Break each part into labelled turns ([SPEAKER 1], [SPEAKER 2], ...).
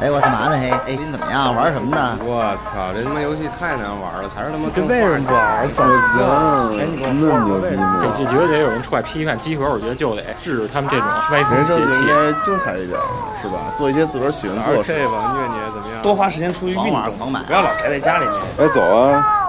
[SPEAKER 1] 哎，我干嘛呢？嘿，哎，你怎么样？玩什么
[SPEAKER 2] 啊
[SPEAKER 1] 呢？
[SPEAKER 3] 我操，这他妈游戏太难玩了，还是他妈
[SPEAKER 4] 这为什么不玩？怎么
[SPEAKER 5] 我
[SPEAKER 3] 哎你给我
[SPEAKER 5] 操，啊那么牛逼吗？
[SPEAKER 4] 这就觉得得有人出来批判集合，我觉得就得制止他们这种歪
[SPEAKER 5] 人生
[SPEAKER 4] 风邪
[SPEAKER 5] 就应
[SPEAKER 4] 气。
[SPEAKER 5] 该精彩一点，是吧？做一些自个儿喜欢做的事。
[SPEAKER 3] RK 吧，虐你怎么样？
[SPEAKER 4] 多花时间出去运
[SPEAKER 1] 狂玩
[SPEAKER 4] 动，
[SPEAKER 1] 狂买
[SPEAKER 4] 不要老宅在家里面。
[SPEAKER 5] 哎，走啊！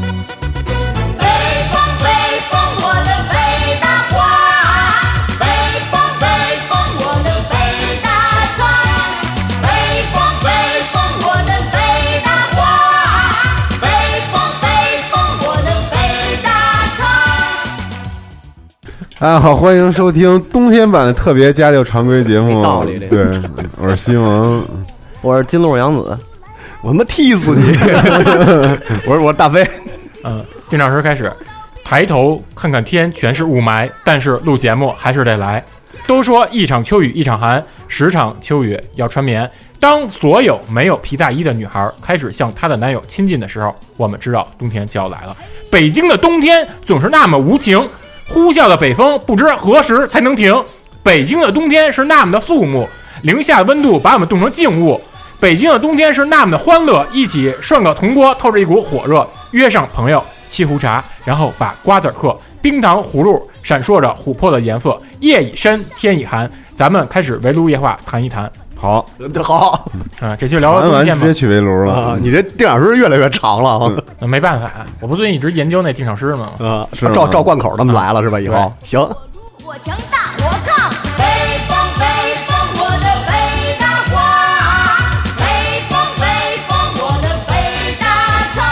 [SPEAKER 6] 北风，北风，我的北大花；北风，北风，我的北大桑；北风，北风，我的北大花；北风，北风，我的北大桑。
[SPEAKER 7] 大家好，欢迎收听冬天版的特别家教常规节目。
[SPEAKER 8] 道理这
[SPEAKER 7] 对，我是西蒙，
[SPEAKER 8] 我是金鹿杨子，我他妈踢死你！ 我是我是大飞，
[SPEAKER 4] 嗯，进场时开始，抬头看看天，全是雾霾，但是录节目还是得来。都说一场秋雨一场寒，十场秋雨要穿棉。当所有没有皮大衣的女孩开始向她的男友亲近的时候，我们知道冬天就要来了。北京的冬天总是那么无情，呼啸的北风不知何时才能停。北京的冬天是那么的肃穆，零下温度把我们冻成静物。北京的冬天是那么的欢乐，一起涮个铜锅，透着一股火热，约上朋友沏壶茶，然后把瓜子嗑，冰糖葫芦闪烁着琥珀的颜色。夜已深，天已寒，咱们开始围炉夜话谈一谈
[SPEAKER 7] 好，
[SPEAKER 8] 好
[SPEAKER 4] 啊，这就聊
[SPEAKER 7] 玩
[SPEAKER 4] 聊冬
[SPEAKER 7] 完
[SPEAKER 4] 天
[SPEAKER 7] 直
[SPEAKER 4] 吧
[SPEAKER 7] 接。去围炉
[SPEAKER 8] 啊
[SPEAKER 7] 了！，
[SPEAKER 8] 你这定场诗越来越长了啊
[SPEAKER 4] 那没办法，我不最近一直研究那定场诗吗？
[SPEAKER 8] 啊！
[SPEAKER 7] 是吗
[SPEAKER 8] 照照贯口他们来了是吧？以后行，
[SPEAKER 6] 我强大，我抗。北风，北风，我的北大花；北风，北风，我的北大桑。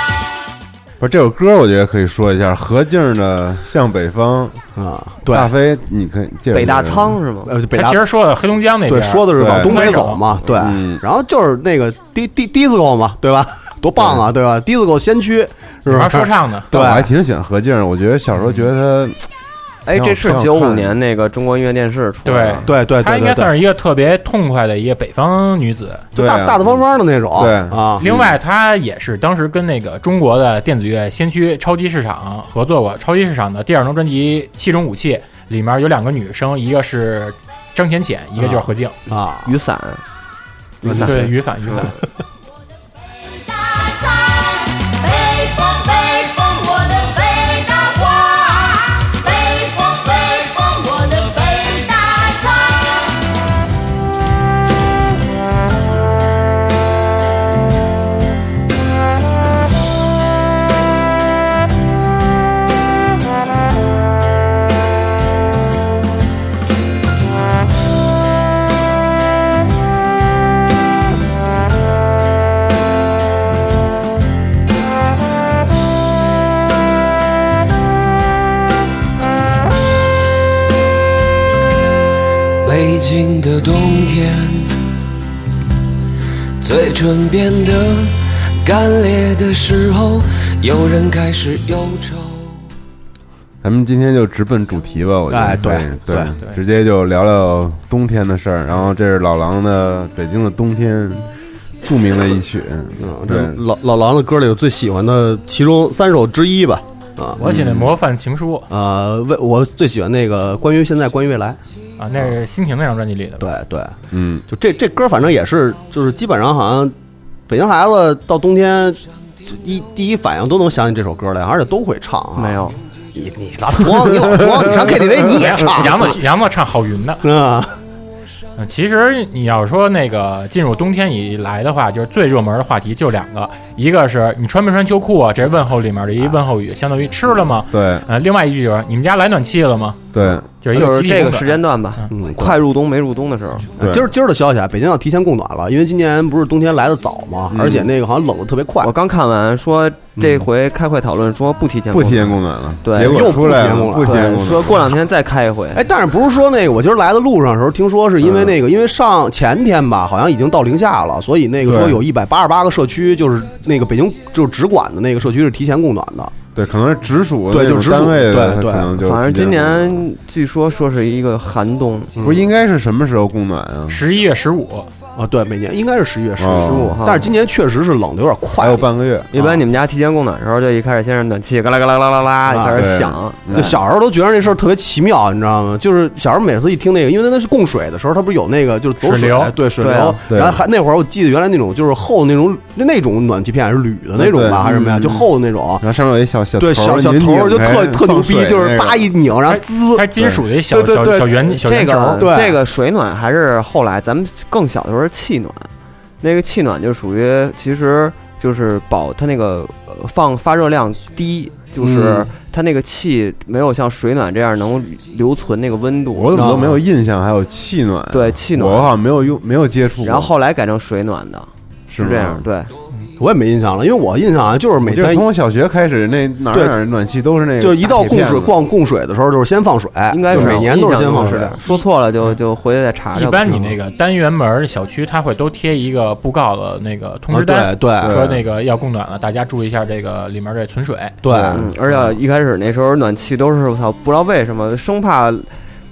[SPEAKER 7] 不是这首歌，我觉得可以说一下何静的《向北方》。
[SPEAKER 8] 啊，对，
[SPEAKER 7] 大飞，你可以介绍
[SPEAKER 9] 北大
[SPEAKER 7] 介绍
[SPEAKER 9] 仓是吗？
[SPEAKER 8] 呃，北
[SPEAKER 4] 他
[SPEAKER 8] 大
[SPEAKER 4] 其实说的黑龙江那边，
[SPEAKER 8] 对说的是往
[SPEAKER 7] 对
[SPEAKER 8] 东北走嘛，对
[SPEAKER 7] 嗯，
[SPEAKER 8] 然后就是那个迪迪迪斯科嘛，对吧？多棒啊，对吧？迪斯科先驱是
[SPEAKER 4] 还
[SPEAKER 8] 吧？
[SPEAKER 4] 说唱呢。
[SPEAKER 8] 对
[SPEAKER 7] 我还挺喜欢何静儿，我觉得小时候觉得她
[SPEAKER 9] 哎，
[SPEAKER 7] 挺好
[SPEAKER 9] 这是
[SPEAKER 7] 挺好
[SPEAKER 9] 九五
[SPEAKER 7] 看
[SPEAKER 9] 年那个中国音乐电视出来的吗，
[SPEAKER 8] 对对
[SPEAKER 4] 她
[SPEAKER 8] 对
[SPEAKER 4] 应该
[SPEAKER 8] 对
[SPEAKER 4] 算
[SPEAKER 8] 对，
[SPEAKER 4] 是一个特别痛快的一个北方女子。
[SPEAKER 7] 对
[SPEAKER 8] 大大大方方的那种，
[SPEAKER 7] 对
[SPEAKER 8] 啊，
[SPEAKER 4] 另外，她也是当时跟那个中国的电子乐先驱超级市场合作过。超级市场的第二张专辑《七种武器》里面有两个女生，一个是张浅浅，一个就是何静。
[SPEAKER 8] 啊，
[SPEAKER 9] 雨伞，雨伞，
[SPEAKER 4] 对，雨伞，雨伞。
[SPEAKER 6] 大桑，北风，北风，我的北大花；北风，北风，我的北大桑。
[SPEAKER 10] 北京的冬天，嘴唇变得干裂的时候，有人开始忧愁。
[SPEAKER 7] 咱们今天就直奔主题吧，我觉得。
[SPEAKER 8] 哎对
[SPEAKER 7] 对
[SPEAKER 8] 对
[SPEAKER 4] 对
[SPEAKER 7] 直接就聊聊冬天的事儿。然后这是老狼的《北京的冬天》，著名的一曲。嗯，
[SPEAKER 8] 这
[SPEAKER 7] 对，
[SPEAKER 8] 老老狼的歌里有最喜欢的其中三首之一吧，啊。
[SPEAKER 4] 我写的《模范情书》
[SPEAKER 8] 呃，为我最喜欢那个关于现在，关于未来。
[SPEAKER 4] 啊，那是心情那张专辑里的。
[SPEAKER 8] 对对，
[SPEAKER 7] 嗯，
[SPEAKER 8] 就这这歌，反正也是，就是基本上好像北京孩子到冬天就一第一反应都能想起这首歌来，而且都会唱、啊。
[SPEAKER 9] 没有，
[SPEAKER 8] 你你老装，你老装，你上 KTV 你也唱
[SPEAKER 4] 杨子杨子唱郝云的。
[SPEAKER 8] 啊？
[SPEAKER 4] 嗯，其实你要说那个进入冬天以来的话，就是最热门的话题就两个，一个是你穿没穿秋裤啊，这是问候里面的一问候语，相当于吃了吗？
[SPEAKER 7] 对，
[SPEAKER 4] 呃，另外一句就是你们家来暖气了吗？
[SPEAKER 7] 对，
[SPEAKER 4] 就是
[SPEAKER 8] 一个
[SPEAKER 9] 就是
[SPEAKER 8] 集体
[SPEAKER 9] 这个
[SPEAKER 8] 供暖
[SPEAKER 9] 时间段吧，嗯，快入冬没入冬的时候，
[SPEAKER 8] 今儿今儿的消息啊，北京要提前供暖了，因为今年不是冬天来的早嘛，而且那个好像冷的特别快。
[SPEAKER 9] 嗯我刚看完说
[SPEAKER 4] 嗯
[SPEAKER 9] 这回开会讨论说不提前
[SPEAKER 8] 不提前
[SPEAKER 7] 供暖了
[SPEAKER 9] 对，
[SPEAKER 7] 结果
[SPEAKER 9] 又
[SPEAKER 7] 出来了
[SPEAKER 9] 不
[SPEAKER 7] 不提前供
[SPEAKER 9] 对
[SPEAKER 7] 暖
[SPEAKER 9] 说过两天再开一回。
[SPEAKER 8] 哎，但是不是说那个？我今儿来的路上的时候，听说是
[SPEAKER 9] 嗯
[SPEAKER 8] 因为那个，因为上前天吧，好像已经到零下了，所以那个说
[SPEAKER 7] 对
[SPEAKER 8] 有一百八十八个社区，就是那个北京就是直管的那个社区是提前供暖的。
[SPEAKER 7] 对，可能是直属
[SPEAKER 8] 对，
[SPEAKER 7] 那
[SPEAKER 8] 就
[SPEAKER 7] 种
[SPEAKER 8] 直属
[SPEAKER 7] 单位的，
[SPEAKER 8] 对
[SPEAKER 7] 它可能就
[SPEAKER 8] 对，
[SPEAKER 9] 反正今年
[SPEAKER 8] 据说说是一个寒冬，
[SPEAKER 7] 不是应该是什么时候供暖啊？
[SPEAKER 4] 十一月十五
[SPEAKER 8] 啊，对，每年应该是十一月十
[SPEAKER 7] 哦
[SPEAKER 8] 五
[SPEAKER 9] 哈
[SPEAKER 8] 但是今年确实是冷的有点快，
[SPEAKER 9] 啊还有
[SPEAKER 7] 半个月。
[SPEAKER 9] 一般你们家提前供暖的时候，就一开始先是暖气，嘎啦嘎啦嘎啦啦，
[SPEAKER 8] 啊
[SPEAKER 9] 一开始响。
[SPEAKER 8] 对就小时候都觉得这事儿特别奇妙，你知道吗？就是小时候每次一听那个，因为那是供水的时候，它不是有那个就是走
[SPEAKER 9] 水流
[SPEAKER 8] 对水
[SPEAKER 9] 对
[SPEAKER 8] 流
[SPEAKER 9] 啊。对
[SPEAKER 8] 然后还那会儿我记得原来那种就是厚那种那种暖气片是铝的那种吧，还是什么呀？就厚的那种。
[SPEAKER 7] 然后上面有一小小
[SPEAKER 8] 对
[SPEAKER 7] 头
[SPEAKER 8] 小
[SPEAKER 7] 儿
[SPEAKER 8] 小
[SPEAKER 7] 你
[SPEAKER 8] 头儿
[SPEAKER 7] 拧
[SPEAKER 8] 就
[SPEAKER 7] 开
[SPEAKER 8] 特特牛
[SPEAKER 7] 放
[SPEAKER 8] 逼
[SPEAKER 7] 水，
[SPEAKER 8] 就是
[SPEAKER 7] 那个
[SPEAKER 8] 叭一拧，然后滋，
[SPEAKER 4] 它是金属的一小
[SPEAKER 8] 对对
[SPEAKER 4] 小
[SPEAKER 8] 对
[SPEAKER 4] 小圆小
[SPEAKER 9] 这
[SPEAKER 4] 圆
[SPEAKER 9] 个
[SPEAKER 4] 轴
[SPEAKER 9] 这个水暖还是后来咱们更小的时候是气暖，那个气暖就属于其实就是保它那个呃放发热量低，就是
[SPEAKER 7] 嗯
[SPEAKER 9] 它那个气没有像水暖这样能留存那个温度。
[SPEAKER 7] 我怎么
[SPEAKER 8] 啊
[SPEAKER 7] 都没有印象，还有气暖啊，
[SPEAKER 9] 对气暖
[SPEAKER 7] 我好像没有用，没有接触过。
[SPEAKER 9] 然后后来改成水暖的，
[SPEAKER 7] 是
[SPEAKER 9] 是这样
[SPEAKER 7] 吗
[SPEAKER 9] 对。
[SPEAKER 8] 我也没印象了，因为我印象啊就是每
[SPEAKER 7] 我记得
[SPEAKER 8] 天
[SPEAKER 7] 从我小学开始，那哪儿
[SPEAKER 8] 对
[SPEAKER 7] 哪儿暖气都是那个，
[SPEAKER 8] 就是一到供水逛供水的时候，哎就是先放水，
[SPEAKER 9] 应该是
[SPEAKER 8] 每年都是先放水
[SPEAKER 9] 水。。说错了就就回去再查查吧。
[SPEAKER 4] 一般你那个单元门儿小区，它会都贴一个布告的那个通知单，
[SPEAKER 9] 啊对对
[SPEAKER 4] 说那个要供暖了，大家注意一下这个里面这存水。
[SPEAKER 9] 嗯而且一开始那时候暖气都是我操，不知道为什么，生怕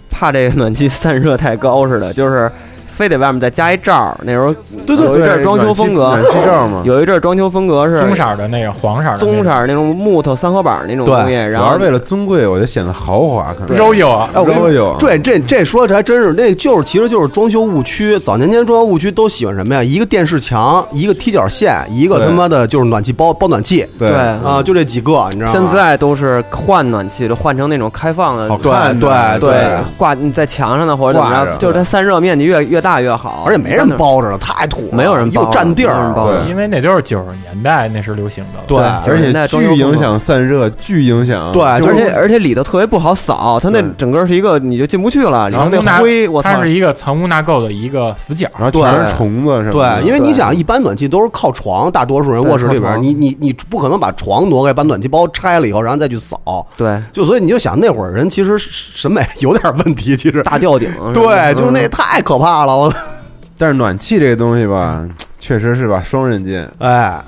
[SPEAKER 9] 怕这个暖气散热太高似的，就是非得外面再加一罩儿。那时候
[SPEAKER 8] 对对
[SPEAKER 9] 有
[SPEAKER 7] 嗯
[SPEAKER 9] 一阵儿
[SPEAKER 8] 对
[SPEAKER 9] 装修
[SPEAKER 8] 暖气
[SPEAKER 9] 风格，
[SPEAKER 8] 暖气罩儿嘛
[SPEAKER 9] 有一阵儿装修风格是
[SPEAKER 4] 棕色儿的那种，黄色儿的那
[SPEAKER 9] 棕
[SPEAKER 4] 种，
[SPEAKER 9] 色儿那种木头三合板儿那种
[SPEAKER 7] 对
[SPEAKER 9] 东西，
[SPEAKER 7] 主
[SPEAKER 9] 然
[SPEAKER 7] 要
[SPEAKER 9] 后
[SPEAKER 7] 是为了尊贵，我就显得豪华，可能
[SPEAKER 4] 都有啊
[SPEAKER 8] 哎，我跟你
[SPEAKER 7] 都有
[SPEAKER 8] 说，，对，这这说这还真是，那就是其实就是装修误区。早年间装修误区都喜欢什么呀？一个电视墙，一个踢脚线，一个
[SPEAKER 9] 对
[SPEAKER 8] 他妈的就是暖气包包暖气。
[SPEAKER 9] 对
[SPEAKER 8] 啊，就这几个，你知道吗？
[SPEAKER 9] 现在都是换暖气的，换成那种开放的，
[SPEAKER 8] 好看的对对
[SPEAKER 9] 挂你在墙上的或者怎么
[SPEAKER 8] 挂着
[SPEAKER 9] 着，就是它散热面积越越大越好，
[SPEAKER 8] 而且没人包着了，太土了，
[SPEAKER 9] 没有人包着，
[SPEAKER 8] 又占地
[SPEAKER 9] 没有
[SPEAKER 8] 儿
[SPEAKER 9] 人包着。
[SPEAKER 4] 因为那都是九十年代那时流行的了。
[SPEAKER 7] 而且巨影响散热，巨影响，
[SPEAKER 9] 哎而且而且里头特别不好扫，它那整个是一个你就进不去了，然后
[SPEAKER 4] 藏
[SPEAKER 9] 那
[SPEAKER 4] 污纳
[SPEAKER 9] 灰，我操
[SPEAKER 4] 它！是一个藏污纳垢的一个死角，
[SPEAKER 7] 然后
[SPEAKER 9] 嗯
[SPEAKER 8] 对，因为你想，一般暖气都是靠床，大多数人
[SPEAKER 4] 对
[SPEAKER 8] 卧室里
[SPEAKER 4] 靠
[SPEAKER 8] 边，
[SPEAKER 4] 床
[SPEAKER 8] 你你你不可能把床挪开，把暖气包拆了以后，然后再去扫。
[SPEAKER 9] 对，
[SPEAKER 4] 啊
[SPEAKER 8] 就所以你就想那会儿人其实审美 有点问题，其实
[SPEAKER 9] 大吊顶嗯
[SPEAKER 8] 对，就是那太可怕了，我。
[SPEAKER 7] 但是暖气这个东西吧，确实是吧，双刃剑。
[SPEAKER 8] 哎，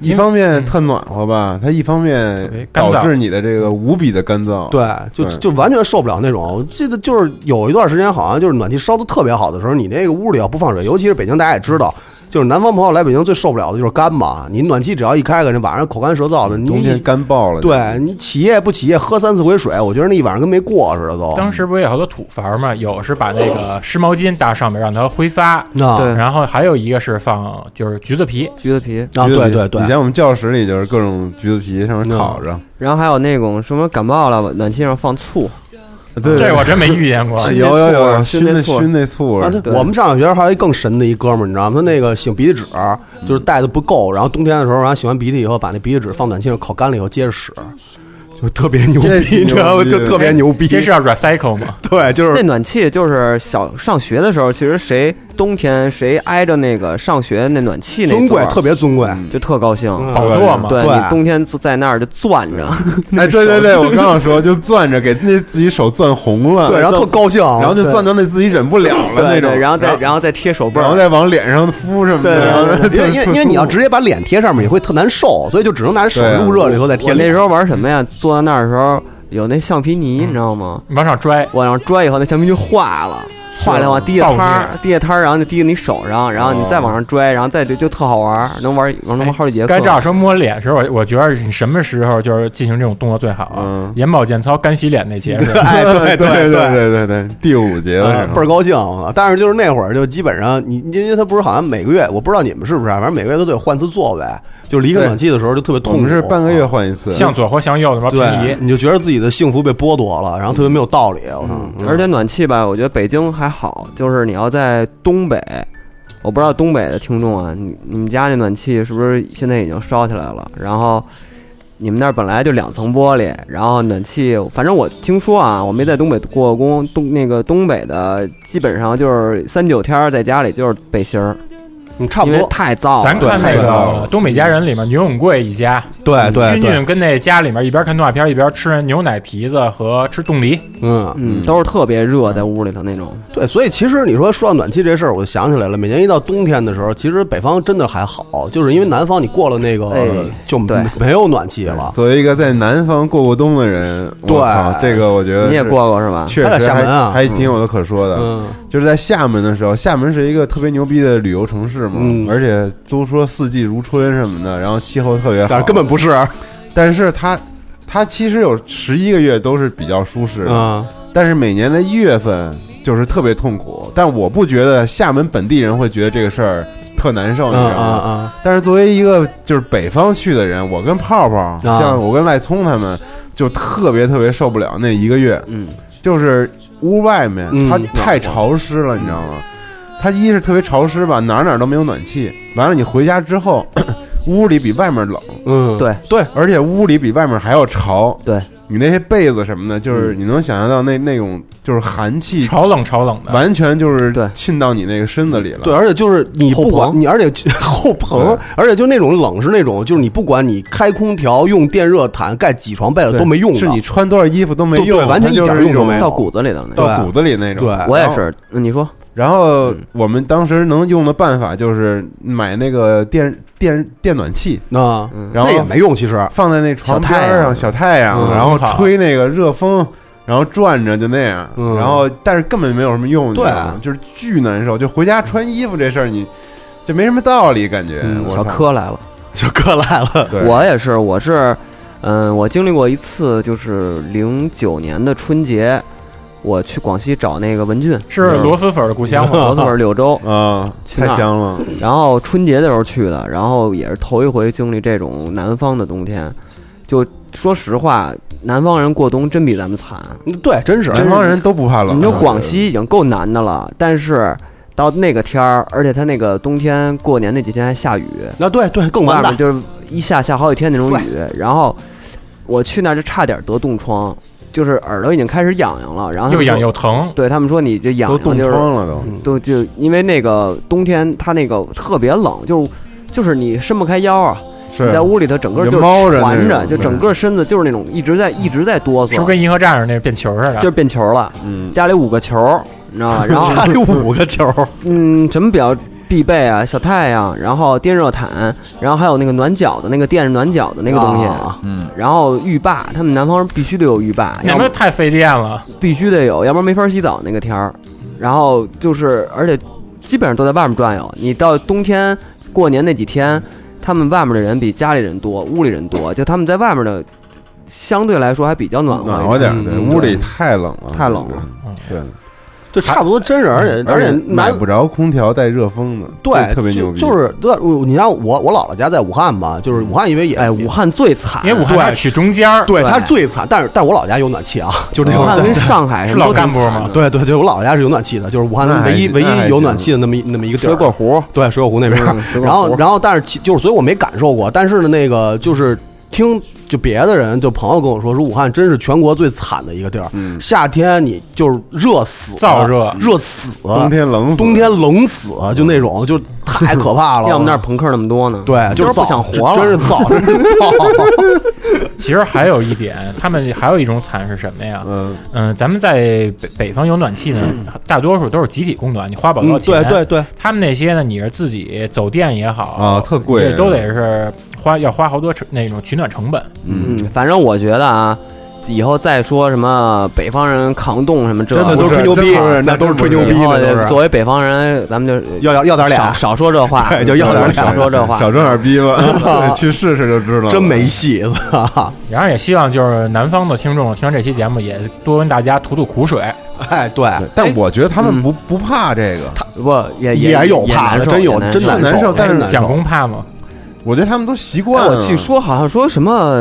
[SPEAKER 7] 一方面特暖和吧，它一方面导
[SPEAKER 8] 干燥
[SPEAKER 7] 致你的这个无比的干燥。
[SPEAKER 8] 对，就
[SPEAKER 7] 嗯
[SPEAKER 8] 就完全受不了那种。我记得就是有一段时间，好像就是暖气烧的特别好的时候，你那个屋里要不放水，尤其是北京，大家也知道，就是南方朋友来北京最受不了的就是干嘛。你暖气只要一开开，那晚上口干舌燥的，你
[SPEAKER 7] 嗯冬天干爆了
[SPEAKER 8] 对你起夜不起夜，喝三四回水，我觉得那一晚上跟没过似的都。
[SPEAKER 9] 嗯
[SPEAKER 4] 当时不是有好多土房嘛，有是把那个湿毛巾搭上面让它挥发，
[SPEAKER 8] 啊对
[SPEAKER 4] 然后还有一个是放就是橘子皮，
[SPEAKER 9] 橘子
[SPEAKER 8] 啊
[SPEAKER 9] 皮
[SPEAKER 7] 橘子皮以前我们教室里就是各种橘子皮
[SPEAKER 8] 嗯
[SPEAKER 7] 上面烤
[SPEAKER 8] 啊
[SPEAKER 7] 着，
[SPEAKER 9] 然后还有那种什么感冒了，暖气上放醋，
[SPEAKER 7] 对
[SPEAKER 4] 这我真没遇见过
[SPEAKER 7] 有有有，
[SPEAKER 8] 熏
[SPEAKER 7] 熏
[SPEAKER 8] 那
[SPEAKER 7] 那
[SPEAKER 8] 醋
[SPEAKER 7] 熏那醋味儿
[SPEAKER 8] 啊
[SPEAKER 7] 哎
[SPEAKER 8] 对，我们上小学还有一更神的一哥们儿，你知道吗？他那个擤鼻涕纸，就是带的不够，然后冬天的时候，然后擤完鼻涕以后，把那鼻涕纸放暖气上烤干了以后接着使，就特别牛
[SPEAKER 7] 这
[SPEAKER 8] 逼，你知道吗？
[SPEAKER 7] 牛逼
[SPEAKER 8] 就特别牛逼。
[SPEAKER 4] 这是要 recycle 吗？
[SPEAKER 8] 对，就是
[SPEAKER 9] 那暖气，就是小上学的时候，其实谁冬天谁挨着那个上学那暖气那
[SPEAKER 8] 尊贵
[SPEAKER 9] 座儿嗯
[SPEAKER 8] 特别尊贵，
[SPEAKER 9] 就特高兴，
[SPEAKER 4] 嗯
[SPEAKER 7] 宝座嘛
[SPEAKER 9] 对
[SPEAKER 7] 对
[SPEAKER 9] 你冬天坐在那儿就攥着，
[SPEAKER 7] 哎，对对对，我刚想说，就攥着给那自己手攥红了，
[SPEAKER 9] 对然后特
[SPEAKER 8] 高兴
[SPEAKER 7] 然后就攥到那自己忍不了了
[SPEAKER 9] 对
[SPEAKER 7] 那种，
[SPEAKER 9] 对然后再然后再贴手背儿，
[SPEAKER 7] 然后再往脸上敷什么的，然后
[SPEAKER 8] 因为因为因为你要直接把脸贴上面，你会特难受，所以就只能拿手捂热了以后再贴
[SPEAKER 9] 我那
[SPEAKER 8] 脸。
[SPEAKER 9] 时候玩什么呀？坐在那儿的时候有那橡皮泥，你知道吗？
[SPEAKER 4] 往上拽，
[SPEAKER 9] 往上拽以后，那橡皮就化了。化了往滴下
[SPEAKER 4] 啊爆
[SPEAKER 9] 摊儿，滴下摊儿，然后就滴你手上，然后你
[SPEAKER 4] 哦
[SPEAKER 9] 再往上拽，然后再就就特好玩儿，能玩能玩好几节课。
[SPEAKER 4] 该照说摸脸的时候，我我觉得你什么时候就是进行这种动作最好啊？眼保健操、干洗脸那节是吧？
[SPEAKER 8] 哎，对对
[SPEAKER 7] 对对对对，第五节了
[SPEAKER 8] 呃
[SPEAKER 7] 是吗
[SPEAKER 8] 倍儿高兴。但是就是那会儿，就基本上你，因为他不是好像每个月，我不知道你们是不是啊，反正每个月都得换次座位，就是离开暖气的时候就特别痛苦。
[SPEAKER 7] 我
[SPEAKER 8] 啊
[SPEAKER 7] 们是半个月换一次，
[SPEAKER 4] 向左或向右的嘛，平移
[SPEAKER 8] 对，。你就觉得自己的幸福被剥夺了，然后特别没有道理。啊我操！
[SPEAKER 7] 嗯
[SPEAKER 9] 嗯
[SPEAKER 8] 嗯
[SPEAKER 9] 而且暖气吧，我觉得北京还好，就是你要在东北，我不知道东北的听众啊，你你们家那暖气是不是现在已经烧起来了？然后你们那儿本来就两层玻璃，然后暖气，反正我听说啊，我没在东北过工，东那个东北的基本上就是三九天儿在家里就是背心儿，
[SPEAKER 8] 你嗯差
[SPEAKER 4] 不多
[SPEAKER 9] 太燥了，
[SPEAKER 4] 咱看那
[SPEAKER 9] 太燥
[SPEAKER 4] 个
[SPEAKER 9] 了
[SPEAKER 4] 《东北家人》里面牛永贵一家，
[SPEAKER 8] 对对
[SPEAKER 4] 君
[SPEAKER 8] 对
[SPEAKER 4] 君跟那家里面一边看动画片一边吃牛奶提子和吃冻梨，
[SPEAKER 8] 嗯
[SPEAKER 9] 嗯，都是特别热在屋里头那种。
[SPEAKER 8] 对，所以其实你说说到暖气这事儿，我就想起来了。每年一到冬天的时候，其实北方真的还好，就是因为南方你过了那个、
[SPEAKER 7] 哎
[SPEAKER 8] 就没没有暖气了。
[SPEAKER 7] 作为一个在南方过过冬的人，我
[SPEAKER 8] 对
[SPEAKER 7] 操这个我觉得
[SPEAKER 8] 你也
[SPEAKER 7] 是
[SPEAKER 8] 过过是吧
[SPEAKER 7] 确
[SPEAKER 8] 他在
[SPEAKER 7] 实
[SPEAKER 8] 厦
[SPEAKER 7] 还
[SPEAKER 8] 门啊
[SPEAKER 7] 还挺有的可说的。
[SPEAKER 8] 嗯
[SPEAKER 7] 就是在厦门的时候，厦门是一个特别牛逼的旅游城市嘛，
[SPEAKER 8] 嗯
[SPEAKER 7] 而且都说四季如春什么的，然后气候特别好，
[SPEAKER 8] 但是根本不是。
[SPEAKER 7] 但是它它其实有十一个月都是比较舒适的，
[SPEAKER 8] 嗯
[SPEAKER 7] 但是每年的一月份就是特别痛苦。但我不觉得厦门本地人会觉得这个事儿特难受，你知道吗？
[SPEAKER 8] 嗯嗯嗯
[SPEAKER 7] 但是作为一个就是北方去的人，我跟泡
[SPEAKER 8] 啊
[SPEAKER 7] 泡，像我跟赖聪他们，就特别特别受不了那一个月。
[SPEAKER 9] 嗯，
[SPEAKER 7] 就是屋外面
[SPEAKER 8] 嗯
[SPEAKER 7] 它太潮湿了，你知道吗？它一是特别潮湿吧，哪儿哪儿都没有暖气。完了，你回家之后， 屋里比外面冷。
[SPEAKER 8] 嗯，
[SPEAKER 9] 对
[SPEAKER 8] 对，
[SPEAKER 7] 而且屋里比外面还要潮。
[SPEAKER 9] 对，
[SPEAKER 7] 你那些被子什么的，就是
[SPEAKER 8] 嗯
[SPEAKER 7] 你能想象到那那种就是寒气，
[SPEAKER 4] 潮冷潮冷的，
[SPEAKER 7] 完全就是沁到你那个身子里了。
[SPEAKER 8] 对，而且就是你不管你，而且 后棚，而且就那种冷是那种，就是你不管你开空调、用电热毯、盖几床被子
[SPEAKER 7] 对
[SPEAKER 8] 都没用的，
[SPEAKER 7] 是你穿多少衣服都没
[SPEAKER 8] 对
[SPEAKER 7] 用
[SPEAKER 8] 对完全
[SPEAKER 7] 它
[SPEAKER 8] 一
[SPEAKER 7] 就是
[SPEAKER 8] 点用都
[SPEAKER 7] 一
[SPEAKER 8] 没
[SPEAKER 7] 种
[SPEAKER 8] 有，
[SPEAKER 7] 到骨
[SPEAKER 9] 子里的那
[SPEAKER 7] 种到骨子里那种
[SPEAKER 8] 对，
[SPEAKER 9] 我也是，嗯你说。
[SPEAKER 7] 然后我们当时能用的办法就是买那个电电电暖气，
[SPEAKER 8] 啊，
[SPEAKER 7] 然后
[SPEAKER 8] 那也没用，其实
[SPEAKER 7] 放在那床边儿上小太阳，然后吹那个热风，然后转着就那样，
[SPEAKER 8] 嗯
[SPEAKER 7] 然后但是根本没有什么用，你知
[SPEAKER 8] 对
[SPEAKER 7] 道吗就是巨难受。就回家穿衣服这事儿，你就没什么道理，感觉。我
[SPEAKER 9] 嗯小
[SPEAKER 7] 操
[SPEAKER 9] 柯来了，
[SPEAKER 8] 小柯来了
[SPEAKER 7] 对
[SPEAKER 9] 我也是，我是，嗯，我经历过一次，就是零九年的春节，我去广西找那个文 俊，
[SPEAKER 4] 是螺蛳粉儿的故乡吗
[SPEAKER 9] 螺蛳粉儿柳州
[SPEAKER 7] 啊，
[SPEAKER 9] 去那儿
[SPEAKER 7] 太香了。
[SPEAKER 9] 然后春节的时候去的，然后也是头一回经历这种南方的冬天，就说实话，南方人过冬真比咱们惨。
[SPEAKER 8] 对，真是
[SPEAKER 7] 南方人都不怕冷啊
[SPEAKER 9] 你说
[SPEAKER 4] 嗯
[SPEAKER 9] 广西已经够难的了，但是到那个天儿，而且它那个冬天过年那几天还下雨，
[SPEAKER 8] 那对对更
[SPEAKER 9] 外
[SPEAKER 8] 完蛋
[SPEAKER 9] 面就是一下下好几天那种雨。然后我去那儿就差点得冻疮，就是耳朵已经开始痒痒了，然后他
[SPEAKER 4] 又
[SPEAKER 9] 们
[SPEAKER 4] 痒
[SPEAKER 9] 说
[SPEAKER 4] 又疼。
[SPEAKER 9] 对他们说你这痒痒
[SPEAKER 4] 都冻
[SPEAKER 9] 就是
[SPEAKER 4] 疮了都
[SPEAKER 9] 都就因为那个冬天它那个特别冷，就就是你伸不开腰啊。
[SPEAKER 7] 是
[SPEAKER 9] 你在屋里头整个
[SPEAKER 4] 你
[SPEAKER 9] 就
[SPEAKER 4] 猫着那
[SPEAKER 9] 蜷着，
[SPEAKER 4] 种嗯
[SPEAKER 9] 就整个身子就是那种一直在一直在哆嗦，
[SPEAKER 4] 是不是跟银河战士那变球似的？
[SPEAKER 9] 就是变球了？
[SPEAKER 7] 嗯，
[SPEAKER 9] 家里五个球，你知道吧？然 后
[SPEAKER 8] 家里五个球，
[SPEAKER 9] 嗯，什么比较必备啊？小太阳，然后电热毯，然后还有那个暖脚的那个电热暖脚的那个东西，
[SPEAKER 8] 啊
[SPEAKER 9] 嗯，然后浴霸，他们南方人必须得有浴霸，
[SPEAKER 4] 那
[SPEAKER 9] 要
[SPEAKER 4] 嗯不
[SPEAKER 9] 么
[SPEAKER 4] 是太费电了？
[SPEAKER 9] 必须得有，要不然没法洗澡那个天儿。然后就是，而且基本上都在外面转悠。你到冬天过年那几天，他们外面的人比家里人多，屋里人多，就他们在外面的相对来说还比较暖和
[SPEAKER 7] 暖和点儿，对，屋里太冷了，
[SPEAKER 9] 嗯太冷了。
[SPEAKER 7] 对，
[SPEAKER 8] 就差不多真是，而且嗯而且
[SPEAKER 7] 买
[SPEAKER 8] 南
[SPEAKER 7] 不着空调带热风的，
[SPEAKER 8] 对
[SPEAKER 7] 这特别
[SPEAKER 8] 就
[SPEAKER 7] 牛逼，
[SPEAKER 8] 就是对，我你像我我姥姥家在武汉嘛，就是武汉因为也哎，
[SPEAKER 9] 武汉最惨，
[SPEAKER 8] 因为武汉它取
[SPEAKER 4] 中间
[SPEAKER 8] 对，
[SPEAKER 9] 对
[SPEAKER 8] 它最惨，但是但是我姥姥家有暖气啊，就是那
[SPEAKER 9] 武
[SPEAKER 8] 种
[SPEAKER 9] 汉
[SPEAKER 8] 对
[SPEAKER 9] 跟
[SPEAKER 8] 对
[SPEAKER 9] 上海是是老都挺干部惨吗的
[SPEAKER 8] 对对对，我姥姥家是有暖气的，就是武汉
[SPEAKER 9] 那还
[SPEAKER 8] 唯一
[SPEAKER 9] 行
[SPEAKER 8] 唯
[SPEAKER 9] 那还
[SPEAKER 8] 一
[SPEAKER 9] 行
[SPEAKER 8] 有暖气的那么一那么一个地儿
[SPEAKER 9] 水果湖，
[SPEAKER 8] 对，水果湖那边
[SPEAKER 9] 嗯水。果湖
[SPEAKER 8] 然后然后但是其就是，所以我没感受过，但是呢，那个就是。听就别的人，就朋友跟我说，说武汉真是全国最惨的一个地儿。夏天你就是热死了，
[SPEAKER 4] 燥热
[SPEAKER 8] 热死，
[SPEAKER 7] 嗯冬天冷死
[SPEAKER 8] 冬天冷死，啊就那种，就太可怕 了。
[SPEAKER 9] 要么那儿朋克那么多呢？
[SPEAKER 8] 对，
[SPEAKER 9] 就是是不
[SPEAKER 8] 燥
[SPEAKER 9] 想活了，
[SPEAKER 8] 真是燥，真是燥。
[SPEAKER 4] 其实还有一点，他们还有一种惨是什么呀？
[SPEAKER 7] 嗯、
[SPEAKER 4] 咱们在北北方有暖气呢，大多数都是集体供暖，你花不了多少
[SPEAKER 8] 嗯
[SPEAKER 4] 钱。
[SPEAKER 8] 对对对，
[SPEAKER 4] 他们那些呢，你是自己走电也好
[SPEAKER 7] 啊特贵
[SPEAKER 4] 这 都得是花要花好多成那种取暖成本。
[SPEAKER 9] 嗯，反正我觉得啊，以后再说什么北方人抗冻什么这，
[SPEAKER 8] 真的都是吹牛逼
[SPEAKER 9] 真不
[SPEAKER 8] 那都是吹牛逼
[SPEAKER 9] 嗯以后
[SPEAKER 8] 那都是
[SPEAKER 9] 作为北方人，咱们就
[SPEAKER 8] 要要要点脸
[SPEAKER 9] 少少说这话，
[SPEAKER 8] 对就要点脸
[SPEAKER 9] 少说这话，，
[SPEAKER 7] 少装点 逼吧去试试就知道了。
[SPEAKER 8] 真没戏，
[SPEAKER 4] 然后也希望就是南方的听众听完这期节目，也多跟大家吐吐苦水。
[SPEAKER 8] 哎，对，
[SPEAKER 7] 但我觉得他
[SPEAKER 8] 嗯
[SPEAKER 7] 们不不怕这个，
[SPEAKER 9] 不也
[SPEAKER 7] 也也有怕的真有真
[SPEAKER 4] 难
[SPEAKER 9] 哎
[SPEAKER 7] 难受但是
[SPEAKER 4] 蒋公怕吗？
[SPEAKER 8] 嗯
[SPEAKER 7] 我觉得他们都习惯了
[SPEAKER 9] 哎我据说好像说什么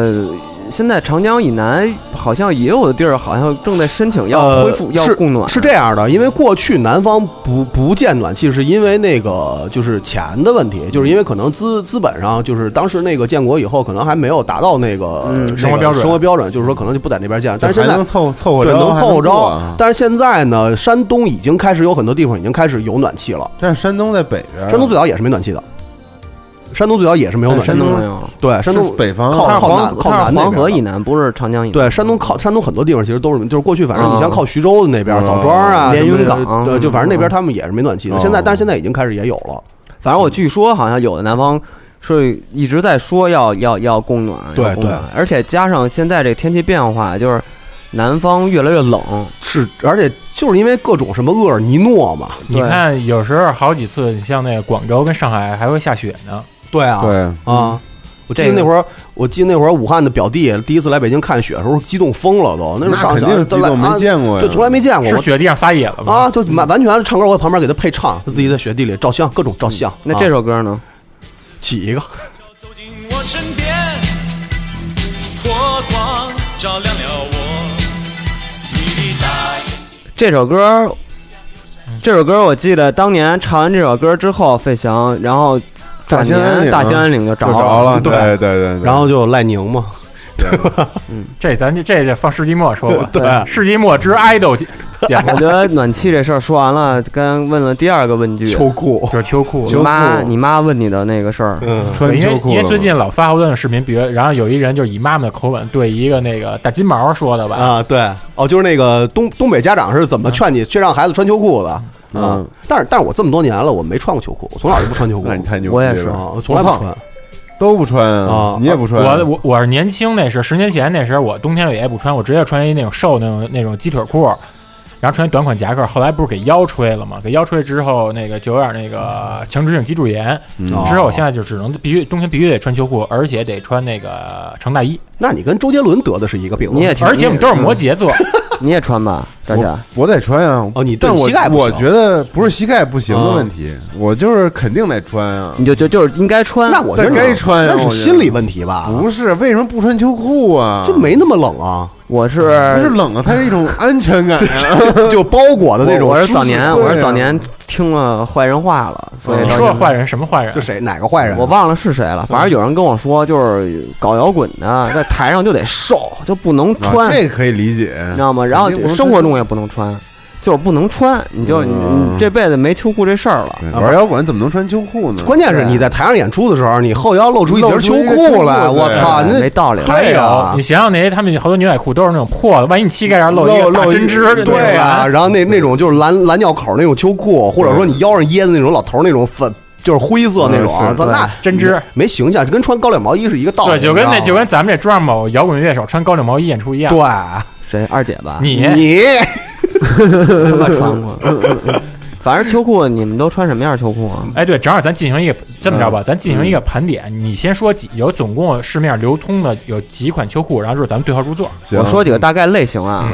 [SPEAKER 9] 现在长江以南好像也有的地儿，好像正在申请要恢复、
[SPEAKER 8] 呃
[SPEAKER 9] 要
[SPEAKER 8] 是
[SPEAKER 9] 供暖。
[SPEAKER 8] 是这样的，因为过去南方不不建暖气，是因为那个就是钱的问题，就是因为可能资资本上就是当时那个建国以后，可能还没有达到那个、那个
[SPEAKER 7] 嗯生活标准
[SPEAKER 8] 生活标准就是说可能就不在那边建了，但是
[SPEAKER 7] 还
[SPEAKER 8] 现在
[SPEAKER 7] 能凑凑合
[SPEAKER 8] 对
[SPEAKER 7] 着，
[SPEAKER 8] 能
[SPEAKER 7] 还
[SPEAKER 8] 凑合
[SPEAKER 7] 过
[SPEAKER 8] 着
[SPEAKER 7] 啊。
[SPEAKER 8] 但是现在呢，山东已经开始有很多地方已经开始有暖气了，
[SPEAKER 7] 但是山东在北边，啊
[SPEAKER 8] 山东最早也是没暖气的。山东最早也是没有暖气的，
[SPEAKER 7] 哎山东
[SPEAKER 8] 对山
[SPEAKER 7] 是
[SPEAKER 8] 东
[SPEAKER 7] 北方啊
[SPEAKER 8] 靠
[SPEAKER 7] 它是
[SPEAKER 8] 靠
[SPEAKER 7] 黄
[SPEAKER 8] 南靠
[SPEAKER 7] 它是
[SPEAKER 8] 南那
[SPEAKER 7] 黄
[SPEAKER 8] 边
[SPEAKER 7] 河
[SPEAKER 8] 的
[SPEAKER 7] 以
[SPEAKER 9] 南不是长江以南。
[SPEAKER 8] 对，山东靠山东很多地方其实都是，就是过去反正你
[SPEAKER 9] 啊
[SPEAKER 8] 像靠徐州的那边，
[SPEAKER 9] 嗯嗯
[SPEAKER 8] 枣庄啊、
[SPEAKER 9] 连
[SPEAKER 8] 什么
[SPEAKER 9] 云
[SPEAKER 8] 的
[SPEAKER 9] 港
[SPEAKER 8] 对，就反正那边
[SPEAKER 9] 嗯
[SPEAKER 8] 他们也是没暖气的。
[SPEAKER 9] 哦
[SPEAKER 8] 现在，但是现在已经开始也有了。
[SPEAKER 9] 反正我据说好像有的南方是一直在说要要要供暖，
[SPEAKER 8] 对
[SPEAKER 9] 要供暖
[SPEAKER 8] 对
[SPEAKER 9] 而且加上现在这天气变化，就是南方越来越冷，
[SPEAKER 8] 是，而且就是因为各种什么厄尔尼诺嘛，
[SPEAKER 4] 你看，有时候好几次，你像那个广州跟上海还会下雪呢。
[SPEAKER 8] 对啊，
[SPEAKER 4] 对
[SPEAKER 8] 啊
[SPEAKER 4] 嗯。
[SPEAKER 8] 我记得那会儿，我记得那会儿武汉的表弟第一次来北京看雪的时候，激动疯了都。是
[SPEAKER 7] 那
[SPEAKER 8] 上
[SPEAKER 7] 肯
[SPEAKER 8] 小
[SPEAKER 7] 定
[SPEAKER 8] 都
[SPEAKER 7] 激
[SPEAKER 8] 来
[SPEAKER 7] 动没
[SPEAKER 8] 啊
[SPEAKER 7] 见过呀
[SPEAKER 8] 就从来没见过。
[SPEAKER 7] 是
[SPEAKER 8] 我
[SPEAKER 7] 雪
[SPEAKER 4] 地上撒野了吗？
[SPEAKER 8] 啊，就完完全唱歌，我在旁边给他配唱，就自己在雪地里照相，各种照相。
[SPEAKER 9] 嗯那
[SPEAKER 8] 啊
[SPEAKER 9] 这首歌呢？
[SPEAKER 8] 起一个，
[SPEAKER 11] 我身边，火光照亮了我。你的大眼
[SPEAKER 9] 这首歌，这首歌我记得当年唱完这首歌之后，费翔然后
[SPEAKER 8] 大
[SPEAKER 9] 转
[SPEAKER 8] 兴安
[SPEAKER 7] 啊
[SPEAKER 8] 岭
[SPEAKER 9] 年大兴安岭就
[SPEAKER 8] 就着了
[SPEAKER 9] 对
[SPEAKER 7] 对
[SPEAKER 8] 对
[SPEAKER 7] 对
[SPEAKER 8] 然后就赖宁嘛，
[SPEAKER 4] 这咱这这这放世纪末说 吧。
[SPEAKER 9] 对对
[SPEAKER 4] 世纪末之 idol 节节目
[SPEAKER 9] 我觉得暖气这事儿说完了，刚问了第二个问句，
[SPEAKER 8] 秋裤嗯
[SPEAKER 4] 就是秋裤，
[SPEAKER 9] 你妈你妈问你的那个事儿，
[SPEAKER 4] 对因为因为最近老发好多那种视频，比如然后有一人就是以妈妈的口吻对一个那个大金毛说的吧，
[SPEAKER 8] 啊，对，哦，就是那个东东北家长是怎么劝你去让孩子穿秋裤的？啊，但是但是我这么多年了，我没穿过秋裤，我从小就不穿秋裤。
[SPEAKER 7] 那你太牛逼了我也是
[SPEAKER 8] 啊我从来不
[SPEAKER 7] 我操
[SPEAKER 8] 穿。
[SPEAKER 7] 都不穿啊，你也不穿，
[SPEAKER 4] 我我我是年轻那时，十年前那时，我冬天也不穿，我直接穿一那种瘦那种那种鸡腿裤，然后穿一短款夹克。后来不是给腰吹了吗？给腰吹之后，那个就有点那个强直性脊柱炎。
[SPEAKER 8] 嗯
[SPEAKER 4] 之后我现在就只能必须冬天必须得穿秋裤，而且得穿那个长大衣。
[SPEAKER 8] 那你跟周杰伦得的是一个病，
[SPEAKER 4] 你也挺而且我们都是摩羯座，
[SPEAKER 9] 你也穿吧，大家
[SPEAKER 7] 我得穿啊。
[SPEAKER 8] 哦，你
[SPEAKER 7] 但
[SPEAKER 8] 对
[SPEAKER 7] 我
[SPEAKER 8] 膝盖不行
[SPEAKER 7] 我觉得不是膝盖不行
[SPEAKER 9] 啊
[SPEAKER 7] 的问题，我就是肯定得穿啊。
[SPEAKER 9] 你就就就是应该穿
[SPEAKER 8] 那我觉
[SPEAKER 7] 但
[SPEAKER 8] 得
[SPEAKER 7] 该穿啊，
[SPEAKER 8] 那
[SPEAKER 7] 我
[SPEAKER 8] 是
[SPEAKER 7] 觉得
[SPEAKER 8] 心理问题
[SPEAKER 9] 啊
[SPEAKER 8] 吧？
[SPEAKER 7] 不是，为什么不穿秋裤啊？
[SPEAKER 8] 就没那么冷啊。，
[SPEAKER 9] 我是
[SPEAKER 7] 不是冷啊，它是一种安 全感啊
[SPEAKER 8] 就包裹的那种
[SPEAKER 9] 我我
[SPEAKER 8] 舒
[SPEAKER 9] 是
[SPEAKER 8] 适
[SPEAKER 9] 早年我
[SPEAKER 8] 对
[SPEAKER 9] 是
[SPEAKER 8] 啊
[SPEAKER 9] 早年听了坏人话了，所以
[SPEAKER 4] 你
[SPEAKER 9] 到现
[SPEAKER 4] 说
[SPEAKER 9] 在
[SPEAKER 4] 坏人什么坏人？啊
[SPEAKER 8] 就谁哪个坏人啊嗯
[SPEAKER 9] 我忘了是谁了，反正有人跟我说，就是搞摇滚 的在台上就得瘦，就不能
[SPEAKER 8] 啊
[SPEAKER 9] 穿，
[SPEAKER 7] 啊
[SPEAKER 9] 啊
[SPEAKER 7] 这可以理解，
[SPEAKER 9] 你知道吗？然后
[SPEAKER 7] 肯定不能
[SPEAKER 9] 生活中也不能穿，就是不能穿，你就
[SPEAKER 8] 嗯
[SPEAKER 9] 你你这辈子没秋裤这事儿了。啊
[SPEAKER 7] 玩摇滚怎么能穿秋裤呢？
[SPEAKER 8] 关键是你在台上演出的时候，你后腰露出一截秋裤来，我操，你
[SPEAKER 4] 还
[SPEAKER 8] 对
[SPEAKER 4] 有
[SPEAKER 8] 啊，
[SPEAKER 4] 你想想那些他们好多牛仔裤都是那种破的，万一你膝盖上露一个大针织的那种
[SPEAKER 8] 对啊，
[SPEAKER 4] 蓝
[SPEAKER 8] 然后那那种就是蓝蓝尿口那种秋裤，或者说你腰上掖的那种老头儿那种粉，就是灰色那种啊，
[SPEAKER 4] 嗯是
[SPEAKER 8] 咱那
[SPEAKER 4] 对针织
[SPEAKER 8] 没形象，就跟穿高领毛衣是一个道理，
[SPEAKER 4] 对，就跟那
[SPEAKER 8] 你知
[SPEAKER 4] 就
[SPEAKER 8] 道吗
[SPEAKER 4] 跟咱们这专业某摇滚乐手穿高领毛衣演出一样。
[SPEAKER 9] 谁二姐吧？
[SPEAKER 4] 你
[SPEAKER 8] 你
[SPEAKER 9] 他妈 穿过，嗯嗯嗯反正秋裤你们都穿什么样秋裤啊？
[SPEAKER 4] 哎，对，正好咱进行一个这么着吧，
[SPEAKER 9] 嗯
[SPEAKER 4] 咱进行一个盘点。你先说几有总共市面上流通的有几款秋裤，然后就是咱们对号入座。
[SPEAKER 9] 我说几个大概类型啊，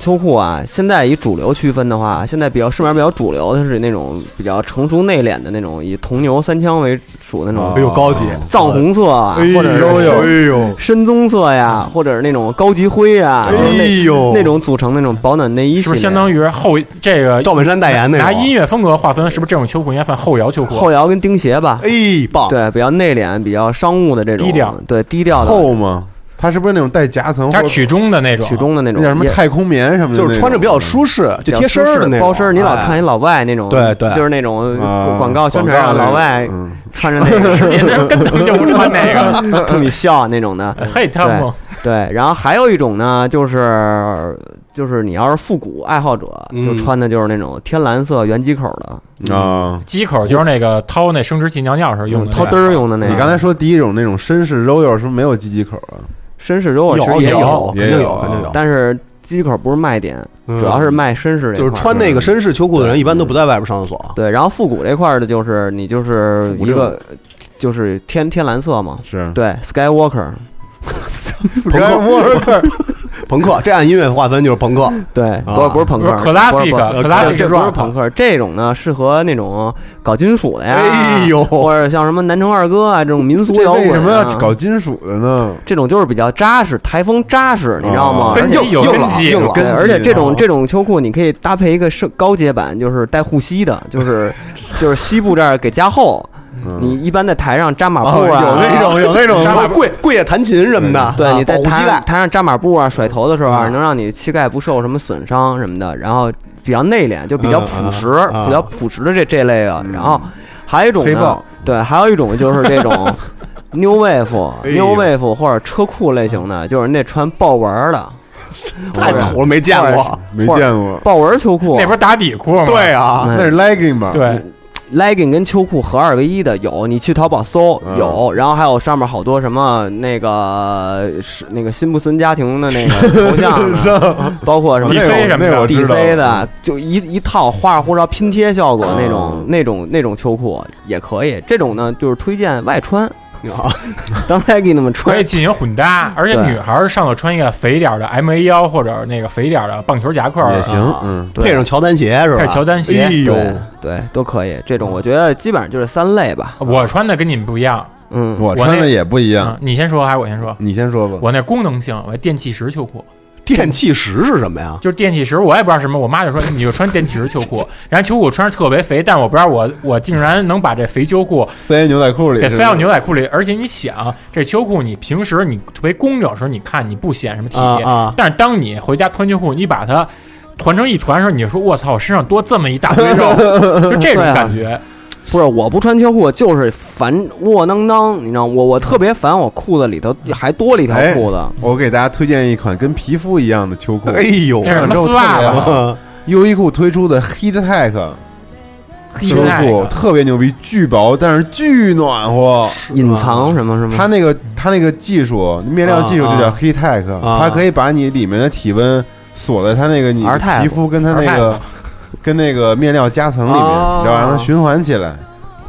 [SPEAKER 9] 秋裤啊，现在以主流区分的话，现在比较市面上比较主流的是那种比较成熟内敛的那种，以铜牛三枪为属的那种，
[SPEAKER 8] 哎呦高级
[SPEAKER 9] 藏红色啊，
[SPEAKER 8] 哎呦
[SPEAKER 9] 或者是深
[SPEAKER 8] 哎呦
[SPEAKER 9] 深棕色呀，或者是那种高级灰呀，
[SPEAKER 4] 哎
[SPEAKER 9] 就是那
[SPEAKER 4] 呦
[SPEAKER 9] 那种组成那种保暖内衣
[SPEAKER 4] 是
[SPEAKER 9] 系
[SPEAKER 4] 不
[SPEAKER 9] 列，
[SPEAKER 4] 是相当于后这个
[SPEAKER 8] 赵本山代言那种
[SPEAKER 4] 拿音乐风格划分，是不是这种秋裤应该算后摇秋裤？
[SPEAKER 9] 后摇跟钉鞋吧？
[SPEAKER 8] 哎，棒！
[SPEAKER 9] 对，比较内敛、比较商务的这种，
[SPEAKER 4] 低调
[SPEAKER 9] 对低调的
[SPEAKER 7] 厚吗？它是不是那种带夹层？
[SPEAKER 9] 它是曲
[SPEAKER 4] 中的那种
[SPEAKER 9] 曲中的那种
[SPEAKER 7] 叫什么
[SPEAKER 9] 也
[SPEAKER 7] 太空棉什么的那种，
[SPEAKER 9] 就是穿着比较
[SPEAKER 8] 舒适
[SPEAKER 9] 比较舒适包身儿。你老
[SPEAKER 8] 哎
[SPEAKER 9] 看一老外那种，
[SPEAKER 7] 对对
[SPEAKER 9] 就是那种
[SPEAKER 7] 啊
[SPEAKER 9] 广广告宣传上
[SPEAKER 7] 广告那
[SPEAKER 9] 老
[SPEAKER 7] 种嗯
[SPEAKER 9] 外穿着那个，
[SPEAKER 4] 你那根本就不穿 那个
[SPEAKER 9] 冲你笑那种的。
[SPEAKER 4] 嘿汤姆
[SPEAKER 9] 对，对然后还有一种呢，就是就是你要是复古爱好者，就穿的就是那种天蓝色圆机口的嗯
[SPEAKER 7] 啊，
[SPEAKER 4] 机口就是那个掏那生殖器尿尿时候用的那个，
[SPEAKER 7] 你刚才说第一种那种绅士 royal 是不是没有鸡鸡口啊？
[SPEAKER 9] 绅士 royal 其实也
[SPEAKER 7] 也有，
[SPEAKER 9] 但是机口不是卖点，主要是卖绅士这块儿，
[SPEAKER 8] 嗯就是穿那个绅士秋裤的人，一般都不在外边上厕所。
[SPEAKER 9] 对，然后复古这块儿的，就是你就是一个就是天天蓝色嘛，
[SPEAKER 7] 是嗯
[SPEAKER 9] 对 Skywalker，
[SPEAKER 7] 朋克
[SPEAKER 8] 朋克，这按音乐划分就是朋克，
[SPEAKER 9] 对，
[SPEAKER 8] 啊
[SPEAKER 9] 不不是朋克
[SPEAKER 8] 不是 classic，
[SPEAKER 9] 不是不是
[SPEAKER 8] classic
[SPEAKER 9] 这不是
[SPEAKER 8] rock
[SPEAKER 9] 朋克，这种呢适合那种搞金属的呀，
[SPEAKER 7] 哎呦
[SPEAKER 9] 或者像什么南城二哥啊这种民族
[SPEAKER 7] 这
[SPEAKER 9] 摇滚啊，
[SPEAKER 7] 为什么要搞金属的呢？
[SPEAKER 9] 这种就是比较扎实，台风扎实，你知道吗？
[SPEAKER 7] 根基
[SPEAKER 9] 而且
[SPEAKER 7] 有根基有
[SPEAKER 9] 对
[SPEAKER 7] 根基
[SPEAKER 9] 而且这种
[SPEAKER 7] 哦
[SPEAKER 9] 这种秋裤你可以搭配一个是高阶版，就是带护膝的，就是 就是膝部这儿给加厚。
[SPEAKER 7] 嗯
[SPEAKER 9] 你一般在台上扎马步啊，
[SPEAKER 8] 哦有那种有那种扎马步跪
[SPEAKER 9] 跪下弹琴什么
[SPEAKER 8] 的
[SPEAKER 9] 对
[SPEAKER 8] 啊
[SPEAKER 9] 你在
[SPEAKER 8] 保护膝
[SPEAKER 9] 台
[SPEAKER 8] 盖嗯
[SPEAKER 9] 台上扎马步啊、甩头的时候啊，能让你膝盖不受什么损伤什么的，然后比较内敛，就比较朴实
[SPEAKER 8] 嗯嗯嗯，
[SPEAKER 9] 比较朴实的这这类啊。然后还有一种
[SPEAKER 8] 黑
[SPEAKER 9] 呢
[SPEAKER 8] 豹，
[SPEAKER 9] 对，还有一种就是这 种 new wave、
[SPEAKER 8] 哎呦
[SPEAKER 9] new wave 或者车库类型的，就是那穿豹纹儿的，
[SPEAKER 8] 太土了，没见 过，
[SPEAKER 9] 没见
[SPEAKER 7] 过
[SPEAKER 9] 豹纹秋裤，
[SPEAKER 4] 那不是打底裤吗？
[SPEAKER 8] 对啊
[SPEAKER 9] 嗯
[SPEAKER 8] 那是
[SPEAKER 7] legging 吧
[SPEAKER 4] 对。
[SPEAKER 9] legging 跟秋裤合二为一的有，你去淘宝搜
[SPEAKER 8] 嗯
[SPEAKER 9] 有，然后还有上面好多什么那个是那个辛普森家庭的那个头 像
[SPEAKER 7] 啊
[SPEAKER 9] 的，包括什么
[SPEAKER 7] 那我那我知道
[SPEAKER 9] DC
[SPEAKER 8] 嗯
[SPEAKER 9] 的，就一一套花里胡哨拼贴效
[SPEAKER 8] 啊
[SPEAKER 9] 果那种那种那种秋裤也可以，这种呢就是推荐外穿，
[SPEAKER 8] 啊
[SPEAKER 9] 当 legging 那么穿
[SPEAKER 4] 可以进行混搭，而且
[SPEAKER 9] 嗯对
[SPEAKER 4] 女孩儿上头穿一个肥点儿的 M A 腰或者那个肥点儿的棒球夹克儿
[SPEAKER 8] 也行
[SPEAKER 4] 啊
[SPEAKER 8] 嗯
[SPEAKER 4] 对
[SPEAKER 8] 配上乔丹鞋是吧
[SPEAKER 4] 配乔丹鞋，
[SPEAKER 8] 哎呦
[SPEAKER 4] 对
[SPEAKER 9] 对，都可以。这种我觉得基本上就是三类吧。
[SPEAKER 4] 我穿的跟你们不一样，
[SPEAKER 9] 嗯
[SPEAKER 4] 我
[SPEAKER 7] 我穿
[SPEAKER 4] 那
[SPEAKER 7] 的也不一
[SPEAKER 4] 嗯
[SPEAKER 9] 啊
[SPEAKER 7] 样，
[SPEAKER 4] 你先说还是我先说？
[SPEAKER 7] 你先说吧。
[SPEAKER 4] 我那功能性，我电气石秋裤。
[SPEAKER 8] 电气石是什么呀？
[SPEAKER 4] 就是电气石，我也不知道什么。我妈就说你就穿电气石秋裤，然后秋裤穿着特别肥，但我不知道我我竟然能把这肥秋裤
[SPEAKER 7] 塞牛仔裤里，
[SPEAKER 4] 给塞到牛
[SPEAKER 7] 仔。
[SPEAKER 4] 仔裤里。而且你想，啊这秋裤你平时你特别工整的时候，你看你不显什么体贴，
[SPEAKER 8] 啊啊
[SPEAKER 4] 但是当你回家穿秋裤，你把它团成一团的时候，你就说我操，我身上多这么一大堆肉，就这种感觉。
[SPEAKER 9] 不是，我不穿秋裤就是烦窝囊囊，你知道吗我我特别烦我裤子里头还多了一条
[SPEAKER 7] 哎
[SPEAKER 9] 裤子。，
[SPEAKER 7] 我给大家推荐一款跟皮肤一样的秋裤。
[SPEAKER 9] 哎呦
[SPEAKER 7] 穿上之后特别
[SPEAKER 9] 这是什么丝袜啊
[SPEAKER 7] 好
[SPEAKER 9] 吧。
[SPEAKER 7] 优衣库推出的 Heat Tech
[SPEAKER 9] Heat
[SPEAKER 7] 秋裤
[SPEAKER 4] 啊
[SPEAKER 9] Tech 啊
[SPEAKER 7] 特别牛逼，巨薄，但是巨暖和。
[SPEAKER 9] 隐藏什么什么？
[SPEAKER 7] 它那个它那个技术，面料技术就叫
[SPEAKER 9] 啊
[SPEAKER 7] Heat Tech，
[SPEAKER 9] 啊
[SPEAKER 7] 它可以把你里面的体温锁在它那个你的
[SPEAKER 9] R-Type
[SPEAKER 7] 皮肤跟它那个
[SPEAKER 4] 啊
[SPEAKER 9] R-Type
[SPEAKER 7] 跟那个面料夹层里面，
[SPEAKER 9] 啊
[SPEAKER 7] 你知道吧让它循环起来。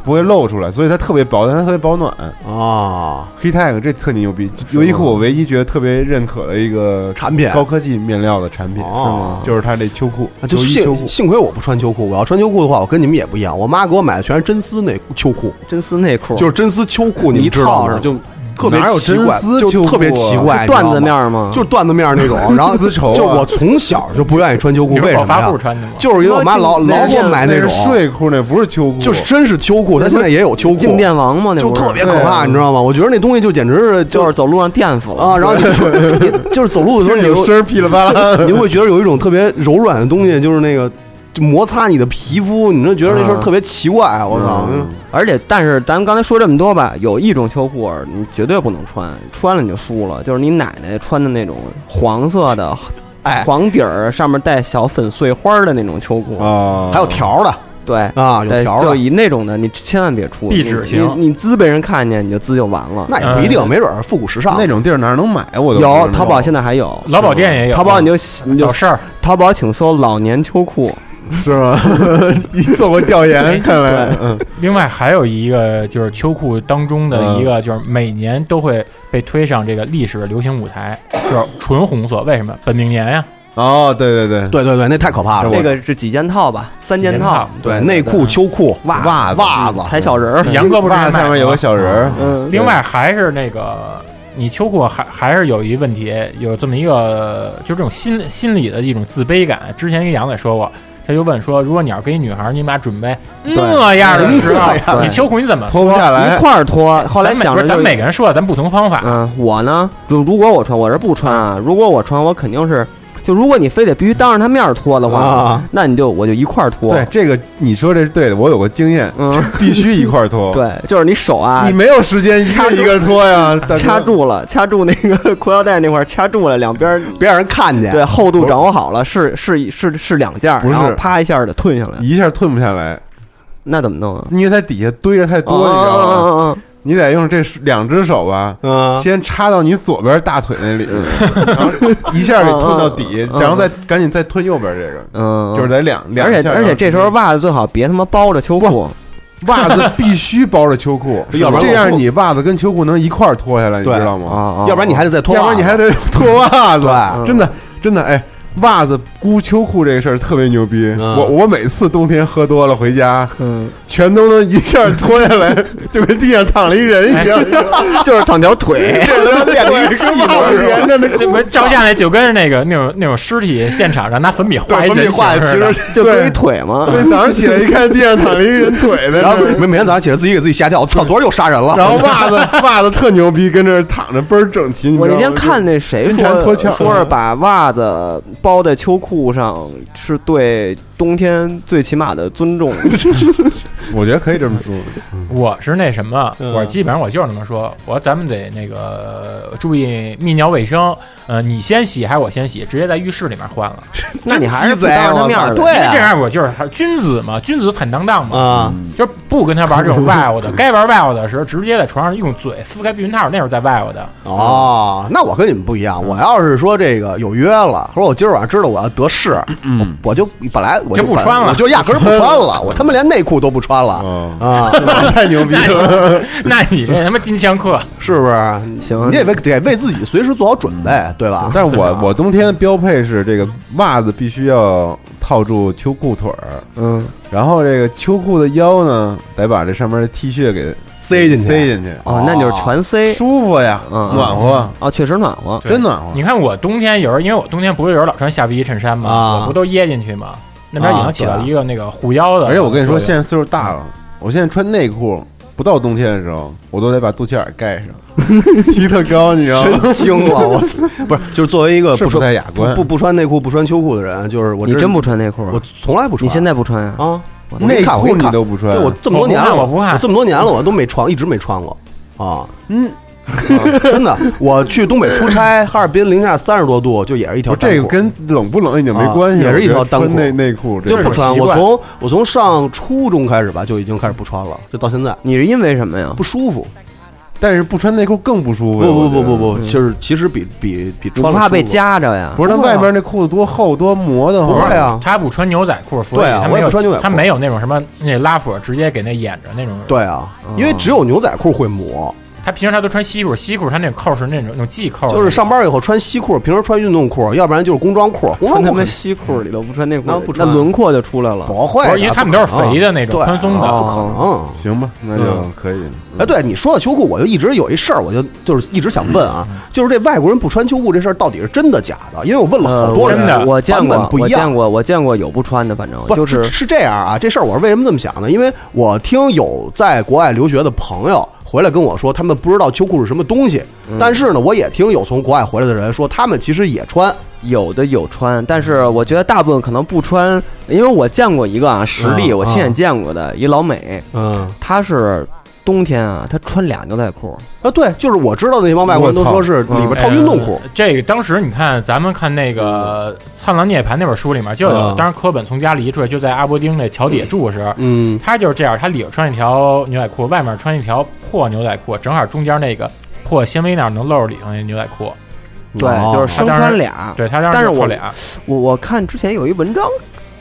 [SPEAKER 7] 不会露出来，所以它特别薄，但它特别保暖
[SPEAKER 8] 啊。
[SPEAKER 7] Heat Tech 这特牛逼，优衣库我唯一觉得特别认可的一个产
[SPEAKER 8] 品
[SPEAKER 7] 高科技面料的产品，
[SPEAKER 8] 哦
[SPEAKER 7] 是吗就是它这秋裤
[SPEAKER 8] 啊，就
[SPEAKER 7] 优衣秋
[SPEAKER 8] 幸
[SPEAKER 7] 裤。
[SPEAKER 8] 幸亏我不穿秋裤，我要穿秋裤的话，我跟你们也不一样。我妈给我买的全是真丝内秋裤，
[SPEAKER 9] 真丝内裤
[SPEAKER 8] 就是真丝秋裤，你们
[SPEAKER 9] 一
[SPEAKER 8] 知道
[SPEAKER 9] 套
[SPEAKER 8] 吗？
[SPEAKER 9] 是
[SPEAKER 8] 就特别
[SPEAKER 9] 哪有
[SPEAKER 8] 奇
[SPEAKER 9] 真
[SPEAKER 8] 怪，
[SPEAKER 9] 丝秋
[SPEAKER 8] 就
[SPEAKER 9] 裤啊
[SPEAKER 8] 特别奇怪，
[SPEAKER 9] 是缎子面
[SPEAKER 8] 面
[SPEAKER 9] 儿吗。
[SPEAKER 8] 就是缎子面儿那种然后
[SPEAKER 9] 丝绸啊
[SPEAKER 8] 就我从小就不愿意穿秋裤，
[SPEAKER 7] 你是
[SPEAKER 8] 为什么
[SPEAKER 7] 暴发
[SPEAKER 8] 呀
[SPEAKER 7] 户穿的吗？
[SPEAKER 8] 就是因为我妈老
[SPEAKER 7] 那
[SPEAKER 8] 老给我
[SPEAKER 7] 是
[SPEAKER 8] 买那
[SPEAKER 7] 那
[SPEAKER 8] 种
[SPEAKER 7] 是睡裤，那不是秋裤，
[SPEAKER 8] 就是真是秋裤，
[SPEAKER 7] 那
[SPEAKER 8] 她现在也有秋裤。
[SPEAKER 7] 静电
[SPEAKER 9] 王吗？
[SPEAKER 8] 就
[SPEAKER 7] 不是
[SPEAKER 8] 特别可怕，
[SPEAKER 7] 对
[SPEAKER 8] 你知道吗？我觉得那东西就简直是就是
[SPEAKER 9] 走路上电死了
[SPEAKER 8] 啊！然后 你说你就是走 路的时候
[SPEAKER 7] 听
[SPEAKER 8] 你
[SPEAKER 7] 着有
[SPEAKER 8] 就
[SPEAKER 7] 声儿噼里啪啦
[SPEAKER 8] 你会觉得有一种特别柔软的东西，就是那个就摩擦你的皮肤，你就觉得
[SPEAKER 7] 嗯
[SPEAKER 8] 那事儿特别奇怪。啊我操！嗯
[SPEAKER 9] 而且，但是咱们刚才说这么多吧，有一种秋裤儿你绝对不能穿，穿了你就输了，就是你奶奶穿的那种黄色的，
[SPEAKER 8] 哎，
[SPEAKER 9] 黄底儿上面带小粉碎花儿的那种秋裤
[SPEAKER 7] 啊
[SPEAKER 8] 还有条儿的，
[SPEAKER 9] 对
[SPEAKER 8] 啊有
[SPEAKER 9] 对
[SPEAKER 8] 条儿的
[SPEAKER 9] 就以那种的，你千万别出，
[SPEAKER 8] 壁纸
[SPEAKER 9] 你
[SPEAKER 8] 型
[SPEAKER 9] 你你滋被人看见你就滋就完了，
[SPEAKER 8] 那也不一定，没准儿复古时尚
[SPEAKER 7] 嗯那种地儿哪能买？我
[SPEAKER 9] 有
[SPEAKER 7] 都不知道
[SPEAKER 9] 淘宝现在还有，
[SPEAKER 4] 劳保店也有
[SPEAKER 9] 淘宝你就你就
[SPEAKER 4] 找事儿，
[SPEAKER 9] 淘宝请搜老年秋裤，
[SPEAKER 7] 是吗？你做过调研，看来嗯，
[SPEAKER 4] 另外还有一个就是秋裤当中的一个，就是每年都会被推上这个历史流行舞台，就是纯红色。为什么？本命年呀、
[SPEAKER 7] 哦，对对对，
[SPEAKER 8] 对对对，那太可怕了。
[SPEAKER 9] 那个是几件套吧，三件套，
[SPEAKER 8] 对内裤、秋裤、
[SPEAKER 9] 袜
[SPEAKER 8] 袜袜子、
[SPEAKER 9] 踩小人儿，
[SPEAKER 4] 杨哥不是还买了吗
[SPEAKER 7] 儿
[SPEAKER 9] 嗯
[SPEAKER 4] 另外还是那个，你秋裤还还是有一问题，有这么一个，就这种心心理的一种自卑感。之前跟杨仔说过，他就问说，如果你要跟一女孩儿，你们俩准备
[SPEAKER 9] 对
[SPEAKER 4] 那样的时
[SPEAKER 9] 那样
[SPEAKER 4] 候，
[SPEAKER 9] 的
[SPEAKER 4] 你秋裤你怎么
[SPEAKER 9] 脱不下来一块儿脱后来
[SPEAKER 4] 咱每
[SPEAKER 9] 想着
[SPEAKER 4] 不是咱
[SPEAKER 9] 就是
[SPEAKER 4] 每个人说的，咱不同方法。
[SPEAKER 9] 嗯，
[SPEAKER 7] 啊
[SPEAKER 9] 我呢，就如果我穿，我是不穿啊。如果我穿，我肯定是，就如果你非得必须当着他面儿脱的话，
[SPEAKER 7] 啊
[SPEAKER 9] 那你就我就一块儿脱。嗯
[SPEAKER 7] 对这个你说这是对的，我有过经验， 必须一块儿脱。
[SPEAKER 9] 对，就是你手啊，
[SPEAKER 7] 你没有时间一
[SPEAKER 9] 掐
[SPEAKER 7] 个
[SPEAKER 9] 住
[SPEAKER 7] 一个脱呀，大哥
[SPEAKER 9] 掐住了，掐住那个 裤腰带那块儿，掐住了，两边儿
[SPEAKER 8] 别让人看见
[SPEAKER 9] 对，厚度掌握好了，是是是是两件儿，
[SPEAKER 7] 不是
[SPEAKER 9] 然后啪一下儿得吞下来，
[SPEAKER 7] 一下吞不下来，
[SPEAKER 9] 那怎么弄啊？
[SPEAKER 7] 因为它底下堆着太多，
[SPEAKER 9] 哦
[SPEAKER 7] 你知
[SPEAKER 9] 哦
[SPEAKER 7] 道吗？你得用这两只手吧，
[SPEAKER 9] 啊
[SPEAKER 8] 嗯，
[SPEAKER 7] 先插到你左边大腿那里，然后一下给吞到底
[SPEAKER 9] 嗯，嗯嗯
[SPEAKER 7] 然后再赶紧再吞右边这个，
[SPEAKER 9] 嗯，
[SPEAKER 7] 就是得两两
[SPEAKER 9] 而且
[SPEAKER 7] 下
[SPEAKER 9] 而且这时候袜子最好别他妈包着秋裤。
[SPEAKER 7] 袜子必须包着秋 裤
[SPEAKER 8] 要不然
[SPEAKER 7] 这
[SPEAKER 8] 我
[SPEAKER 7] 样
[SPEAKER 8] 不
[SPEAKER 7] 你袜子跟秋裤能一块儿脱下来，你
[SPEAKER 8] 对
[SPEAKER 7] 知道
[SPEAKER 9] 哦
[SPEAKER 7] 吗？
[SPEAKER 8] 啊啊要不然你还得再脱袜子
[SPEAKER 7] 要不然你还得脱袜子。真的，真的，哎，袜子箍秋裤这个事儿特别牛逼。我我每次冬天喝多了回家，全都能一下脱下来， 就跟地上躺了一人一样，
[SPEAKER 9] 就是躺条腿
[SPEAKER 7] 这 都练了一
[SPEAKER 4] 跟
[SPEAKER 7] 屁股
[SPEAKER 4] 袜子
[SPEAKER 7] 连着那
[SPEAKER 4] 这 不是照相那就跟那个那种那种尸体现场上拿粉 笔画
[SPEAKER 7] 对
[SPEAKER 4] 一
[SPEAKER 7] 粉笔
[SPEAKER 4] 人
[SPEAKER 7] 画
[SPEAKER 4] 形似
[SPEAKER 7] 其
[SPEAKER 4] 的
[SPEAKER 7] 实就对跟一腿嘛对早上起来一看地上躺着一人腿呢
[SPEAKER 8] 然后每每天早上起来自己给自己吓跳，操，昨儿又杀人 了。
[SPEAKER 7] 然后袜子袜子特牛逼，跟这儿躺着倍儿整齐。你
[SPEAKER 9] 我
[SPEAKER 7] 知
[SPEAKER 9] 那
[SPEAKER 7] 道
[SPEAKER 9] 天
[SPEAKER 7] 吗
[SPEAKER 9] 看那谁
[SPEAKER 7] 金蝉
[SPEAKER 9] 说
[SPEAKER 7] 脱壳
[SPEAKER 9] 说是把袜子包在秋裤上，是对冬天最起码的尊 重。
[SPEAKER 7] 我觉得可以这么说。
[SPEAKER 4] 我是那什么，
[SPEAKER 9] 嗯
[SPEAKER 4] 我基本上我就是那么说，我说咱们得那个注意泌尿卫生。呃，你先洗还是我先洗？直接在浴室里面换了。
[SPEAKER 9] 那你还是不当着他面儿的
[SPEAKER 4] 对、
[SPEAKER 9] 对啊
[SPEAKER 4] 这样我就是还是君子嘛，君子坦荡荡嘛，
[SPEAKER 8] 啊
[SPEAKER 4] 就是不跟他玩这种外 物的。该玩外物的时候，直接在床上用嘴撕开避孕套，那时候在外物的。
[SPEAKER 8] 哦，那我跟你们不一样。我要是说这个有约了，或者我今儿晚上知道我要得势，嗯，我就本来我
[SPEAKER 4] 就不穿了
[SPEAKER 8] 我就压根儿不穿了，我他妈连内裤都不穿了
[SPEAKER 7] 哦嗯
[SPEAKER 8] 啊！
[SPEAKER 7] 太牛逼
[SPEAKER 4] 了！ 那你这他妈金枪客
[SPEAKER 8] 是不是？
[SPEAKER 9] 行，
[SPEAKER 8] 你也得得为自己随时做好准备，对吧？
[SPEAKER 7] 但是我我冬天的啊标配是这个袜子必须要套住秋裤腿儿，
[SPEAKER 9] 嗯，
[SPEAKER 7] 然后这个秋裤的腰呢，得把这上面的 T 恤给
[SPEAKER 8] 塞进去
[SPEAKER 7] 塞进去。啊
[SPEAKER 9] 哦，那就是全塞，
[SPEAKER 7] 舒服呀，暖和
[SPEAKER 9] 啊，确实暖和，
[SPEAKER 4] 对
[SPEAKER 8] 哦
[SPEAKER 4] 你看我冬天有时候，因为我冬天不是有时候老穿夏威夷衬衫嘛，
[SPEAKER 7] 啊
[SPEAKER 4] 我不都掖进去嘛，那边也能起到一个那个护腰的。
[SPEAKER 7] 而且我跟你说，现在岁数大了，我现在穿内裤，不到冬天的时候，我都得把肚脐眼盖上，提特高，你知道吗？
[SPEAKER 8] 真精了，我操！不是，就是作为一个
[SPEAKER 7] 是
[SPEAKER 8] 不
[SPEAKER 7] 不太
[SPEAKER 8] 穿
[SPEAKER 7] 雅观
[SPEAKER 8] 不不穿内裤、不穿秋裤的人，就是我
[SPEAKER 9] 你真不穿内裤啊
[SPEAKER 8] 我从来不穿。
[SPEAKER 9] 你现在不穿呀？
[SPEAKER 8] 啊，我给
[SPEAKER 9] 内
[SPEAKER 8] 看我给
[SPEAKER 9] 裤你
[SPEAKER 8] 看
[SPEAKER 9] 都不穿
[SPEAKER 8] 对我这么多年了，
[SPEAKER 9] 我不看我不看
[SPEAKER 8] 我这么多年了，我都没穿，一直没穿过啊。
[SPEAKER 7] 嗯，
[SPEAKER 8] 真的，我去东北出差，哈尔滨零下三十多度，就也是一条
[SPEAKER 7] 不是
[SPEAKER 8] 单
[SPEAKER 7] 这
[SPEAKER 8] 裤
[SPEAKER 7] 个。跟冷不冷已经没
[SPEAKER 8] 啊
[SPEAKER 7] 关系了，
[SPEAKER 8] 也是一条单
[SPEAKER 7] 我
[SPEAKER 8] 裤
[SPEAKER 7] 觉得穿内内裤这
[SPEAKER 8] 就
[SPEAKER 7] 个
[SPEAKER 8] 不穿。我从我从上初中开始吧，就已经开始不穿了，就到现在。
[SPEAKER 9] 你是因为什么呀？
[SPEAKER 8] 不舒服。
[SPEAKER 7] 但是不穿内裤更不舒服。
[SPEAKER 8] 不
[SPEAKER 7] 我
[SPEAKER 8] 不
[SPEAKER 7] 觉
[SPEAKER 8] 不
[SPEAKER 7] 得嗯
[SPEAKER 8] 不不，就是其实比比比穿了舒服啊
[SPEAKER 9] 着呀啊
[SPEAKER 7] 不是，它外面那裤子多厚多磨的慌。
[SPEAKER 4] 他不穿牛仔裤，所以
[SPEAKER 8] 对啊
[SPEAKER 4] 他
[SPEAKER 8] 我
[SPEAKER 4] 没
[SPEAKER 8] 也
[SPEAKER 4] 有
[SPEAKER 8] 不穿牛仔裤
[SPEAKER 4] 他没有那种什么那拉锁直接给那掩着那种。
[SPEAKER 8] 对啊，
[SPEAKER 7] 嗯
[SPEAKER 8] 因为只有牛仔裤会
[SPEAKER 9] 哦
[SPEAKER 8] 磨，
[SPEAKER 4] 他平时他都穿西裤，西裤他那个扣是那种那种系扣，
[SPEAKER 8] 就是上班以后穿西裤，平时穿运动裤，要不然就是工装裤。工
[SPEAKER 9] 穿
[SPEAKER 8] 装
[SPEAKER 9] 他
[SPEAKER 8] 裤
[SPEAKER 9] 妈
[SPEAKER 8] 很
[SPEAKER 9] 西裤里头不穿内裤，
[SPEAKER 8] 那不穿
[SPEAKER 9] 那轮廓就出来了。哦
[SPEAKER 8] 不会的，不可能啊对不
[SPEAKER 7] 啊
[SPEAKER 8] 可能。
[SPEAKER 7] 行吧，那就可以了。
[SPEAKER 8] 哎，对你说到秋裤，我就一直有一事儿，我就就是一直想问啊，就是这外国人不穿秋裤这事儿到底是真的假的？因为我问了好多人，
[SPEAKER 9] 呃
[SPEAKER 8] 啊
[SPEAKER 9] 我见
[SPEAKER 8] 版
[SPEAKER 9] 过
[SPEAKER 8] 本，不
[SPEAKER 9] 我
[SPEAKER 8] 一样
[SPEAKER 9] 见。过，我见过有不穿的，反正
[SPEAKER 8] 不
[SPEAKER 9] 就是是
[SPEAKER 8] 是这样啊，这事儿我是为什么这么想呢？因为我听有在国外留学的朋友回来跟我说，他们不知道秋裤是什么东西，
[SPEAKER 9] 嗯
[SPEAKER 8] 但是呢，我也听有从国外回来的人说，他们其实也穿，
[SPEAKER 9] 有的有穿，但是我觉得大部分可能不穿，因为我见过一个啊实例，
[SPEAKER 8] 嗯
[SPEAKER 9] 我亲眼见过的一老美，
[SPEAKER 8] 嗯，
[SPEAKER 9] 他是冬天啊，他穿俩牛仔裤，
[SPEAKER 8] 啊，对，就是我知道的那帮外国人都说是
[SPEAKER 9] 嗯
[SPEAKER 8] 里边套运动
[SPEAKER 9] 哎
[SPEAKER 8] 裤，
[SPEAKER 4] 呃这个当时你看，咱们看那个《灿烂涅槃》那本书里面就有，
[SPEAKER 8] 嗯
[SPEAKER 4] 当时科本从家里一出来，就在阿伯丁那桥底下住的时候，
[SPEAKER 8] 嗯，
[SPEAKER 4] 他就是这样，他里头穿一条牛仔裤，外面穿一条破牛仔裤，正好中间那个破纤维那儿能露着里头那牛仔裤。
[SPEAKER 9] 对，
[SPEAKER 8] 哦
[SPEAKER 9] 就是生
[SPEAKER 4] 他当时
[SPEAKER 9] 穿俩，
[SPEAKER 4] 对他当时
[SPEAKER 9] 但是
[SPEAKER 4] 就
[SPEAKER 9] 我
[SPEAKER 4] 破俩，
[SPEAKER 9] 我我看之前有一文章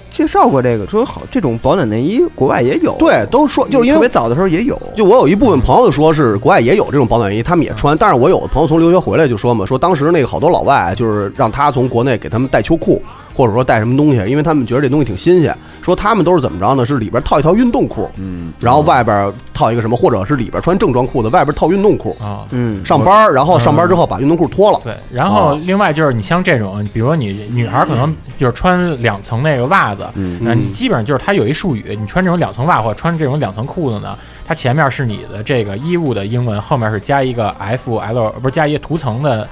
[SPEAKER 9] 介绍过这个，说好这种保暖内衣国外也有，
[SPEAKER 8] 对，都说就是因为
[SPEAKER 9] 特别早的时候也有，
[SPEAKER 8] 就我有一部分朋友说是国外也有这种保暖衣，他们也穿。但是我有的朋友从留学回来就说嘛，说当时那个好多老外就是让他从国内给他们带秋裤，或者说带什么东西，因为他们觉得这东西挺新鲜。说他们都是怎么着呢？是里边套一条运动裤，嗯，然后外边套一个什么，或者是里边穿正装裤子，外边套运动裤
[SPEAKER 4] 啊，
[SPEAKER 9] 嗯
[SPEAKER 8] 上班，然后上班之后把运动裤脱了，
[SPEAKER 4] 对，然后另外就是你像这种，比如说你女孩可能就是穿两层那个袜子，
[SPEAKER 8] 嗯
[SPEAKER 4] 然后你
[SPEAKER 8] 嗯
[SPEAKER 4] 基本上就是它有一术语，你穿这种两层袜或者穿这种两层裤子呢，它前面是你的这个衣物的英文，后面是加一个 F L，不是加一个图层的。
[SPEAKER 8] 哦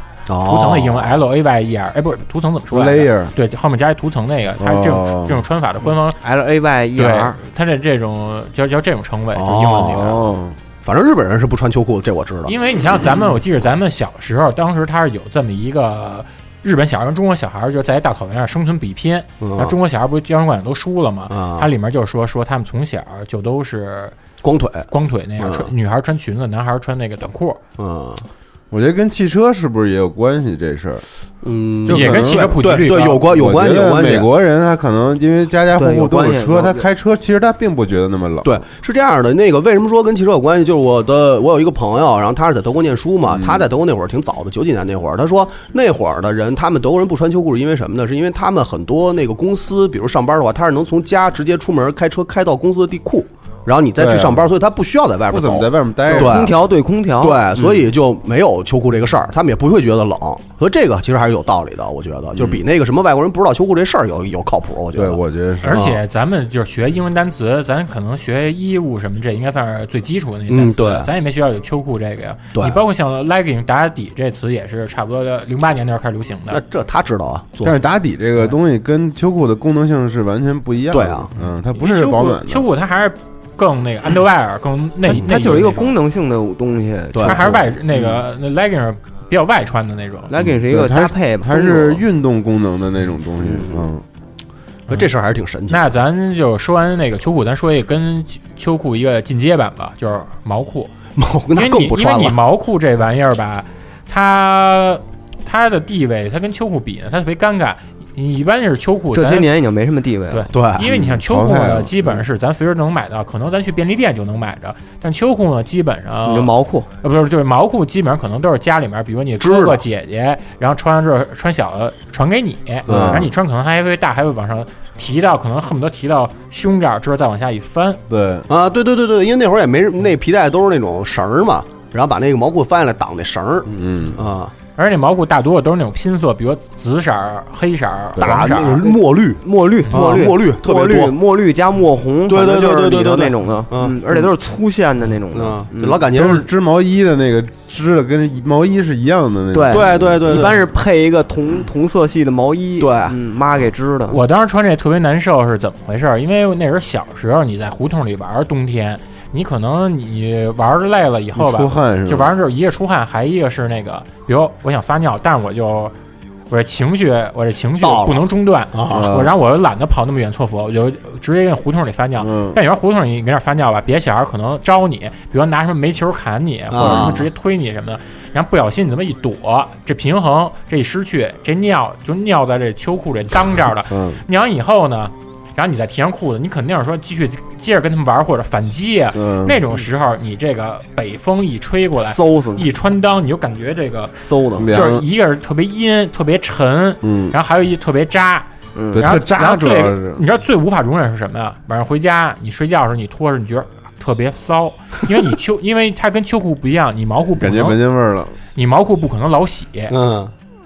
[SPEAKER 4] 图层的英文 L A Y E R，哎，不是图层怎么说来着
[SPEAKER 7] Layer
[SPEAKER 4] 对，后面加一图层那个，它是这种、
[SPEAKER 7] 哦
[SPEAKER 4] 这种穿法的官方
[SPEAKER 9] L A Y
[SPEAKER 7] 嗯
[SPEAKER 9] E
[SPEAKER 4] 对
[SPEAKER 9] R，
[SPEAKER 4] 它的这种叫叫这种称谓，就是英文里面。
[SPEAKER 7] 哦，
[SPEAKER 8] 反正日本人是不穿秋裤，这我知道。
[SPEAKER 4] 因为你像咱们，我记得咱们小时候，当时他是有这么一个日本小孩跟中国小孩就在一大草原上生存比拼，
[SPEAKER 8] 嗯
[SPEAKER 4] 然后中国小孩不是交通管都输了嘛
[SPEAKER 8] 嗯，
[SPEAKER 4] 它里面就说说他们从小就都是
[SPEAKER 8] 光腿
[SPEAKER 4] 光腿那样，
[SPEAKER 8] 嗯
[SPEAKER 4] 穿女孩穿裙子，男孩穿那个短裤，
[SPEAKER 8] 嗯，
[SPEAKER 7] 我觉得跟汽车是不是也有关系这事儿？
[SPEAKER 8] 嗯
[SPEAKER 7] 就可能
[SPEAKER 8] 对对有关有关
[SPEAKER 7] 我觉
[SPEAKER 8] 有
[SPEAKER 7] 得
[SPEAKER 8] 关系。
[SPEAKER 7] 美国人他可能因为家家户
[SPEAKER 8] 对有
[SPEAKER 7] 户都
[SPEAKER 8] 关系
[SPEAKER 7] 有车，
[SPEAKER 8] 有
[SPEAKER 7] 他开车其实他并不觉得那么冷。
[SPEAKER 8] 对，是这样的，那个为什么说跟汽车有关系？就是我的，我有一个朋友，然后他是在德国念书嘛，他在德国那会儿挺早的，九几年那会儿，他说那会儿的人，他们德国人不穿秋裤是因为什么呢？是因为他们很多那个公司，比如上班的话，他是能从家直接出门开车开到公司的地库。然后你再去上
[SPEAKER 7] 对啊
[SPEAKER 8] 班，所以他不需要在外边
[SPEAKER 7] 不
[SPEAKER 8] 走，
[SPEAKER 7] 怎么在外面待着
[SPEAKER 8] 对，
[SPEAKER 7] 空调
[SPEAKER 8] 对空调
[SPEAKER 9] 嗯
[SPEAKER 8] 对，所以就没有秋裤这个事儿，他们也不会觉得冷，所以这个其实还是有道理的，我觉得，就是比那个什么外国人不知道秋裤这事儿有有靠谱，我觉得，对，
[SPEAKER 7] 我觉得
[SPEAKER 4] 而且
[SPEAKER 8] 嗯
[SPEAKER 4] 咱们就是学英文单词，咱可能学衣物什么，这应该算是最基础的那些单词。
[SPEAKER 8] 嗯对
[SPEAKER 4] 咱也没学到有秋裤这个呀。
[SPEAKER 8] 对
[SPEAKER 4] 你包括像 legging 打底这词也是差不多的，零八年那会儿开始流行的。
[SPEAKER 8] 那这他知道啊，
[SPEAKER 7] 但是打底这个东西跟秋裤的功能性是完全不一样的。
[SPEAKER 8] 对啊
[SPEAKER 7] 嗯，它不是保暖的。
[SPEAKER 4] 秋裤它还是更那个 underwear 更内，
[SPEAKER 9] 它
[SPEAKER 4] 内
[SPEAKER 9] 它就是一个嗯
[SPEAKER 4] 衣那种
[SPEAKER 9] 功能性的东西，
[SPEAKER 4] 它还是外那个那 legging 比较外穿的那种。
[SPEAKER 9] legging 是一
[SPEAKER 7] 对
[SPEAKER 9] 个
[SPEAKER 7] 它
[SPEAKER 9] 搭配吧，
[SPEAKER 7] 它是运动功能的那种东西。嗯，
[SPEAKER 8] 这事儿还是挺神奇。
[SPEAKER 4] 那咱就说完那个秋裤，咱说一个跟秋裤一个进阶版吧，就是毛裤。
[SPEAKER 8] 毛
[SPEAKER 4] 因为
[SPEAKER 8] 那
[SPEAKER 4] 你
[SPEAKER 8] 更不穿
[SPEAKER 4] 因为你
[SPEAKER 8] 了。
[SPEAKER 4] 毛裤这玩意儿吧，它它的地位，它跟秋裤比呢，它特别尴尬。你一般是秋裤，
[SPEAKER 9] 这
[SPEAKER 4] 咱
[SPEAKER 9] 些年啊已经没什么地位
[SPEAKER 4] 对
[SPEAKER 9] 了。
[SPEAKER 4] 因为你像
[SPEAKER 7] 嗯
[SPEAKER 4] 秋裤
[SPEAKER 9] 淘汰
[SPEAKER 4] 呢，
[SPEAKER 9] 了
[SPEAKER 4] 基本上是咱随时能买到，可能咱去便利店就能买着。但秋裤呢，基本上
[SPEAKER 9] 你说毛裤，
[SPEAKER 4] 呃，不是就是毛裤，基本上可能都是家里面，比如你哥
[SPEAKER 9] 知
[SPEAKER 4] 哥
[SPEAKER 9] 道
[SPEAKER 4] 姐姐，然后穿上这穿小的传给你，
[SPEAKER 9] 嗯
[SPEAKER 4] 然后你穿可能还会大，还会往上提到，可能恨不得提到胸这儿，之后再往下一翻。
[SPEAKER 7] 对
[SPEAKER 8] 啊，对对对对，因为那会儿也没那皮带都是那种绳儿嘛，然后把那个毛裤翻下来挡那绳儿，
[SPEAKER 7] 嗯
[SPEAKER 8] 啊，
[SPEAKER 4] 而且毛裤大多都是那种拼色，比如紫色儿、黑色儿、
[SPEAKER 8] 大
[SPEAKER 4] 黄色
[SPEAKER 8] 啊那个
[SPEAKER 4] 儿。
[SPEAKER 8] 墨绿啊
[SPEAKER 9] 墨绿墨绿
[SPEAKER 8] 墨绿特
[SPEAKER 9] 墨
[SPEAKER 8] 别
[SPEAKER 9] 绿
[SPEAKER 8] 多，
[SPEAKER 9] 墨绿加墨红，
[SPEAKER 8] 对对
[SPEAKER 9] 反正就是
[SPEAKER 8] 对对对
[SPEAKER 9] 里头
[SPEAKER 8] 对对
[SPEAKER 9] 那种的，
[SPEAKER 8] 嗯
[SPEAKER 9] 嗯，而且都是粗线的那种的，嗯
[SPEAKER 7] 都是织毛衣的那个织的，跟毛衣是一样的那种。
[SPEAKER 9] 对一般是配一个同同色系的毛衣，对，嗯，妈给织的。
[SPEAKER 4] 我当时穿这特别难受是怎么回事儿？因为那时候小时候你在胡同里玩儿，冬天你可能你玩儿累了以后
[SPEAKER 7] 你
[SPEAKER 4] 吧，
[SPEAKER 7] 出汗是吧
[SPEAKER 4] 就玩儿之后一个出汗，还一个是那个，比如我想撒尿，但我就。我这情绪，我这情绪
[SPEAKER 8] 到了
[SPEAKER 4] 不能中断，
[SPEAKER 8] 啊
[SPEAKER 4] 我然后我又懒得跑那么远厕所，我就直接跟胡同里撒尿。但有时候胡同里你跟那儿撒尿吧，别小孩可能招你，比如拿什么煤球砍你，或者什么直接推你什么的，然后不小心你这么一躲，这平衡这一失去，这尿就尿在这秋裤这裆这儿了。
[SPEAKER 7] 嗯，
[SPEAKER 4] 尿完以后呢，然后你再提上裤子，你肯定是说继续接着跟他们玩或者反击啊。
[SPEAKER 7] 嗯
[SPEAKER 4] 那种时候，你这个北风一吹过来，
[SPEAKER 9] 嗖死你
[SPEAKER 4] 一穿裆，你就感觉这个
[SPEAKER 9] 嗖的
[SPEAKER 4] 就是一个是特别阴、特别沉，
[SPEAKER 7] 嗯
[SPEAKER 4] 然后还有一特别扎。
[SPEAKER 9] 嗯
[SPEAKER 7] 对
[SPEAKER 4] 然后
[SPEAKER 7] 特扎
[SPEAKER 4] 然后最
[SPEAKER 7] 主要是
[SPEAKER 4] 你知道最无法容忍是什么呀？晚上回家你睡觉的时候你脱着，你觉得特别骚，因为你秋， 因为它跟秋裤不一样，你毛裤不
[SPEAKER 7] 感觉
[SPEAKER 4] 能
[SPEAKER 7] 闻见味儿了。
[SPEAKER 4] 你毛裤不可能老洗，
[SPEAKER 8] 嗯，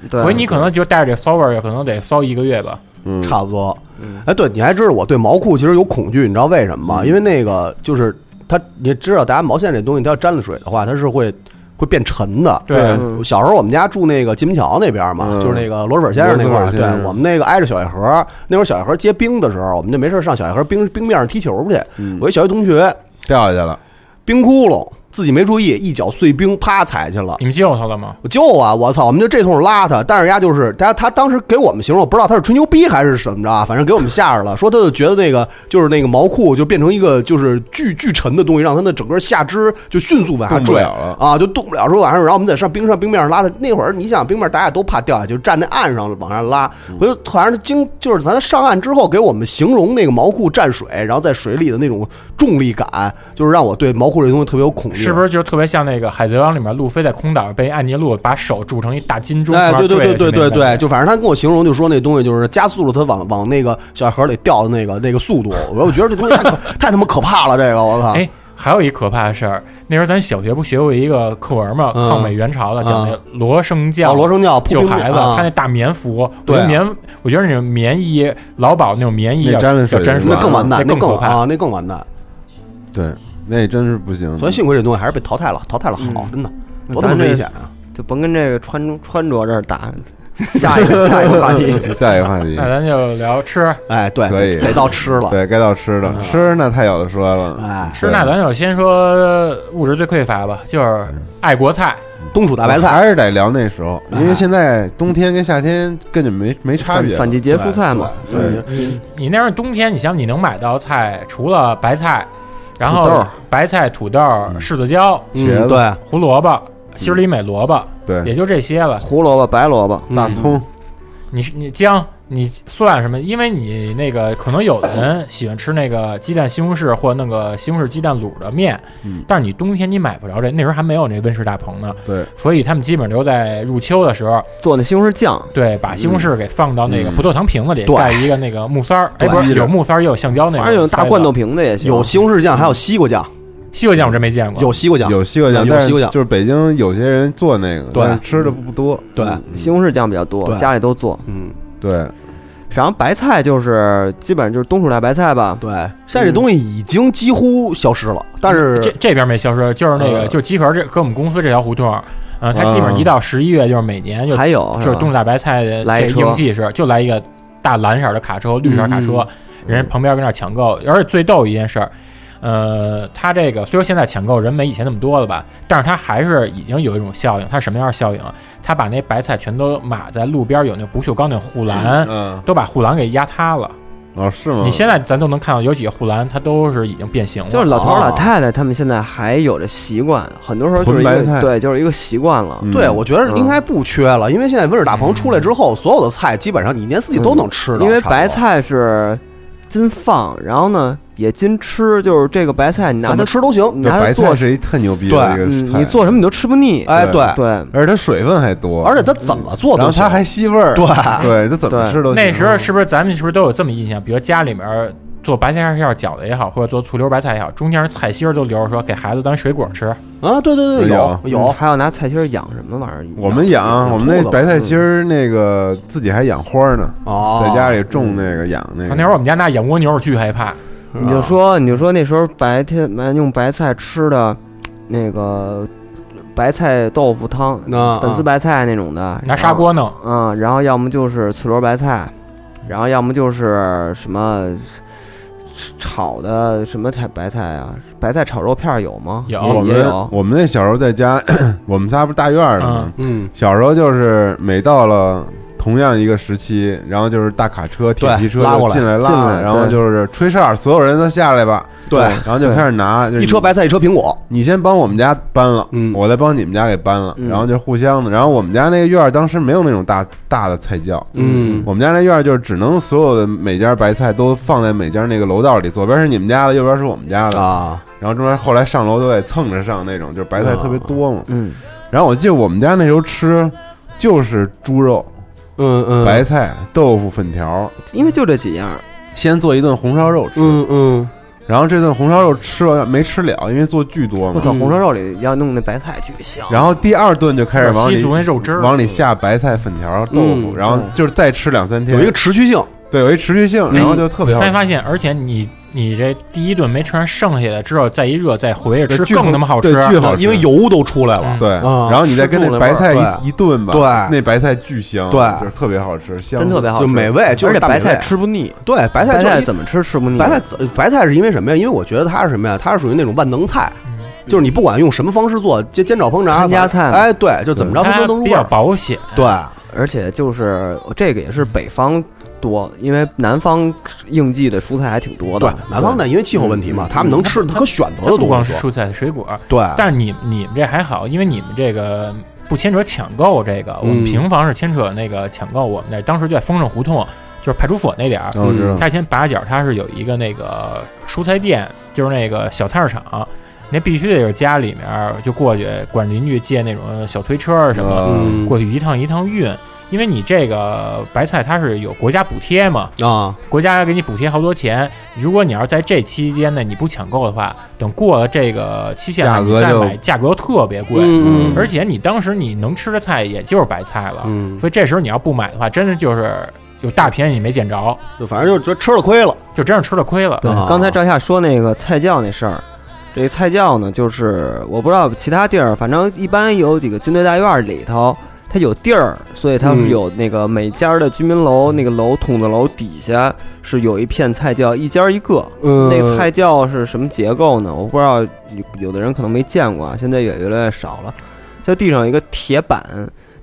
[SPEAKER 4] 所以你可能就带着这骚味儿，可能得骚一个月吧。
[SPEAKER 7] 嗯嗯
[SPEAKER 8] 差不多。哎，对，你还知道我对毛裤其实有恐惧，你知道为什么吗？因为那个就是它，你知道，大家毛线这东西，它要沾了水的话，它是会。会变沉的。
[SPEAKER 7] 对嗯
[SPEAKER 8] 小时候我们家住那个金门桥那边嘛，
[SPEAKER 7] 嗯
[SPEAKER 8] 就是那个罗水先生那块
[SPEAKER 7] 罗
[SPEAKER 8] 儿。
[SPEAKER 7] 斯
[SPEAKER 8] 对
[SPEAKER 7] 本先生
[SPEAKER 8] 我们那个挨着小夜河，那会儿小夜河结冰的时候，我们就没事上小夜河冰冰面上踢球去。
[SPEAKER 7] 嗯
[SPEAKER 8] 我一小学同学
[SPEAKER 7] 掉下去了，
[SPEAKER 8] 冰窟窿，自己没注意，一脚碎冰，啪踩去了。
[SPEAKER 4] 你们救他了吗？
[SPEAKER 8] 我救啊！我操！我们就这通拉他，但是丫就是他，他当时给我们形容，我不知道他是吹牛逼还是怎么着啊，反正给我们吓着了， 说他就觉得那个就是那个毛裤就变成一个就是巨巨沉的东西，让他的整个下肢就迅速往下
[SPEAKER 7] 动不
[SPEAKER 8] 坠
[SPEAKER 7] 了了
[SPEAKER 8] 啊，就动不了。说晚上，然后我们在上冰上冰面上拉他，那会儿你想冰面大家都怕掉下，去，就站那岸上往上拉。我就反正经就是反正上岸之后给我们形容那个毛裤蘸水，然后在水里的那种重力感，就是让我对毛裤这东西特别有恐惧。
[SPEAKER 4] 是不是就特别像那个《海贼王》里面路飞在空岛被暗尼路把手铸成一大金钟？
[SPEAKER 8] 哎，对
[SPEAKER 4] 从那
[SPEAKER 8] 对对对
[SPEAKER 4] 儿坠下去那
[SPEAKER 8] 对
[SPEAKER 4] 种感
[SPEAKER 8] 对，
[SPEAKER 4] 觉
[SPEAKER 8] 就反正他跟我形容，就说那东西就是加速了他往往那个小河里掉的那个那个速度，我我觉得这东西太可 太他妈可怕了，这个我操！
[SPEAKER 4] 哎，还有一可怕的事儿，那时候咱小学不学过一个课文嘛，
[SPEAKER 8] 嗯
[SPEAKER 4] 抗美援朝的，讲那
[SPEAKER 8] 嗯
[SPEAKER 4] 罗生教，
[SPEAKER 8] 哦罗生教
[SPEAKER 4] 救
[SPEAKER 8] 铺冰
[SPEAKER 4] 孩子，
[SPEAKER 8] 啊
[SPEAKER 4] 他那大棉服，
[SPEAKER 8] 对
[SPEAKER 4] 我觉得
[SPEAKER 8] 啊
[SPEAKER 4] 棉，我觉得那种棉衣，劳保那种棉衣
[SPEAKER 7] 那
[SPEAKER 4] 要啊
[SPEAKER 7] 沾了水
[SPEAKER 4] 要沾水，
[SPEAKER 8] 那更完蛋，
[SPEAKER 4] 那
[SPEAKER 8] 那
[SPEAKER 4] 可
[SPEAKER 8] 更
[SPEAKER 4] 怕
[SPEAKER 8] 啊，那更完蛋。
[SPEAKER 7] 对，那真是不
[SPEAKER 4] 嗯
[SPEAKER 7] 行。
[SPEAKER 8] 所以幸亏这东西还是被淘汰了，淘汰了好，真的，多他妈
[SPEAKER 9] 咱这
[SPEAKER 8] 危险啊！
[SPEAKER 9] 就甭跟这个穿穿着这儿打。下一个下一个话题，
[SPEAKER 7] 下一个话题，
[SPEAKER 4] 那咱就聊吃，
[SPEAKER 8] 哎，对
[SPEAKER 7] 可以
[SPEAKER 8] 得到吃了，
[SPEAKER 7] 对该到吃了，吃那太有的说了。
[SPEAKER 8] 嗯
[SPEAKER 7] 哎，
[SPEAKER 4] 吃那咱就先说物质最匮乏吧，就是爱国菜，
[SPEAKER 8] 冬储大
[SPEAKER 7] 还
[SPEAKER 8] 白菜，
[SPEAKER 7] 是得聊那时候，因为现在冬天跟夏天根本没没差别。
[SPEAKER 9] 反季节蔬菜嘛嗯
[SPEAKER 7] 对，对
[SPEAKER 4] 你你那时候冬天，你想你能买到菜，除了白菜，然
[SPEAKER 7] 土豆
[SPEAKER 4] 后
[SPEAKER 7] 儿
[SPEAKER 4] 白菜、土豆儿、柿子椒、
[SPEAKER 8] 嗯茄子
[SPEAKER 4] 胡萝卜，心
[SPEAKER 8] 嗯
[SPEAKER 4] 里美萝卜，
[SPEAKER 7] 对
[SPEAKER 4] 也就这些了。
[SPEAKER 9] 胡萝卜、白萝卜、
[SPEAKER 4] 大葱，
[SPEAKER 8] 嗯
[SPEAKER 4] 你是你姜、你蒜什么？因为你那个可能有的人喜欢吃那个鸡蛋西红柿或那个西红柿鸡蛋卤的面，
[SPEAKER 7] 嗯
[SPEAKER 4] 但是你冬天你买不着这，那时候还没有那温室大棚呢，
[SPEAKER 7] 对，
[SPEAKER 4] 所以他们基本留在入秋的时候
[SPEAKER 9] 做那西红柿酱，
[SPEAKER 4] 对，把西红柿给放到那个
[SPEAKER 9] 嗯
[SPEAKER 4] 葡萄糖瓶子里，
[SPEAKER 9] 对
[SPEAKER 4] 盖一个那个木塞儿，哎，
[SPEAKER 9] 对
[SPEAKER 4] 不是有木塞儿，也有橡胶那种，
[SPEAKER 9] 反正有大罐头瓶的也行
[SPEAKER 8] 有西红柿酱，还有西瓜酱。
[SPEAKER 4] 西瓜酱我真没见过，
[SPEAKER 8] 有西瓜酱，
[SPEAKER 7] 有西瓜酱，
[SPEAKER 8] 有
[SPEAKER 7] 但
[SPEAKER 8] 西瓜
[SPEAKER 7] 是
[SPEAKER 8] 酱，
[SPEAKER 7] 就是北京有些人做那个，
[SPEAKER 8] 对
[SPEAKER 7] 但是吃的不多。
[SPEAKER 8] 对，
[SPEAKER 9] 嗯西红柿酱比较多，
[SPEAKER 8] 对
[SPEAKER 9] 家里都做。
[SPEAKER 8] 嗯，
[SPEAKER 7] 对。
[SPEAKER 9] 然后白菜就是基本上就是冬储大白菜吧。
[SPEAKER 8] 对，现在这东西已经几乎消失了，但是
[SPEAKER 4] 嗯这这边没消失，就是那个
[SPEAKER 8] 呃
[SPEAKER 4] 就是集合这跟我们公司这条胡同儿，呃，它基本上一到十一月就是每年就
[SPEAKER 9] 还有
[SPEAKER 4] 就是是
[SPEAKER 9] 哦吧
[SPEAKER 4] 冬大白菜的
[SPEAKER 9] 来一
[SPEAKER 4] 这
[SPEAKER 9] 车
[SPEAKER 4] 应季是就来一个大蓝色的卡车、绿色卡
[SPEAKER 9] 嗯
[SPEAKER 4] 车，人家旁边跟那儿抢购，而且最逗一件事儿。呃，它这个虽说现在抢购人没以前那么多了吧，但是它还是已经有一种效应。它什么样的效应啊？它把那白菜全都码在路边有那不锈钢那护栏，
[SPEAKER 7] 嗯，
[SPEAKER 4] 都把护栏给压塌了。
[SPEAKER 7] 哦，是
[SPEAKER 9] 嗯
[SPEAKER 7] 吗？
[SPEAKER 4] 你现在咱都能看到有几个护栏，它都是已经变形了。
[SPEAKER 9] 就是老头儿老
[SPEAKER 7] 哦
[SPEAKER 9] 太太他们现在还有这习惯，很多时候就是一
[SPEAKER 8] 囤白
[SPEAKER 9] 个
[SPEAKER 8] 菜
[SPEAKER 9] 对，就是一个习惯
[SPEAKER 7] 嗯
[SPEAKER 9] 了。
[SPEAKER 8] 对，我觉得
[SPEAKER 9] 嗯
[SPEAKER 8] 应该不缺了，因为现在温室大棚出来之后，所有的菜基本上你一年四季都能吃到。
[SPEAKER 9] 嗯因为
[SPEAKER 8] 差不多
[SPEAKER 9] 白菜是禁放，然后呢也禁吃，就是这个白菜你拿
[SPEAKER 8] 怎
[SPEAKER 9] 它
[SPEAKER 8] 么吃都行
[SPEAKER 9] 你拿它
[SPEAKER 7] 白
[SPEAKER 9] 做
[SPEAKER 7] 菜是一特牛逼的一个
[SPEAKER 9] 嗯
[SPEAKER 7] 菜，
[SPEAKER 9] 你做什么你都吃不腻。
[SPEAKER 8] 哎对
[SPEAKER 9] 对，
[SPEAKER 7] 而且它水分还多，
[SPEAKER 8] 而且它怎么做
[SPEAKER 7] 然
[SPEAKER 8] 都
[SPEAKER 7] 后
[SPEAKER 8] 行，
[SPEAKER 7] 它还吸味儿，
[SPEAKER 8] 对
[SPEAKER 7] 对，它怎么吃都行啊
[SPEAKER 4] 那时候是不是咱们是不是都有这么印象？比如家里面做白菜馅儿饺子也好，或者做醋溜白菜也好，中间菜心儿都留着说给孩子当水果吃
[SPEAKER 8] 啊，对对对，有
[SPEAKER 9] 嗯
[SPEAKER 8] 有
[SPEAKER 9] 还有拿菜心儿养什么玩意儿？
[SPEAKER 7] 我们养我们那白
[SPEAKER 9] 嗯
[SPEAKER 7] 菜心儿，那个自己还养花呢，
[SPEAKER 8] 嗯哦
[SPEAKER 7] 在家里种那个养那
[SPEAKER 4] 啊那会
[SPEAKER 7] 个，
[SPEAKER 4] 儿我们家那养蜗牛巨害
[SPEAKER 7] 哎
[SPEAKER 4] 怕，
[SPEAKER 9] 你就说你就说那时候白天用白菜吃的，那个白菜豆腐汤
[SPEAKER 8] 那，
[SPEAKER 9] 粉丝白菜那种的，
[SPEAKER 4] 拿砂锅弄，
[SPEAKER 7] 啊
[SPEAKER 9] 嗯，然后要么就是脆萝白菜，然后要么就是什么炒的什么菜白菜啊，白菜炒肉片儿有吗？
[SPEAKER 4] 有
[SPEAKER 7] 我
[SPEAKER 9] 也也
[SPEAKER 7] 们
[SPEAKER 9] 有。
[SPEAKER 7] 我们那小时候在家， 我们仨不是大院儿的吗？
[SPEAKER 8] 嗯，
[SPEAKER 7] 小时候就是每到了。同样一个时期，然后就是大卡车、铁皮车
[SPEAKER 8] 对拉
[SPEAKER 7] 就
[SPEAKER 8] 过来
[SPEAKER 7] 进来
[SPEAKER 8] 进
[SPEAKER 7] 拉，
[SPEAKER 8] 来
[SPEAKER 7] 然后
[SPEAKER 8] 对
[SPEAKER 7] 就是吹哨，所有人都下来吧。
[SPEAKER 8] 对
[SPEAKER 7] 然后就开始拿
[SPEAKER 8] 一车白菜一车苹果，
[SPEAKER 7] 你先帮我们家搬了，我再帮你们家给搬了，
[SPEAKER 8] 嗯
[SPEAKER 7] 然后就互相的。然后我们家那个院儿当时没有那种大大的菜窖，
[SPEAKER 8] 嗯
[SPEAKER 7] 我们家那院儿就是只能所有的每家白菜都放在每家那个楼道里，左边是你们家的，右边是我们家
[SPEAKER 9] 嗯
[SPEAKER 7] 的
[SPEAKER 8] 啊。
[SPEAKER 7] 然后中间后来上楼都得蹭着上那种，就是白菜特别多嘛。
[SPEAKER 9] 嗯，
[SPEAKER 7] 然后我记得我们家那时候吃就是猪肉，
[SPEAKER 8] 嗯嗯，
[SPEAKER 7] 白菜、豆腐、粉条，
[SPEAKER 9] 因为就这几样，
[SPEAKER 7] 先做一顿红烧肉吃，
[SPEAKER 8] 嗯嗯。
[SPEAKER 7] 然后这顿红烧肉吃完没吃了，因为做巨多嘛。
[SPEAKER 8] 嗯
[SPEAKER 9] 我操，红烧肉里要弄那白菜巨香。
[SPEAKER 7] 然后第二顿就开始往里
[SPEAKER 4] 吸足那肉汁儿
[SPEAKER 7] 往里下白菜、粉条、豆腐，
[SPEAKER 4] 嗯
[SPEAKER 7] 然后就是再吃两三天，
[SPEAKER 4] 有一个嗯
[SPEAKER 8] 持续性，
[SPEAKER 7] 对，有一持续性，然后就特别好
[SPEAKER 4] 哎才
[SPEAKER 7] 吃。
[SPEAKER 4] 发现，而且你你这第一顿没吃完剩下的之后，再一热再回去
[SPEAKER 7] 对
[SPEAKER 4] 吃
[SPEAKER 7] 巨
[SPEAKER 4] 更他妈好吃，
[SPEAKER 7] 对
[SPEAKER 4] 啊
[SPEAKER 7] 巨好吃
[SPEAKER 8] 因为油都出来
[SPEAKER 9] 嗯
[SPEAKER 8] 了，
[SPEAKER 7] 对，
[SPEAKER 8] 啊
[SPEAKER 7] 然后你再跟那白菜
[SPEAKER 8] 吃住了味儿
[SPEAKER 7] 一一炖吧，
[SPEAKER 8] 对
[SPEAKER 7] 那白菜巨香，
[SPEAKER 8] 对
[SPEAKER 7] 就是特别好吃，香，
[SPEAKER 8] 真特别好吃就美味就是
[SPEAKER 9] 而且
[SPEAKER 8] 大
[SPEAKER 9] 白
[SPEAKER 8] 美味
[SPEAKER 9] 菜吃不腻。
[SPEAKER 8] 对，白菜
[SPEAKER 9] 白
[SPEAKER 8] 就
[SPEAKER 9] 菜
[SPEAKER 8] 一
[SPEAKER 9] 怎么吃吃不腻？
[SPEAKER 8] 白菜怎白菜是因为什么呀？因为我觉得它是什么呀？它是属于那种万能菜，就是你不管用什么方式做，煎煎炒烹炸，
[SPEAKER 9] 嗯看家菜嘛嗯
[SPEAKER 8] 哎，对，就怎么着它都能入味儿。
[SPEAKER 4] 保险。
[SPEAKER 8] 对，
[SPEAKER 9] 而且就是这个也是北方多，因为南方应季的蔬菜还挺多的。
[SPEAKER 8] 哦对，南方的因为气候问题嘛，他们能吃的可选择的
[SPEAKER 4] 不光
[SPEAKER 8] 东
[SPEAKER 4] 是
[SPEAKER 8] 西
[SPEAKER 4] 蔬
[SPEAKER 8] 多。
[SPEAKER 4] 菜水果，
[SPEAKER 8] 对
[SPEAKER 4] 但是你你们这还好，因为你们这个不牵扯抢购这个，我
[SPEAKER 8] 嗯
[SPEAKER 4] 们平房是牵扯那个抢购，我们那当时就在丰盛胡同。就是派出所那点儿
[SPEAKER 7] 哦我知道，
[SPEAKER 4] 它先把角，它是有一个那个蔬菜店，就是那个小菜市场，那必须得是家里面儿就过去管邻居借那种小推车儿什么，
[SPEAKER 8] 嗯
[SPEAKER 4] 过去一趟一趟运，因为你这个白菜它是有国家补贴嘛，
[SPEAKER 8] 啊，
[SPEAKER 4] 国家给你补贴好多钱。如果你要是在这期间内你不抢购的话，等过了这个期限了，
[SPEAKER 7] 价格
[SPEAKER 4] 你再
[SPEAKER 7] 就
[SPEAKER 4] 买价格特别贵。
[SPEAKER 8] 嗯嗯
[SPEAKER 4] 而且你当时你能吃的菜也就是白菜了，
[SPEAKER 8] 嗯
[SPEAKER 4] 所以这时候你要不买的话，真的就是有大便宜你没捡着，
[SPEAKER 8] 就反正就觉得吃了亏了，
[SPEAKER 4] 就真是吃了亏了。
[SPEAKER 9] 对，呃刚才赵夏说那个菜窖那事儿，这菜窖呢，就是我不知道其他地儿，反正一般有几个军队大院儿里头，它有地儿，所以它
[SPEAKER 8] 嗯
[SPEAKER 9] 是有那个每家的居民楼，那个楼筒子楼底下是有一片菜窖，一家一个。
[SPEAKER 8] 嗯
[SPEAKER 9] 那个菜窖是什么结构呢？我不知道，有有的人可能没见过啊，现在也越来越少了。就地上有一个铁板，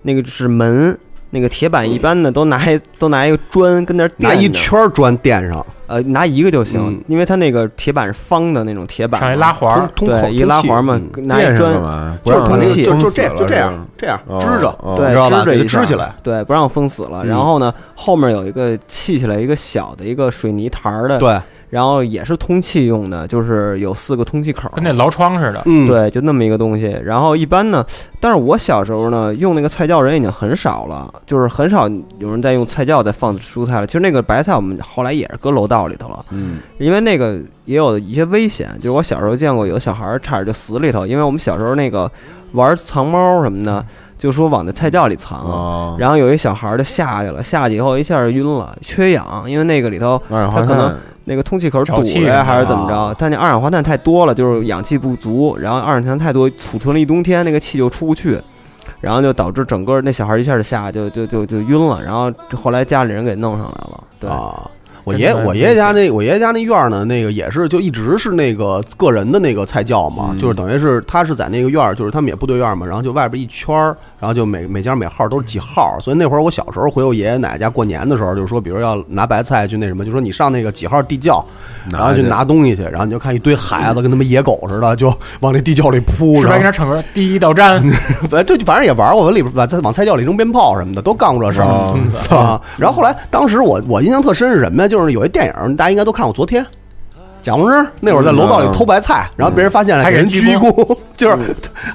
[SPEAKER 9] 那个是嗯门。那个铁板一般呢，都拿一都拿一个砖跟那儿
[SPEAKER 8] 拿
[SPEAKER 9] 垫
[SPEAKER 8] 一
[SPEAKER 9] 着
[SPEAKER 8] 圈砖垫上，
[SPEAKER 9] 呃，拿一个就行，
[SPEAKER 4] 嗯
[SPEAKER 9] 因为它那个铁板是方的那种铁板嘛，
[SPEAKER 4] 上一拉环
[SPEAKER 8] 嗯
[SPEAKER 4] 儿通通口
[SPEAKER 9] 对，一拉环儿嘛，
[SPEAKER 4] 通气
[SPEAKER 9] 拿一
[SPEAKER 4] 电
[SPEAKER 9] 砖
[SPEAKER 4] 上干嘛，
[SPEAKER 9] 就是
[SPEAKER 4] 不让
[SPEAKER 9] 通
[SPEAKER 4] 它
[SPEAKER 9] 气，
[SPEAKER 4] 就就这样就这样
[SPEAKER 9] 这样
[SPEAKER 4] 支着哦
[SPEAKER 9] 对，
[SPEAKER 4] 知道吧
[SPEAKER 9] 支着
[SPEAKER 4] 给
[SPEAKER 9] 一
[SPEAKER 4] 它
[SPEAKER 9] 下
[SPEAKER 4] 支起来，
[SPEAKER 9] 对，不让封死了。
[SPEAKER 4] 嗯
[SPEAKER 9] 然后呢，后面有一个砌起来一个小的一个水泥台儿的，
[SPEAKER 4] 对，
[SPEAKER 9] 然后也是通气用的，就是有四个通气口，
[SPEAKER 4] 跟那牢窗似的。
[SPEAKER 8] 嗯
[SPEAKER 9] 对，就那么一个东西。然后一般呢，但是我小时候呢，用那个菜窖人已经很少了，就是很少有人在用菜窖再放蔬菜了。其实那个白菜我们后来也是搁楼道里头了，
[SPEAKER 5] 嗯，
[SPEAKER 9] 因为那个也有一些危险，就是我小时候见过有的小孩儿差点就死里头，因为我们小时候那个玩藏猫什么的。就说往那菜窖里藏，
[SPEAKER 8] 哦
[SPEAKER 9] 然后有一小孩儿就下去了，下去以后一下就晕了，缺氧，因为那个里头他
[SPEAKER 5] 化
[SPEAKER 9] 可能
[SPEAKER 5] 碳
[SPEAKER 9] 那个通气口
[SPEAKER 5] 沼
[SPEAKER 9] 堵
[SPEAKER 5] 气
[SPEAKER 9] 了呀，
[SPEAKER 5] 什么的
[SPEAKER 9] 还是怎么
[SPEAKER 8] 啊
[SPEAKER 9] 着？但那二氧化碳太多了，就是氧气不足，然后二氧化碳太多，储存了一冬天，那个气就出不去，然后就导致整个那小孩一下就吓就就就就晕了，然后后来家里人给弄上来了。对
[SPEAKER 8] 啊，我爷我爷爷家那我爷爷家那院儿呢，那个也是就一直是那个个人的那个菜窖嘛，就是等于是他是在那个院儿，就是他们也部队院儿嘛，然后就外边一圈儿，然后就每每家每号都是几号儿，所以那会儿我小时候回我爷爷奶奶家过年的时候，就是说，比如要拿白菜去那什么，就说你上那个几号地窖，然后就拿东西去，然后你就看一堆孩子跟他们野狗似的，就往那地窖里扑，
[SPEAKER 4] 是吧？
[SPEAKER 8] 然
[SPEAKER 4] 给
[SPEAKER 8] 后
[SPEAKER 4] 他唱歌，第一道战，
[SPEAKER 8] 反正就反正也玩过，往里边把在往菜窖里扔鞭炮什么的，都干过这事
[SPEAKER 4] 哦
[SPEAKER 8] 儿啊。然后后来当时我我印象特深是什么呀？就是有一电影，大家应该都看过，昨天。贾宏声那会儿在楼道里偷白菜，然后别人发现了，
[SPEAKER 4] 嗯还
[SPEAKER 8] 给
[SPEAKER 4] 给
[SPEAKER 8] 人鞠
[SPEAKER 4] 人鞠嗯
[SPEAKER 8] 躬。 就是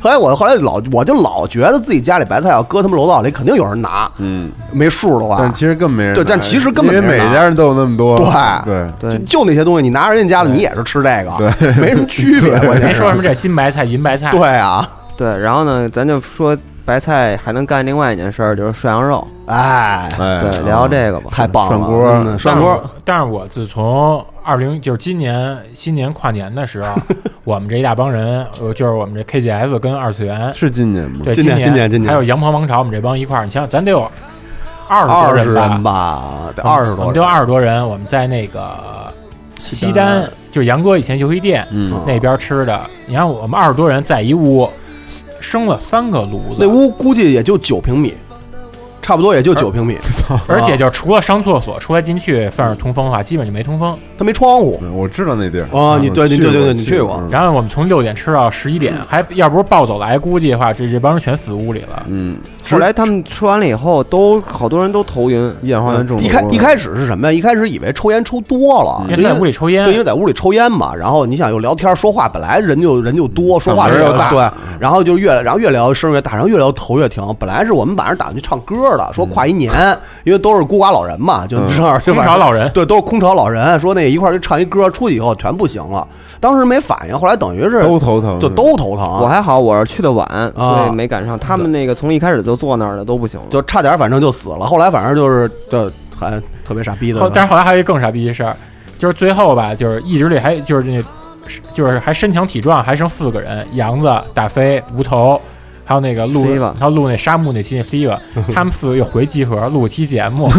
[SPEAKER 8] 后来我后来老我就老觉得自己家里白菜要搁他们楼道里，肯定有人拿。
[SPEAKER 5] 嗯，
[SPEAKER 8] 没数的话，
[SPEAKER 7] 但其实根本没人拿。
[SPEAKER 8] 啊对，但其实根本
[SPEAKER 7] 因为
[SPEAKER 8] 没
[SPEAKER 7] 每
[SPEAKER 8] 人拿
[SPEAKER 7] 家人都有那么多。
[SPEAKER 8] 对
[SPEAKER 9] 对，
[SPEAKER 8] 就那些东西，你拿人家家的，你也是吃这个，没什么区别。关键
[SPEAKER 4] 还
[SPEAKER 8] 是
[SPEAKER 4] 说什么这金白菜、银白菜，
[SPEAKER 8] 对啊，
[SPEAKER 9] 对，然后呢，咱就说白菜还能干另外一件事儿，就是涮羊肉。
[SPEAKER 8] 哎，
[SPEAKER 9] 对，聊这个吧，
[SPEAKER 8] 太棒了嗯
[SPEAKER 4] 但是我。但是我自从二零就是今年新年跨年 的时候，我们这一大帮人，呃，就是我们这 KGF 跟二次元
[SPEAKER 7] 是今年吗？
[SPEAKER 4] 对，
[SPEAKER 8] 今年
[SPEAKER 4] 年
[SPEAKER 8] 今年今年
[SPEAKER 4] 还有羊毛王朝，我们这帮一块儿，你想想，咱得有二
[SPEAKER 8] 二
[SPEAKER 4] 十
[SPEAKER 8] 十
[SPEAKER 4] 多人嗯
[SPEAKER 8] 人吧，得二十
[SPEAKER 4] 我
[SPEAKER 8] 多
[SPEAKER 4] 们
[SPEAKER 8] 人
[SPEAKER 4] 就。二十多人，我们在那个西
[SPEAKER 8] 单
[SPEAKER 4] 单，就是杨哥以前游戏店
[SPEAKER 8] 嗯
[SPEAKER 4] 那边吃的。你看，我们二十多人在一屋，生了三个炉子，
[SPEAKER 8] 那屋啊估计也就九平米，差不多也就九平米。
[SPEAKER 4] 而且就除了上厕所，除了进去算是通风的话，基本就没通风。
[SPEAKER 8] 它没窗户，
[SPEAKER 7] 我知道那地儿
[SPEAKER 8] 嗯
[SPEAKER 7] 嗯
[SPEAKER 8] 啊你对
[SPEAKER 7] 我去
[SPEAKER 8] 对对
[SPEAKER 7] 过
[SPEAKER 8] 对你去过
[SPEAKER 7] 嗯
[SPEAKER 4] 然后我们从六点吃到十一点，还要不是暴走来，估计的话，这这帮人全死屋里了。
[SPEAKER 7] 嗯，
[SPEAKER 9] 后来他们吃完了以后，都好多人都头晕，
[SPEAKER 7] 一氧化碳
[SPEAKER 8] 一
[SPEAKER 4] 啊
[SPEAKER 8] 开一开始是什么呀？一开始以为抽烟抽多了，
[SPEAKER 4] 因为在屋里抽烟
[SPEAKER 8] 对，因为在屋里抽烟嘛。然后你想又聊天说话，本来人就人就多，说话
[SPEAKER 7] 嗓门
[SPEAKER 8] 人
[SPEAKER 7] 又
[SPEAKER 8] 就
[SPEAKER 7] 大
[SPEAKER 8] 对，
[SPEAKER 4] 嗯
[SPEAKER 8] 然后就越然后越聊声越大，然后越聊头越疼。本来是我们晚上打算去唱歌的，说跨一年，因为都是孤寡老人嘛，就
[SPEAKER 4] 嗯
[SPEAKER 8] 正好就晚上
[SPEAKER 4] 空巢老人
[SPEAKER 8] 对，都是空巢老人。说那一块儿去唱一歌，出去以后全不行了。当时没反应，后来等于是
[SPEAKER 9] 都头疼
[SPEAKER 8] 就都头疼。啊
[SPEAKER 9] 我还好，我是去的晚，所以没赶上。他们那个从一开始就坐那儿的都不行了，
[SPEAKER 8] 就差点反正就死了。后来反正就是这还特别傻逼的
[SPEAKER 4] 后，，但是后来还有一个更傻逼的事儿，就是最后吧，就是意志力还就是那，就是还身强体壮，还剩四个人：杨子、大飞、无头，还有那个录，
[SPEAKER 9] Steve
[SPEAKER 4] 还有录那沙漠那期 Steve，他们四个又回集合录期节目，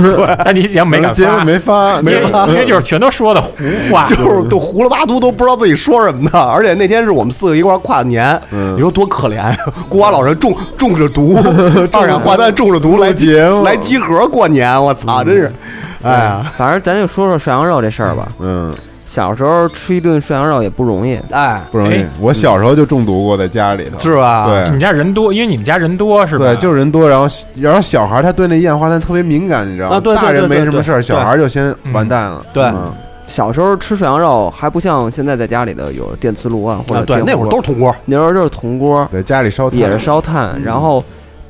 [SPEAKER 4] 但这期节目没敢
[SPEAKER 7] 节目
[SPEAKER 4] 发，
[SPEAKER 7] 没发
[SPEAKER 4] 因为
[SPEAKER 7] 没发
[SPEAKER 4] 因为就是全都说的胡话，
[SPEAKER 8] 就是都胡了八嘟，都不知道自己说什么的。 而且那天是我们四个一块儿跨年，
[SPEAKER 9] 嗯
[SPEAKER 8] 你说多可怜 呀！孤寡老人中中着 毒， 二氧化碳中着毒来
[SPEAKER 7] 节目
[SPEAKER 8] 来集合过年，我
[SPEAKER 9] 嗯
[SPEAKER 8] 操，真是，哎呀，
[SPEAKER 9] 反正咱就说说涮羊肉这事儿吧。
[SPEAKER 7] 嗯，
[SPEAKER 9] 小时候吃一顿涮羊肉也不容易，
[SPEAKER 8] 哎，
[SPEAKER 7] 不容易。我小时候就中毒过，在家里头
[SPEAKER 8] 是吧
[SPEAKER 7] 对，
[SPEAKER 4] 你们家人多，因为你们家人多是吧？
[SPEAKER 7] 对，就是人多，然后然后小孩他对那一氧化碳特别敏感，你知道吗？
[SPEAKER 9] 啊对对
[SPEAKER 7] 大人
[SPEAKER 9] 对
[SPEAKER 7] 没
[SPEAKER 9] 对
[SPEAKER 7] 什么事
[SPEAKER 9] 对
[SPEAKER 7] 儿，小孩就先完蛋了。
[SPEAKER 8] 对
[SPEAKER 7] 嗯
[SPEAKER 9] 小时候吃涮羊肉还不像现在在家里的有电磁炉啊，或者
[SPEAKER 8] 啊对
[SPEAKER 9] 电火
[SPEAKER 8] 那会儿都是哦铜锅，
[SPEAKER 9] 那时候就是铜锅，
[SPEAKER 7] 对，家里烧
[SPEAKER 9] 也是烧
[SPEAKER 8] 嗯
[SPEAKER 9] 炭，然后。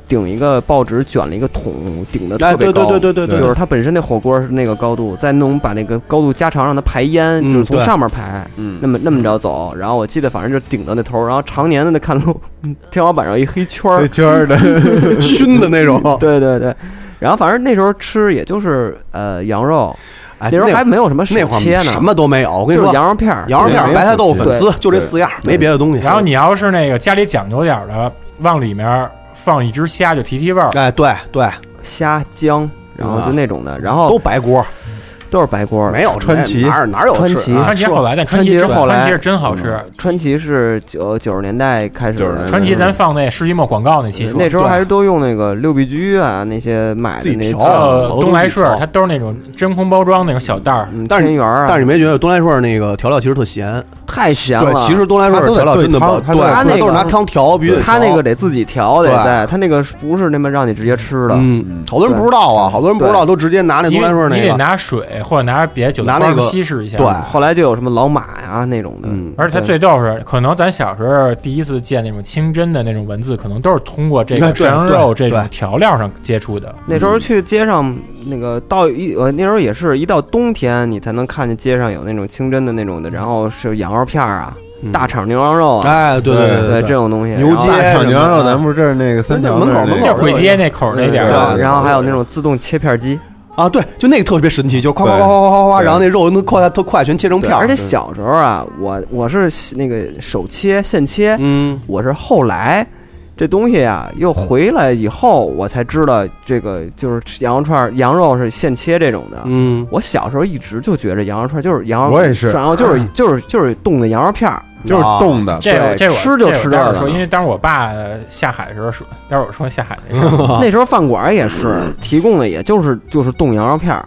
[SPEAKER 9] 顶一个报纸卷了一个桶，顶的特别
[SPEAKER 8] 哎对对
[SPEAKER 9] 高，
[SPEAKER 8] 对对对对
[SPEAKER 9] 就是它本身那火锅是那个高度，再弄把那个高度加长，让它排烟，
[SPEAKER 8] 嗯
[SPEAKER 9] 就是从
[SPEAKER 8] 对
[SPEAKER 9] 上面排，
[SPEAKER 8] 嗯
[SPEAKER 9] 那么那么着走。然后我记得反正就顶到那头，然后常年的那看路， 天花板上一黑圈儿，
[SPEAKER 7] 黑圈儿的
[SPEAKER 8] 熏的那种，
[SPEAKER 9] 对对对。然后反正那时候吃也就是呃羊肉，
[SPEAKER 8] 哎
[SPEAKER 9] 那时候
[SPEAKER 8] 那
[SPEAKER 9] 还没有什么
[SPEAKER 8] 那
[SPEAKER 9] 手
[SPEAKER 8] 会儿
[SPEAKER 9] 切呢，
[SPEAKER 8] 什么都没有。我跟你
[SPEAKER 9] 就
[SPEAKER 8] 说，
[SPEAKER 9] 是羊肉片儿、
[SPEAKER 8] 羊肉片儿、
[SPEAKER 9] 对
[SPEAKER 8] 白菜豆腐、粉丝
[SPEAKER 9] 对，
[SPEAKER 8] 就这四样，
[SPEAKER 9] 对
[SPEAKER 8] 没别的东西。
[SPEAKER 4] 然后你要是那个家里讲究点儿的，往里面放一只
[SPEAKER 8] 啊
[SPEAKER 4] 虾就提提味儿。
[SPEAKER 8] 哎，对对，
[SPEAKER 9] 虾、姜，然后就那种的，然后
[SPEAKER 8] 都白锅。
[SPEAKER 9] 都是白锅儿，
[SPEAKER 8] 啊没有川崎
[SPEAKER 9] 哪有
[SPEAKER 8] 哪有
[SPEAKER 9] 川
[SPEAKER 8] 吃
[SPEAKER 9] 崎？
[SPEAKER 8] 啊川崎
[SPEAKER 9] 是吧
[SPEAKER 4] 后来但
[SPEAKER 9] 川
[SPEAKER 4] 川崎
[SPEAKER 9] 崎
[SPEAKER 4] 真
[SPEAKER 9] 后来，
[SPEAKER 4] 川崎是真好吃
[SPEAKER 9] 嗯。川崎是九九十年代开始的，
[SPEAKER 4] 川崎咱
[SPEAKER 8] 嗯
[SPEAKER 4] 放那世纪末广告那期
[SPEAKER 9] 嗯
[SPEAKER 4] 说，
[SPEAKER 9] 那时候还是都用那个六必居啊那些买的那
[SPEAKER 8] 啊
[SPEAKER 4] 呃东来顺，它都是那种真空包装那种小袋儿，
[SPEAKER 8] 但是
[SPEAKER 9] 天园啊
[SPEAKER 8] 但是你没觉得东来顺那个调料其实特咸，
[SPEAKER 9] 太咸了。
[SPEAKER 8] 对，其实东来顺调料真的不，对，
[SPEAKER 9] 他那个
[SPEAKER 8] 都是拿汤调，必须
[SPEAKER 9] 他那个得自己调，得
[SPEAKER 8] 对
[SPEAKER 9] 在他那个不是那么让你直接吃的。
[SPEAKER 8] 嗯，好多人不知道啊，好多人不知道，都直接拿那
[SPEAKER 4] 因
[SPEAKER 8] 东
[SPEAKER 4] 为
[SPEAKER 8] 来顺那
[SPEAKER 4] 你得
[SPEAKER 8] 个。
[SPEAKER 4] 拿水或者拿别的酒精花稀释一下。
[SPEAKER 9] 后来就有什么老马呀那种的，
[SPEAKER 8] 嗯
[SPEAKER 4] 而且它最逗是，可能咱小时候第一次见那种清真的那种文字，可能都是通过这
[SPEAKER 9] 哎
[SPEAKER 4] 个
[SPEAKER 9] 对
[SPEAKER 4] 涮羊肉这
[SPEAKER 9] 对
[SPEAKER 4] 种调料上接触的。
[SPEAKER 9] 那时
[SPEAKER 7] 嗯
[SPEAKER 9] 候去街上，那个到一呃那时候也是一到冬天，你才能看见街上有那种清真的那种的，然后是羊肉片儿啊，
[SPEAKER 7] 嗯
[SPEAKER 9] 大肠牛羊肉啊，
[SPEAKER 8] 哎对对
[SPEAKER 9] 对
[SPEAKER 8] 对对
[SPEAKER 9] 这种东西，
[SPEAKER 7] 牛街
[SPEAKER 9] 然后
[SPEAKER 7] 大肠牛羊肉咱们不是这儿那个三条那儿那个就是簋街那口儿那点
[SPEAKER 9] 嗯
[SPEAKER 7] 儿
[SPEAKER 9] 对
[SPEAKER 7] 对对
[SPEAKER 9] 然后还有那种自动切片机。
[SPEAKER 8] 啊，对，就那个特别神奇，就是夸夸夸夸夸夸，然后那肉能快特快，全切成片儿。
[SPEAKER 7] 嗯
[SPEAKER 9] 而且小时候啊，我我是那个手切现切，
[SPEAKER 8] 嗯，
[SPEAKER 9] 我是后来这东西啊又回来以后，我才知道这个就是羊肉串儿、羊肉是现切这种的。
[SPEAKER 8] 嗯，
[SPEAKER 9] 我小时候一直就觉着羊肉串儿就是羊肉，
[SPEAKER 7] 我也是
[SPEAKER 9] 然后 就是就是就是冻的羊肉片儿，
[SPEAKER 7] 就是
[SPEAKER 9] 啊
[SPEAKER 7] 冻的
[SPEAKER 4] 这
[SPEAKER 9] 对
[SPEAKER 4] 我这我
[SPEAKER 9] 吃就
[SPEAKER 4] 这我
[SPEAKER 9] 吃
[SPEAKER 4] 待
[SPEAKER 9] 到
[SPEAKER 4] 会儿
[SPEAKER 9] 了
[SPEAKER 4] 说，因为当时我爸下海的时候说，待会儿我说下海那事
[SPEAKER 8] 啊
[SPEAKER 4] 儿。
[SPEAKER 9] 那时候饭馆儿也是
[SPEAKER 8] 嗯
[SPEAKER 9] 提供的，也就是就是冻羊肉片儿，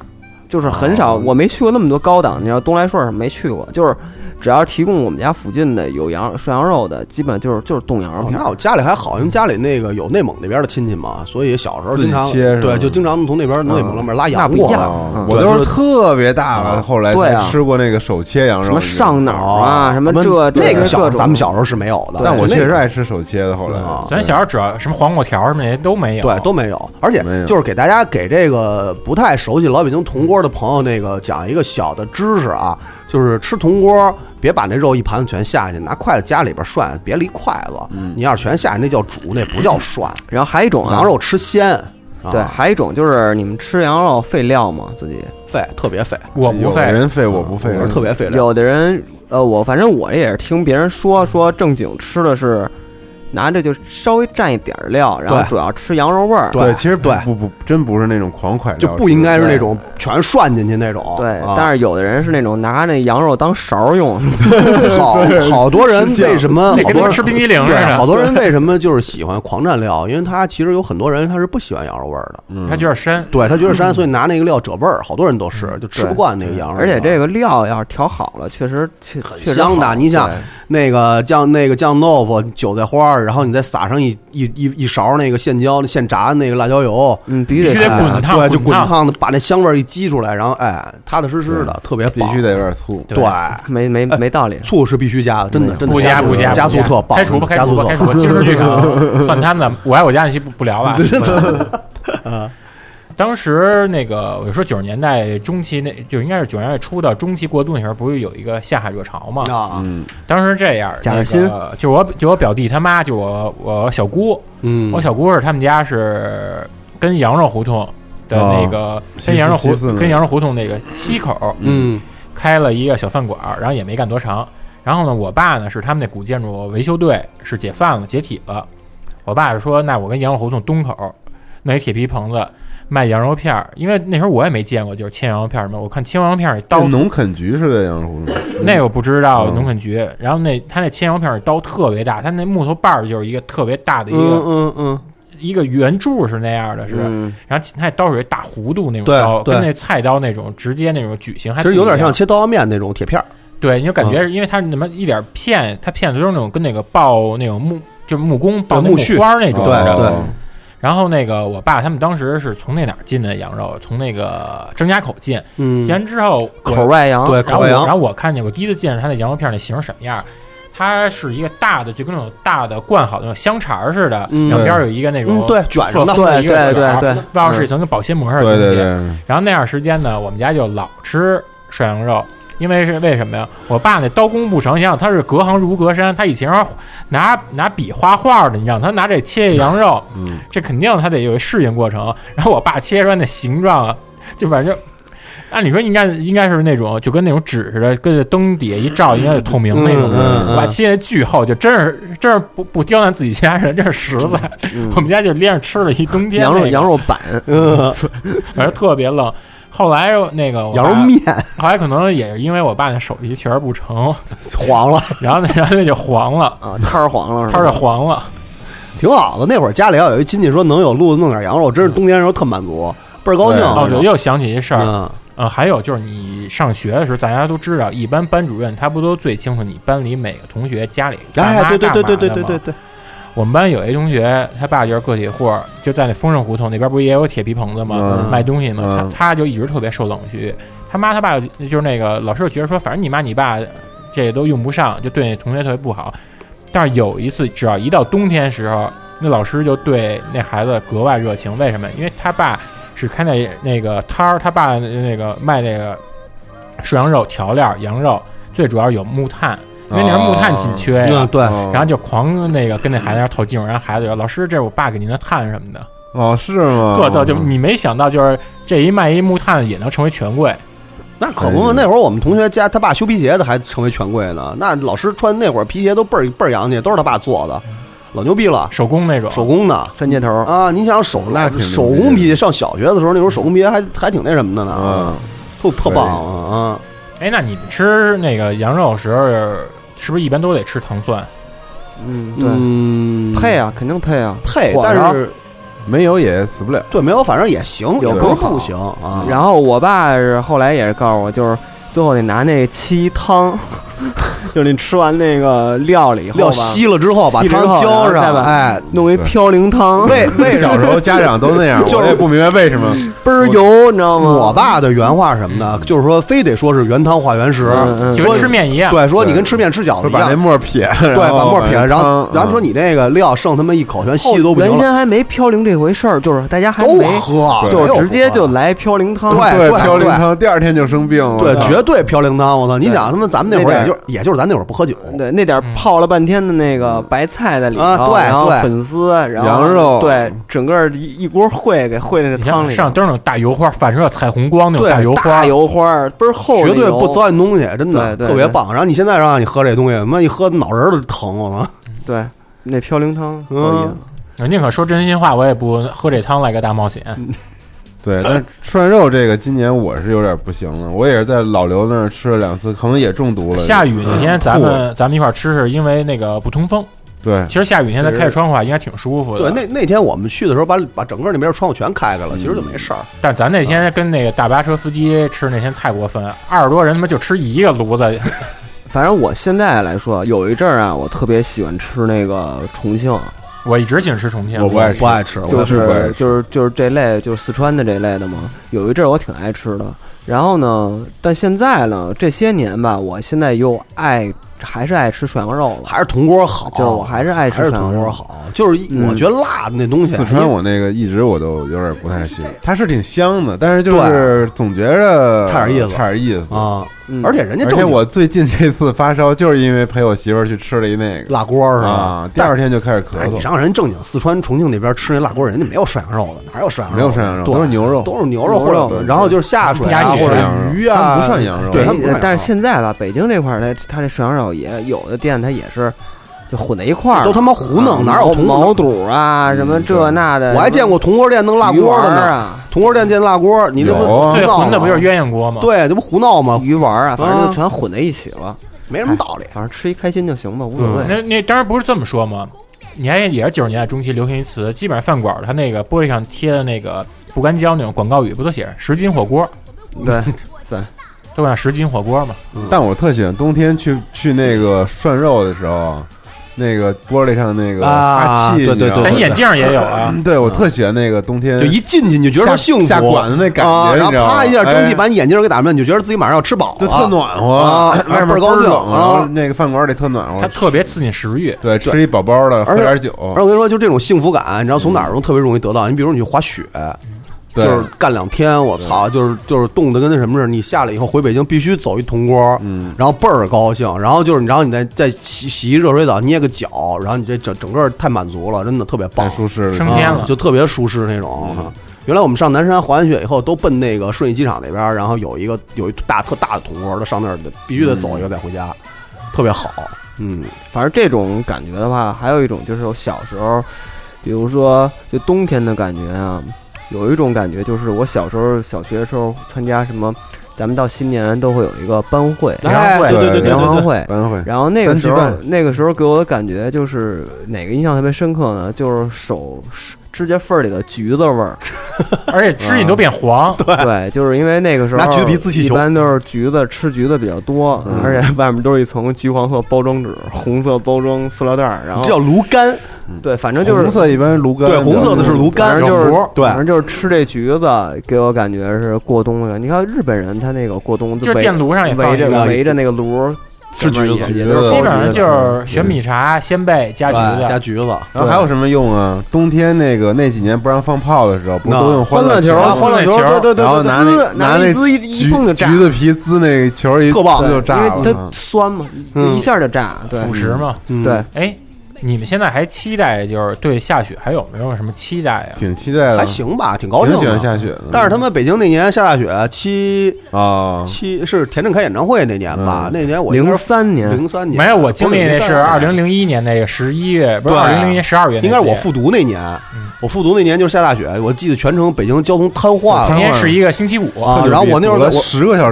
[SPEAKER 9] 就是很少。
[SPEAKER 8] 哦
[SPEAKER 9] 我没去过那么多高档，你知道东来顺什么没去过，就是只要提供我们家附近的有羊涮羊肉的，基本就是就是冻羊肉片儿。
[SPEAKER 8] 哦那我家里还好，因为家里那个有内蒙那边的亲戚嘛，所以小时候经常
[SPEAKER 7] 自己切是吧
[SPEAKER 8] 对，就经常从那边内蒙那边拉羊过来。
[SPEAKER 7] 哦
[SPEAKER 8] 嗯
[SPEAKER 7] 我
[SPEAKER 8] 对
[SPEAKER 7] 都是
[SPEAKER 8] 就
[SPEAKER 7] 特别大了，后来
[SPEAKER 8] 对
[SPEAKER 7] 才
[SPEAKER 8] 啊
[SPEAKER 7] 吃过那个手切羊肉，
[SPEAKER 8] 什么上
[SPEAKER 7] 脑
[SPEAKER 8] 啊什么这这
[SPEAKER 7] 那
[SPEAKER 8] 个小咱们小时候是没有的
[SPEAKER 7] 但我确
[SPEAKER 8] 对
[SPEAKER 7] 实
[SPEAKER 8] 那个
[SPEAKER 7] 爱吃手切的。后来啊
[SPEAKER 4] 咱小时候只要什么黄瓜条什么那些都没有，
[SPEAKER 8] 对，都没有。而且就是给大家给这个不太熟悉老北京铜锅的朋友，那个讲一个小的知识啊，就是吃铜锅，别把那肉一盘子全下去，拿筷子夹里边涮，别离筷子。你要是全下去，那叫煮，那不叫涮。
[SPEAKER 9] 然后还有一种啊
[SPEAKER 8] 羊肉啊吃鲜，
[SPEAKER 9] 对，还有一种就是你们吃羊肉费料吗？自己
[SPEAKER 8] 费，特别费。
[SPEAKER 4] 我不费有的人
[SPEAKER 7] 费，我不费
[SPEAKER 8] 我是特别费料。
[SPEAKER 9] 有的人，呃，我反正我也是听别人说，说正经吃的是拿着就稍微蘸一点儿料，然后
[SPEAKER 7] 对
[SPEAKER 9] 主要吃羊肉味儿。
[SPEAKER 7] 其实对，不不，真不是那种狂快料，
[SPEAKER 9] 就不应该是那种
[SPEAKER 8] 全涮进去那种。
[SPEAKER 9] 对，
[SPEAKER 7] 啊
[SPEAKER 9] 但是有的人是那种拿那羊肉当勺用，
[SPEAKER 8] 好好多人为什么好多人对，好多人为
[SPEAKER 9] 么
[SPEAKER 8] 什么就是喜欢狂蘸料？因为他其实有很多人他是不喜欢羊肉味儿的，
[SPEAKER 9] 嗯
[SPEAKER 4] 他觉得膻，
[SPEAKER 8] 对他觉得膻，所以拿那个料褶味儿，好多人都是就吃不惯那个羊肉。
[SPEAKER 9] 嗯而且这个料要是调好了，确实确很
[SPEAKER 8] 香的，你想那个酱那个酱豆腐、韭菜花儿，然后你再撒上一一一一勺那个现浇现炸的那个辣椒油，
[SPEAKER 9] 嗯，必
[SPEAKER 4] 须得必须得滚烫
[SPEAKER 8] 对，就
[SPEAKER 4] 滚
[SPEAKER 8] 滚
[SPEAKER 4] 烫
[SPEAKER 8] 烫的，把那香味儿一激出来，然后哎，踏踏实实
[SPEAKER 9] 嗯
[SPEAKER 8] 的，特别必须
[SPEAKER 7] 得有点醋，
[SPEAKER 8] 对，
[SPEAKER 9] 啊没没没道 理，
[SPEAKER 8] 醋是必须加的，真的真的
[SPEAKER 4] 不加不加
[SPEAKER 8] 加
[SPEAKER 4] 不
[SPEAKER 8] 醋特棒，
[SPEAKER 4] 开除吧开
[SPEAKER 8] 加
[SPEAKER 4] 除
[SPEAKER 8] 醋
[SPEAKER 4] 吧
[SPEAKER 8] 特
[SPEAKER 4] 开除吧！
[SPEAKER 8] 棒
[SPEAKER 4] 今儿剧场饭摊子，我爱我家那期不不聊了。 当时那个我就说九十年代中期那，就应该是九十年代初到中期过渡那时候，不是有一个下海热潮嘛？
[SPEAKER 8] 啊，
[SPEAKER 7] 嗯，
[SPEAKER 4] 当时这样，
[SPEAKER 9] 贾
[SPEAKER 4] 那
[SPEAKER 9] 日新
[SPEAKER 4] 个就我就我表弟他妈，就我我小姑，
[SPEAKER 8] 嗯
[SPEAKER 4] 我小姑是他们家是跟羊肉胡同的那个
[SPEAKER 7] 哦
[SPEAKER 4] 跟羊肉胡
[SPEAKER 7] 西四那
[SPEAKER 4] 跟羊肉胡同那个西口，
[SPEAKER 8] 嗯，
[SPEAKER 4] 开了一个小饭馆儿，然后也没干多长。然后呢，我爸呢是他们那古建筑维修队是解散了解体了，我爸就说那我跟羊肉胡同东口弄一铁皮棚子卖羊肉片儿，因为那时候我也没见过就是切羊肉片儿什么，我看切羊肉片儿那刀
[SPEAKER 7] 那农垦局是在羊肉胡同，
[SPEAKER 4] 那个我不知道
[SPEAKER 7] 嗯
[SPEAKER 4] 农垦局，然后那他那切羊肉片儿刀特别大，他那木头把儿就是一个特别大的一个
[SPEAKER 8] 嗯嗯嗯，
[SPEAKER 4] 一个圆柱是那样的，是，
[SPEAKER 8] 嗯
[SPEAKER 4] 然后他那刀是一大弧度那种
[SPEAKER 8] 对
[SPEAKER 4] 刀，
[SPEAKER 8] 对
[SPEAKER 4] 跟那菜刀那种直接那种矩形还
[SPEAKER 8] 其实有点像嗯
[SPEAKER 4] 不一样
[SPEAKER 8] 切刀削面那种铁片儿，
[SPEAKER 4] 对，你就感觉是因为它那么一点片，它片子都是那种跟那个爆那种木就是木工爆那
[SPEAKER 8] 对木絮
[SPEAKER 4] 花儿那种
[SPEAKER 8] 对
[SPEAKER 4] 的
[SPEAKER 8] 对。
[SPEAKER 4] 然后那个我爸他们当时是从那哪儿进的羊肉，从那个张家口进，
[SPEAKER 8] 嗯
[SPEAKER 4] 进完之后我
[SPEAKER 8] 口外羊对
[SPEAKER 4] 然
[SPEAKER 8] 口啊
[SPEAKER 4] 后我
[SPEAKER 8] 外羊
[SPEAKER 4] 然后我看见我第一次见着他那羊肉片儿那形是什么样儿，它是一个大的，就跟那种大的灌好的那种香肠儿似的，
[SPEAKER 8] 嗯
[SPEAKER 4] 两边儿有一个那种
[SPEAKER 8] 嗯对卷
[SPEAKER 4] 上
[SPEAKER 8] 上的
[SPEAKER 4] 一个
[SPEAKER 8] 对对
[SPEAKER 4] 卷儿
[SPEAKER 8] 对对
[SPEAKER 4] 外边是一层跟保鲜膜似的
[SPEAKER 7] 对
[SPEAKER 4] 东西。
[SPEAKER 7] 对对
[SPEAKER 4] 然后那段时间呢，我们家就老吃涮羊肉，因为是为什么呀？我爸那刀工不成，你想他是隔行如隔山，他以前拿拿笔画画的，你让他拿这切羊肉，
[SPEAKER 7] 嗯，
[SPEAKER 4] 这肯定他得有一适应过程。然后我爸切出来那形状啊，就反正。按理说应该应该是那种就跟那种纸似的，跟灯底下一照，应该是透明那种
[SPEAKER 8] 嗯嗯
[SPEAKER 4] 的。
[SPEAKER 8] 嗯
[SPEAKER 4] 我爸切的巨厚，就真是真是不不刁难自己家人，这是实在。 我们家就连着吃了一冬天
[SPEAKER 9] 嗯羊肉
[SPEAKER 4] 那个
[SPEAKER 9] 羊肉板，
[SPEAKER 4] 反正特别愣。后来那个我爸
[SPEAKER 8] 羊肉面，
[SPEAKER 4] 后来可能也是因为我爸那手艺确实不成，
[SPEAKER 8] 黄了，
[SPEAKER 4] 然后那 然后那就黄了
[SPEAKER 8] 啊，摊儿黄了，
[SPEAKER 4] 摊儿就黄了，
[SPEAKER 8] 挺好的。那会儿家里要有一亲戚说能有路子弄点羊肉，真是冬天的时候特满足，倍儿高兴。嗯
[SPEAKER 4] 哦，嗯对，
[SPEAKER 8] 是吧
[SPEAKER 4] 又想起一事儿，呃，还有就是你上学的时候，大家都知道，一般班主任他不都最清楚你班里每个同学家里干
[SPEAKER 8] 哎，
[SPEAKER 4] 嘛
[SPEAKER 8] 对对对
[SPEAKER 4] 干嘛
[SPEAKER 8] 对对
[SPEAKER 4] 的
[SPEAKER 8] 对
[SPEAKER 4] 吗
[SPEAKER 8] 对对，
[SPEAKER 4] 我们班有一同学，他爸就是个体户，就在那丰盛胡同那边，不也有铁皮棚子吗？
[SPEAKER 8] 嗯
[SPEAKER 4] 卖东西嘛，
[SPEAKER 8] 嗯
[SPEAKER 4] 他他就一直特别受冷遇。他妈他爸就是那个老师就觉得说，反正你妈你爸这都用不上，就对那同学特别不好。但是有一次，只要一到冬天时候，那老师就对那孩子格外热情。为什么？因为他爸是开那那个摊儿，他爸那个卖那个涮羊肉、调料、羊肉，最主要有木炭，因为那时候木炭紧缺呀、
[SPEAKER 8] 嗯对
[SPEAKER 7] 哦
[SPEAKER 4] 然后就狂那个跟那孩子那儿套近乎，然后孩子就老师，这是我爸给您的炭什么的，
[SPEAKER 7] 哦，是吗？
[SPEAKER 4] 特逗。就你没想到，就是这一卖一木炭也能成为权贵，
[SPEAKER 8] 那可
[SPEAKER 4] 哎
[SPEAKER 8] 不嘛。那会儿我们同学家他爸修皮鞋的还成为权贵呢，那老师穿那会儿皮鞋都倍儿倍儿洋气，都是他爸做的。老牛逼了，
[SPEAKER 4] 手工那种，
[SPEAKER 8] 手工的
[SPEAKER 9] 三接头
[SPEAKER 8] 啊！你想手
[SPEAKER 9] 那挺牛逼的
[SPEAKER 8] 手工皮鞋，上小学的时候，那时候手工皮鞋还还挺那什么的呢，
[SPEAKER 7] 啊
[SPEAKER 8] 嗯，特特棒啊！啊！
[SPEAKER 4] 哎，那你们吃那个羊肉的时候，是不是一般都得吃糖蒜？
[SPEAKER 9] 嗯
[SPEAKER 4] 对
[SPEAKER 8] 嗯，
[SPEAKER 9] 配啊，肯定配啊，
[SPEAKER 8] 配但是
[SPEAKER 7] 没有也死不了。
[SPEAKER 8] 对，没有反正也行，有
[SPEAKER 9] 更
[SPEAKER 8] 更
[SPEAKER 9] 好嗯
[SPEAKER 8] 不行啊。
[SPEAKER 9] 然后我爸是后来也是告诉我，就是最后得拿那七汤， 就是你吃完那个料了以后吧，
[SPEAKER 8] 料吸了之后把
[SPEAKER 9] 吸了之
[SPEAKER 8] 汤浇
[SPEAKER 9] 然后再
[SPEAKER 8] 上
[SPEAKER 9] 把嗯
[SPEAKER 8] 哎
[SPEAKER 9] 弄一飘零汤。
[SPEAKER 8] 为 为什么 嗯
[SPEAKER 9] 就是
[SPEAKER 7] 明白为什么
[SPEAKER 9] 倍儿油，你知道吗？
[SPEAKER 8] 我爸的原话是什么
[SPEAKER 9] 嗯
[SPEAKER 8] 呢？就是说，非得说是原汤化原食，
[SPEAKER 4] 嗯嗯就
[SPEAKER 8] 说
[SPEAKER 4] 跟吃面一样
[SPEAKER 8] 对，说
[SPEAKER 4] 对
[SPEAKER 8] 你跟吃面吃饺子一
[SPEAKER 7] 把
[SPEAKER 8] 样，
[SPEAKER 7] 那沫儿撇了
[SPEAKER 8] 对，
[SPEAKER 7] 然后嗯
[SPEAKER 8] 把沫儿撇了，
[SPEAKER 7] 把那
[SPEAKER 8] 然后
[SPEAKER 7] 汤
[SPEAKER 9] 嗯
[SPEAKER 8] 然后说你这个料剩他妈一口全吸的都不行
[SPEAKER 9] 原先
[SPEAKER 8] 了，
[SPEAKER 9] 还没飘零这回事儿，就是大家哦还
[SPEAKER 8] 都
[SPEAKER 9] 没
[SPEAKER 8] 喝对
[SPEAKER 9] 就
[SPEAKER 8] 没有
[SPEAKER 9] 直接就来飘零汤，
[SPEAKER 8] 对对
[SPEAKER 7] 飘零汤，第二天就生病了。
[SPEAKER 8] 对，
[SPEAKER 7] 我操
[SPEAKER 8] 绝对飘零汤，我操！你想他妈咱们那会儿也就也就是咱那会儿不喝酒，
[SPEAKER 9] 对，那点
[SPEAKER 8] 嗯
[SPEAKER 9] 儿泡了半天的那个白菜在里头，
[SPEAKER 8] 啊对
[SPEAKER 9] 然后
[SPEAKER 8] 对
[SPEAKER 9] 粉丝，然后
[SPEAKER 8] 羊肉
[SPEAKER 9] 对，整个一一锅烩给烩在那汤里头，
[SPEAKER 4] 上都是那种大油花，反射彩虹光那种
[SPEAKER 8] 对
[SPEAKER 4] 大油花，
[SPEAKER 9] 大油花倍儿厚，
[SPEAKER 8] 绝对不糟践东西，真的
[SPEAKER 9] 对对
[SPEAKER 8] 特别棒。然后你现在让你喝这东西，他妈一喝脑仁儿都疼，我操！
[SPEAKER 9] 对，那飘零汤
[SPEAKER 8] 嗯，
[SPEAKER 4] 我呃宁可说真心话，我也不喝这汤来个大冒险。
[SPEAKER 8] 嗯
[SPEAKER 7] 对，但是涮肉这个今年我是有点不行了，我也是在老刘那儿吃了两次，可能也中毒了。
[SPEAKER 4] 下雨那天
[SPEAKER 7] 嗯
[SPEAKER 4] 咱
[SPEAKER 7] 吐
[SPEAKER 4] 们
[SPEAKER 7] 了
[SPEAKER 4] 咱们一块儿吃，是因为那个不通风。
[SPEAKER 7] 对
[SPEAKER 4] 其实下雨那天咱开着窗户啊，应该挺舒服
[SPEAKER 8] 对，
[SPEAKER 4] 的。
[SPEAKER 8] 那那天我们去的时候，把把整个那边窗户全开开了，其实就没事儿。
[SPEAKER 4] 但咱那天跟那个大巴车司机吃那天太过分，了，二十多人他妈就吃一个炉子，
[SPEAKER 9] 反正我现在来说，有一阵儿啊，我特别喜欢吃那个重庆。
[SPEAKER 4] 我一直喜欢吃重庆，
[SPEAKER 9] 就
[SPEAKER 4] 不爱
[SPEAKER 9] 是
[SPEAKER 4] 吃
[SPEAKER 9] 就是就是这类，就是四川的这类的嘛。有一阵儿我挺爱吃的，然后呢，但现在呢，这些年吧，我现在又爱还是爱吃涮羊肉了，
[SPEAKER 8] 还是铜锅好，
[SPEAKER 9] 就是我还是爱吃
[SPEAKER 8] 哦还是
[SPEAKER 9] 涮羊肉
[SPEAKER 8] 铜锅好，就是我觉得辣的那东西，
[SPEAKER 7] 四川我那个一直我都有点不太行，它是挺香的，但是就是总觉着
[SPEAKER 8] 差点意思
[SPEAKER 7] 差点意思
[SPEAKER 8] 啊而且人家
[SPEAKER 7] 而
[SPEAKER 8] 正
[SPEAKER 7] 且
[SPEAKER 8] 经
[SPEAKER 7] 我最近这次发烧就是因为陪我媳妇儿去吃了一那个
[SPEAKER 8] 辣锅是吧
[SPEAKER 7] 啊，第二天就开始咳
[SPEAKER 8] 哎，你
[SPEAKER 7] 嗽。
[SPEAKER 8] 让人正经四川重庆那边吃那辣锅，人家没有涮羊肉的，哪有涮羊肉？
[SPEAKER 7] 没有涮羊肉
[SPEAKER 8] 对
[SPEAKER 7] 都是牛肉
[SPEAKER 8] 都是牛肉
[SPEAKER 7] 牛
[SPEAKER 8] 或
[SPEAKER 7] 肉
[SPEAKER 8] 者
[SPEAKER 7] 对
[SPEAKER 8] 然后就是下水啊，或者鱼啊，对，
[SPEAKER 9] 对
[SPEAKER 8] 他们不涮，
[SPEAKER 9] 哎但是现在吧，北京这块儿它它这涮羊肉也有的店它也是就混在一块儿了，
[SPEAKER 8] 都他妈胡弄
[SPEAKER 9] 啊
[SPEAKER 8] 哪有
[SPEAKER 9] 毛
[SPEAKER 8] 同嗯
[SPEAKER 9] 毛肚啊什么这那的，
[SPEAKER 8] 我还见过铜锅店弄辣锅的
[SPEAKER 9] 鱼丸儿
[SPEAKER 8] 呢
[SPEAKER 9] 啊，
[SPEAKER 8] 铜锅店见辣锅，你这不
[SPEAKER 9] 有啊
[SPEAKER 8] 胡
[SPEAKER 9] 最
[SPEAKER 8] 闹
[SPEAKER 9] 混的
[SPEAKER 8] 吗
[SPEAKER 9] 不就是
[SPEAKER 4] 鸳鸯锅吗
[SPEAKER 8] 对，这不胡闹吗？
[SPEAKER 9] 鱼丸啊，反正就
[SPEAKER 8] 啊
[SPEAKER 9] 全混在一起了，
[SPEAKER 8] 没什么道理，
[SPEAKER 9] 反正吃一开心就行吧，无所谓。
[SPEAKER 4] 嗯那那当然不是这么说嘛，你看也是九十年代中期流行一词，基本上饭馆儿它那个玻璃上贴的那个不干胶那种广告语，不都写着十斤火锅？
[SPEAKER 9] 对，对，
[SPEAKER 4] 都管十斤火锅嘛。
[SPEAKER 7] 但我特喜欢冬天去去那个涮肉的时候，那个玻璃上那个
[SPEAKER 8] 啊
[SPEAKER 7] 哈气，
[SPEAKER 8] 对对
[SPEAKER 7] 你知道吗
[SPEAKER 8] 对对对眼镜
[SPEAKER 4] 也有啊
[SPEAKER 7] 嗯对，我特喜欢那个冬天，
[SPEAKER 8] 就一进去你就觉得
[SPEAKER 7] 下
[SPEAKER 8] 幸福，
[SPEAKER 7] 下馆子那感
[SPEAKER 8] 啊
[SPEAKER 7] 觉，
[SPEAKER 8] 然
[SPEAKER 7] 你
[SPEAKER 8] 后
[SPEAKER 7] 知道吗
[SPEAKER 8] 啪一下蒸汽
[SPEAKER 7] 哎
[SPEAKER 8] 把你眼镜给打灭，你就觉得自己马上要吃饱了，
[SPEAKER 7] 就特暖和，
[SPEAKER 8] 啊，
[SPEAKER 7] 外面
[SPEAKER 8] 倍儿高兴
[SPEAKER 7] 冷，然后
[SPEAKER 8] 啊。
[SPEAKER 7] 那个饭馆里特暖
[SPEAKER 9] 嗯
[SPEAKER 7] 和，
[SPEAKER 4] 它特别刺激食欲。
[SPEAKER 7] 对，吃一饱饱的，喝
[SPEAKER 8] 而且
[SPEAKER 7] 点酒，
[SPEAKER 8] 而我跟你说，就这种幸福感，你知道从哪儿中特别容易得到？你比如你去滑雪，
[SPEAKER 7] 对
[SPEAKER 8] 就是干两天，我操，就是就是冻得跟那什么似的。你下来以后回北京必须走一铜锅，嗯，然后倍儿高兴。然后就是，然后你再再洗洗一热水澡，捏个脚，然后你这整整个太满足了，真的特别棒，啊
[SPEAKER 7] 舒适啊
[SPEAKER 4] 升天了
[SPEAKER 8] 就特别舒适那种。原来我们上南山滑完雪以后，都奔那个顺义机场那边，然后有一个有一大特大的铜锅，他上那儿得必须得走一个再回家，特别好。嗯，
[SPEAKER 9] 反正这种感觉的话，还有一种就是我小时候，比如说就冬天的感觉啊，有一种感觉，就是我小时候小学的时候参加什么。咱们到新年都会有一个班会，
[SPEAKER 8] 联欢会
[SPEAKER 9] 哎对对对，
[SPEAKER 8] 对对对
[SPEAKER 9] 联欢会，
[SPEAKER 8] 班会
[SPEAKER 9] 然后那个时候
[SPEAKER 8] 三级，
[SPEAKER 9] 那个时候给我的感觉就是哪个印象特别深刻呢？就是手指甲缝儿里的橘子味儿，
[SPEAKER 4] 而且指甲都变黄。
[SPEAKER 9] 对，就是因为那个时候
[SPEAKER 4] 拿橘子皮自气
[SPEAKER 9] 一
[SPEAKER 4] 球
[SPEAKER 9] 般都是橘子吃橘子比较多，而且外面都是一层橘黄色包装纸、红色包装塑料袋儿，然后
[SPEAKER 8] 这叫炉干。
[SPEAKER 9] 对，反正就是
[SPEAKER 8] 红色一般是炉干
[SPEAKER 9] 对，
[SPEAKER 8] 对红色的是炉嗯干
[SPEAKER 9] 反正就是
[SPEAKER 8] 有核对
[SPEAKER 9] 反正就是吃这橘子，给我感觉是过冬的。你看日本人他那个过冬
[SPEAKER 4] 就是
[SPEAKER 9] 围
[SPEAKER 4] 电炉上也放
[SPEAKER 9] 围着
[SPEAKER 4] 一个
[SPEAKER 9] 围着那个炉。
[SPEAKER 4] 吃
[SPEAKER 9] 前面
[SPEAKER 4] 橘子
[SPEAKER 9] 也也都是
[SPEAKER 4] 基
[SPEAKER 9] 包
[SPEAKER 4] 本上
[SPEAKER 9] 橘子
[SPEAKER 4] 就是玄米茶、鲜贝加橘子，
[SPEAKER 7] 然后还有什么用啊？冬天那个那几年不让放炮的时候，不是
[SPEAKER 4] 那
[SPEAKER 7] 都用乐球？啊
[SPEAKER 4] 欢乐球欢乐球对对对对
[SPEAKER 7] 然后拿那
[SPEAKER 9] 滋拿
[SPEAKER 7] 那
[SPEAKER 9] 一滋一
[SPEAKER 7] 橘
[SPEAKER 9] 一碰就炸
[SPEAKER 7] 橘子皮滋那个球一
[SPEAKER 9] 特棒
[SPEAKER 7] 滋就炸了啊
[SPEAKER 9] 因。为它酸嘛，
[SPEAKER 4] 嗯
[SPEAKER 9] 一下就炸，对，
[SPEAKER 4] 腐蚀嘛，
[SPEAKER 9] 嗯对。
[SPEAKER 4] 哎，你们现在还期待就是对下雪还有没有什么期待啊呀？
[SPEAKER 7] 挺期待的
[SPEAKER 8] 还行吧，挺高兴
[SPEAKER 7] 挺
[SPEAKER 8] 的。
[SPEAKER 7] 喜欢下雪的
[SPEAKER 8] 但是他们北京那年下大雪，七
[SPEAKER 7] 啊
[SPEAKER 8] 七是田震开演唱会那年吧？那年我
[SPEAKER 9] 03年
[SPEAKER 8] 零三年哦
[SPEAKER 4] 没有，我经历那是二
[SPEAKER 8] 零。
[SPEAKER 4] 零零一年那个十一月，不
[SPEAKER 8] 对，啊
[SPEAKER 4] 是二零零一年十二月那
[SPEAKER 8] 应
[SPEAKER 4] 届，嗯
[SPEAKER 8] 该是我复读那年。我复读那年就是下大雪，我记得全程北京交通瘫痪了。
[SPEAKER 4] 当年是一个星期五
[SPEAKER 8] 啊，然后我那会儿在我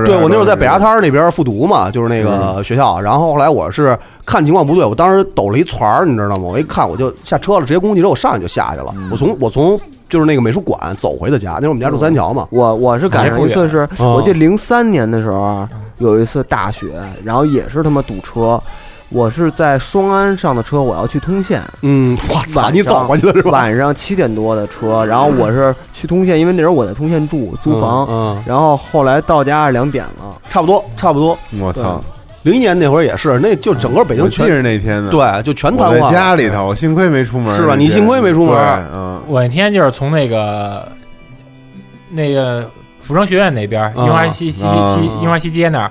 [SPEAKER 8] 对我那会儿在北沙
[SPEAKER 4] 滩。
[SPEAKER 8] 滩儿那边复读嘛，就是那个学校。然后后来我是看情况不对，我当时抖了一团儿，你知道吗？我一看我就下车了，直接公共汽车我上去就下去了。我从我从就是那个美术馆走回的家，那时候我们家住三桥嘛。
[SPEAKER 9] 我我是赶上一次
[SPEAKER 8] 啊
[SPEAKER 9] 是，我记
[SPEAKER 8] 这
[SPEAKER 9] 得零三年的时候啊有一次大雪，然后也是他妈堵车。我是在双安上的车，我要去通县。
[SPEAKER 8] 嗯，我操，你早过去了 是吧？
[SPEAKER 9] 晚上七点多的车，然后我是去通县，因为那时候我在通县住租房，
[SPEAKER 8] 嗯嗯
[SPEAKER 9] 然后后来到家是两点了，
[SPEAKER 8] 差不多，差不多。嗯
[SPEAKER 7] 我操！
[SPEAKER 8] 零一年那会儿也是，那就整个北京
[SPEAKER 7] 嗯我记
[SPEAKER 8] 全
[SPEAKER 7] 着那天呢，
[SPEAKER 8] 对，就全瘫
[SPEAKER 7] 我
[SPEAKER 8] 痪
[SPEAKER 7] 在
[SPEAKER 8] 了。
[SPEAKER 7] 家里头，我幸亏没出门，
[SPEAKER 8] 是吧
[SPEAKER 7] 那天
[SPEAKER 8] 你幸亏没出门
[SPEAKER 7] 对嗯，
[SPEAKER 4] 我那天就是从那个那个服装学院那边，
[SPEAKER 8] 嗯
[SPEAKER 4] 樱花西西西
[SPEAKER 7] 啊
[SPEAKER 4] 樱花西街那儿，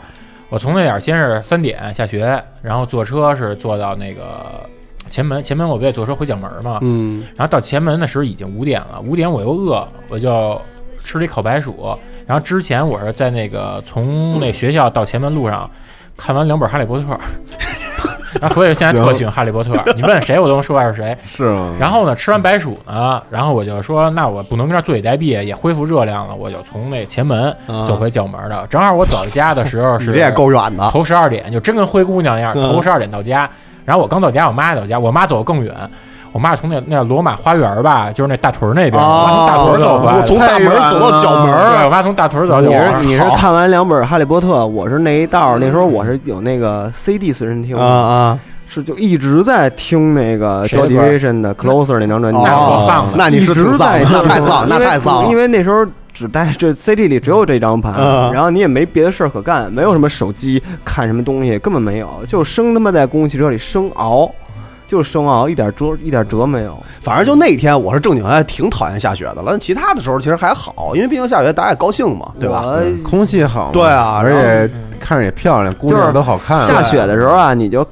[SPEAKER 4] 我从那点儿先是三点下学，然后坐车是坐到那个前门，前门我不也坐车回蒋门嘛，
[SPEAKER 8] 嗯，
[SPEAKER 4] 然后到前门的时候已经五点了，五点我又饿了，我就吃了一烤白薯，然后之前我是在那个从那学校到前门路上看完两本《哈利波特》。 然后所以现在特喜欢《哈利波特》，你问谁我都能说他是谁。
[SPEAKER 8] 嗯
[SPEAKER 7] 是吗？
[SPEAKER 4] 然后呢，吃完白薯呢，然后我就说，那我不能跟这儿坐以待毙，也恢复热量了，我就从那前门
[SPEAKER 8] 啊
[SPEAKER 4] 走回角门了。正好我走到家的时候是，
[SPEAKER 8] 你这也够远
[SPEAKER 9] 啊
[SPEAKER 8] 的
[SPEAKER 4] 头十二点，就真跟灰姑娘一样，
[SPEAKER 8] 嗯
[SPEAKER 4] 头十二点到家。然后我刚到家，我妈也到家，我妈走得更远。我妈从那那罗马花园吧，就是那大屯那边，
[SPEAKER 9] 哦
[SPEAKER 4] 我妈从大屯走回来的，
[SPEAKER 8] 我啊从大门走到角门儿
[SPEAKER 4] 对，我妈从大屯走到
[SPEAKER 8] 哎
[SPEAKER 4] 角
[SPEAKER 9] 你
[SPEAKER 4] 门
[SPEAKER 9] 是
[SPEAKER 4] 儿。
[SPEAKER 9] 你是看完两本《哈利波特》，我是那一道儿，那时候我是有那个 CD 随身听的
[SPEAKER 8] 啊啊，
[SPEAKER 9] 是就一直在听那个
[SPEAKER 8] 谁的
[SPEAKER 9] Joy
[SPEAKER 8] 歌
[SPEAKER 9] Division 的 Closer 那张专辑，
[SPEAKER 8] 那我丧了哦那你是
[SPEAKER 9] 一直
[SPEAKER 8] 挺丧
[SPEAKER 9] 在
[SPEAKER 8] 的
[SPEAKER 9] 听，
[SPEAKER 8] 那太丧那
[SPEAKER 9] 因为
[SPEAKER 8] 太丧了
[SPEAKER 9] 因为那时候只带这 CD 里只有这张盘，
[SPEAKER 8] 嗯
[SPEAKER 9] 然后你也没别的事儿可干，没有什么手机看什么东西，根本没有，就生他妈在公共汽车里生熬，就是生熬，一点辙一点辙没有。
[SPEAKER 8] 反正就那天我是正经还挺讨厌下雪的了，但其他的时候其实还好，因为毕竟下雪大家也高兴嘛，对吧？
[SPEAKER 7] 嗯空气好嘛，
[SPEAKER 8] 对啊
[SPEAKER 7] 而
[SPEAKER 8] 然
[SPEAKER 7] 且
[SPEAKER 8] 后
[SPEAKER 7] 看着也漂亮，姑
[SPEAKER 9] 就是
[SPEAKER 7] 娘都好
[SPEAKER 8] 哎
[SPEAKER 7] 看。
[SPEAKER 9] 下雪的时候啊，你就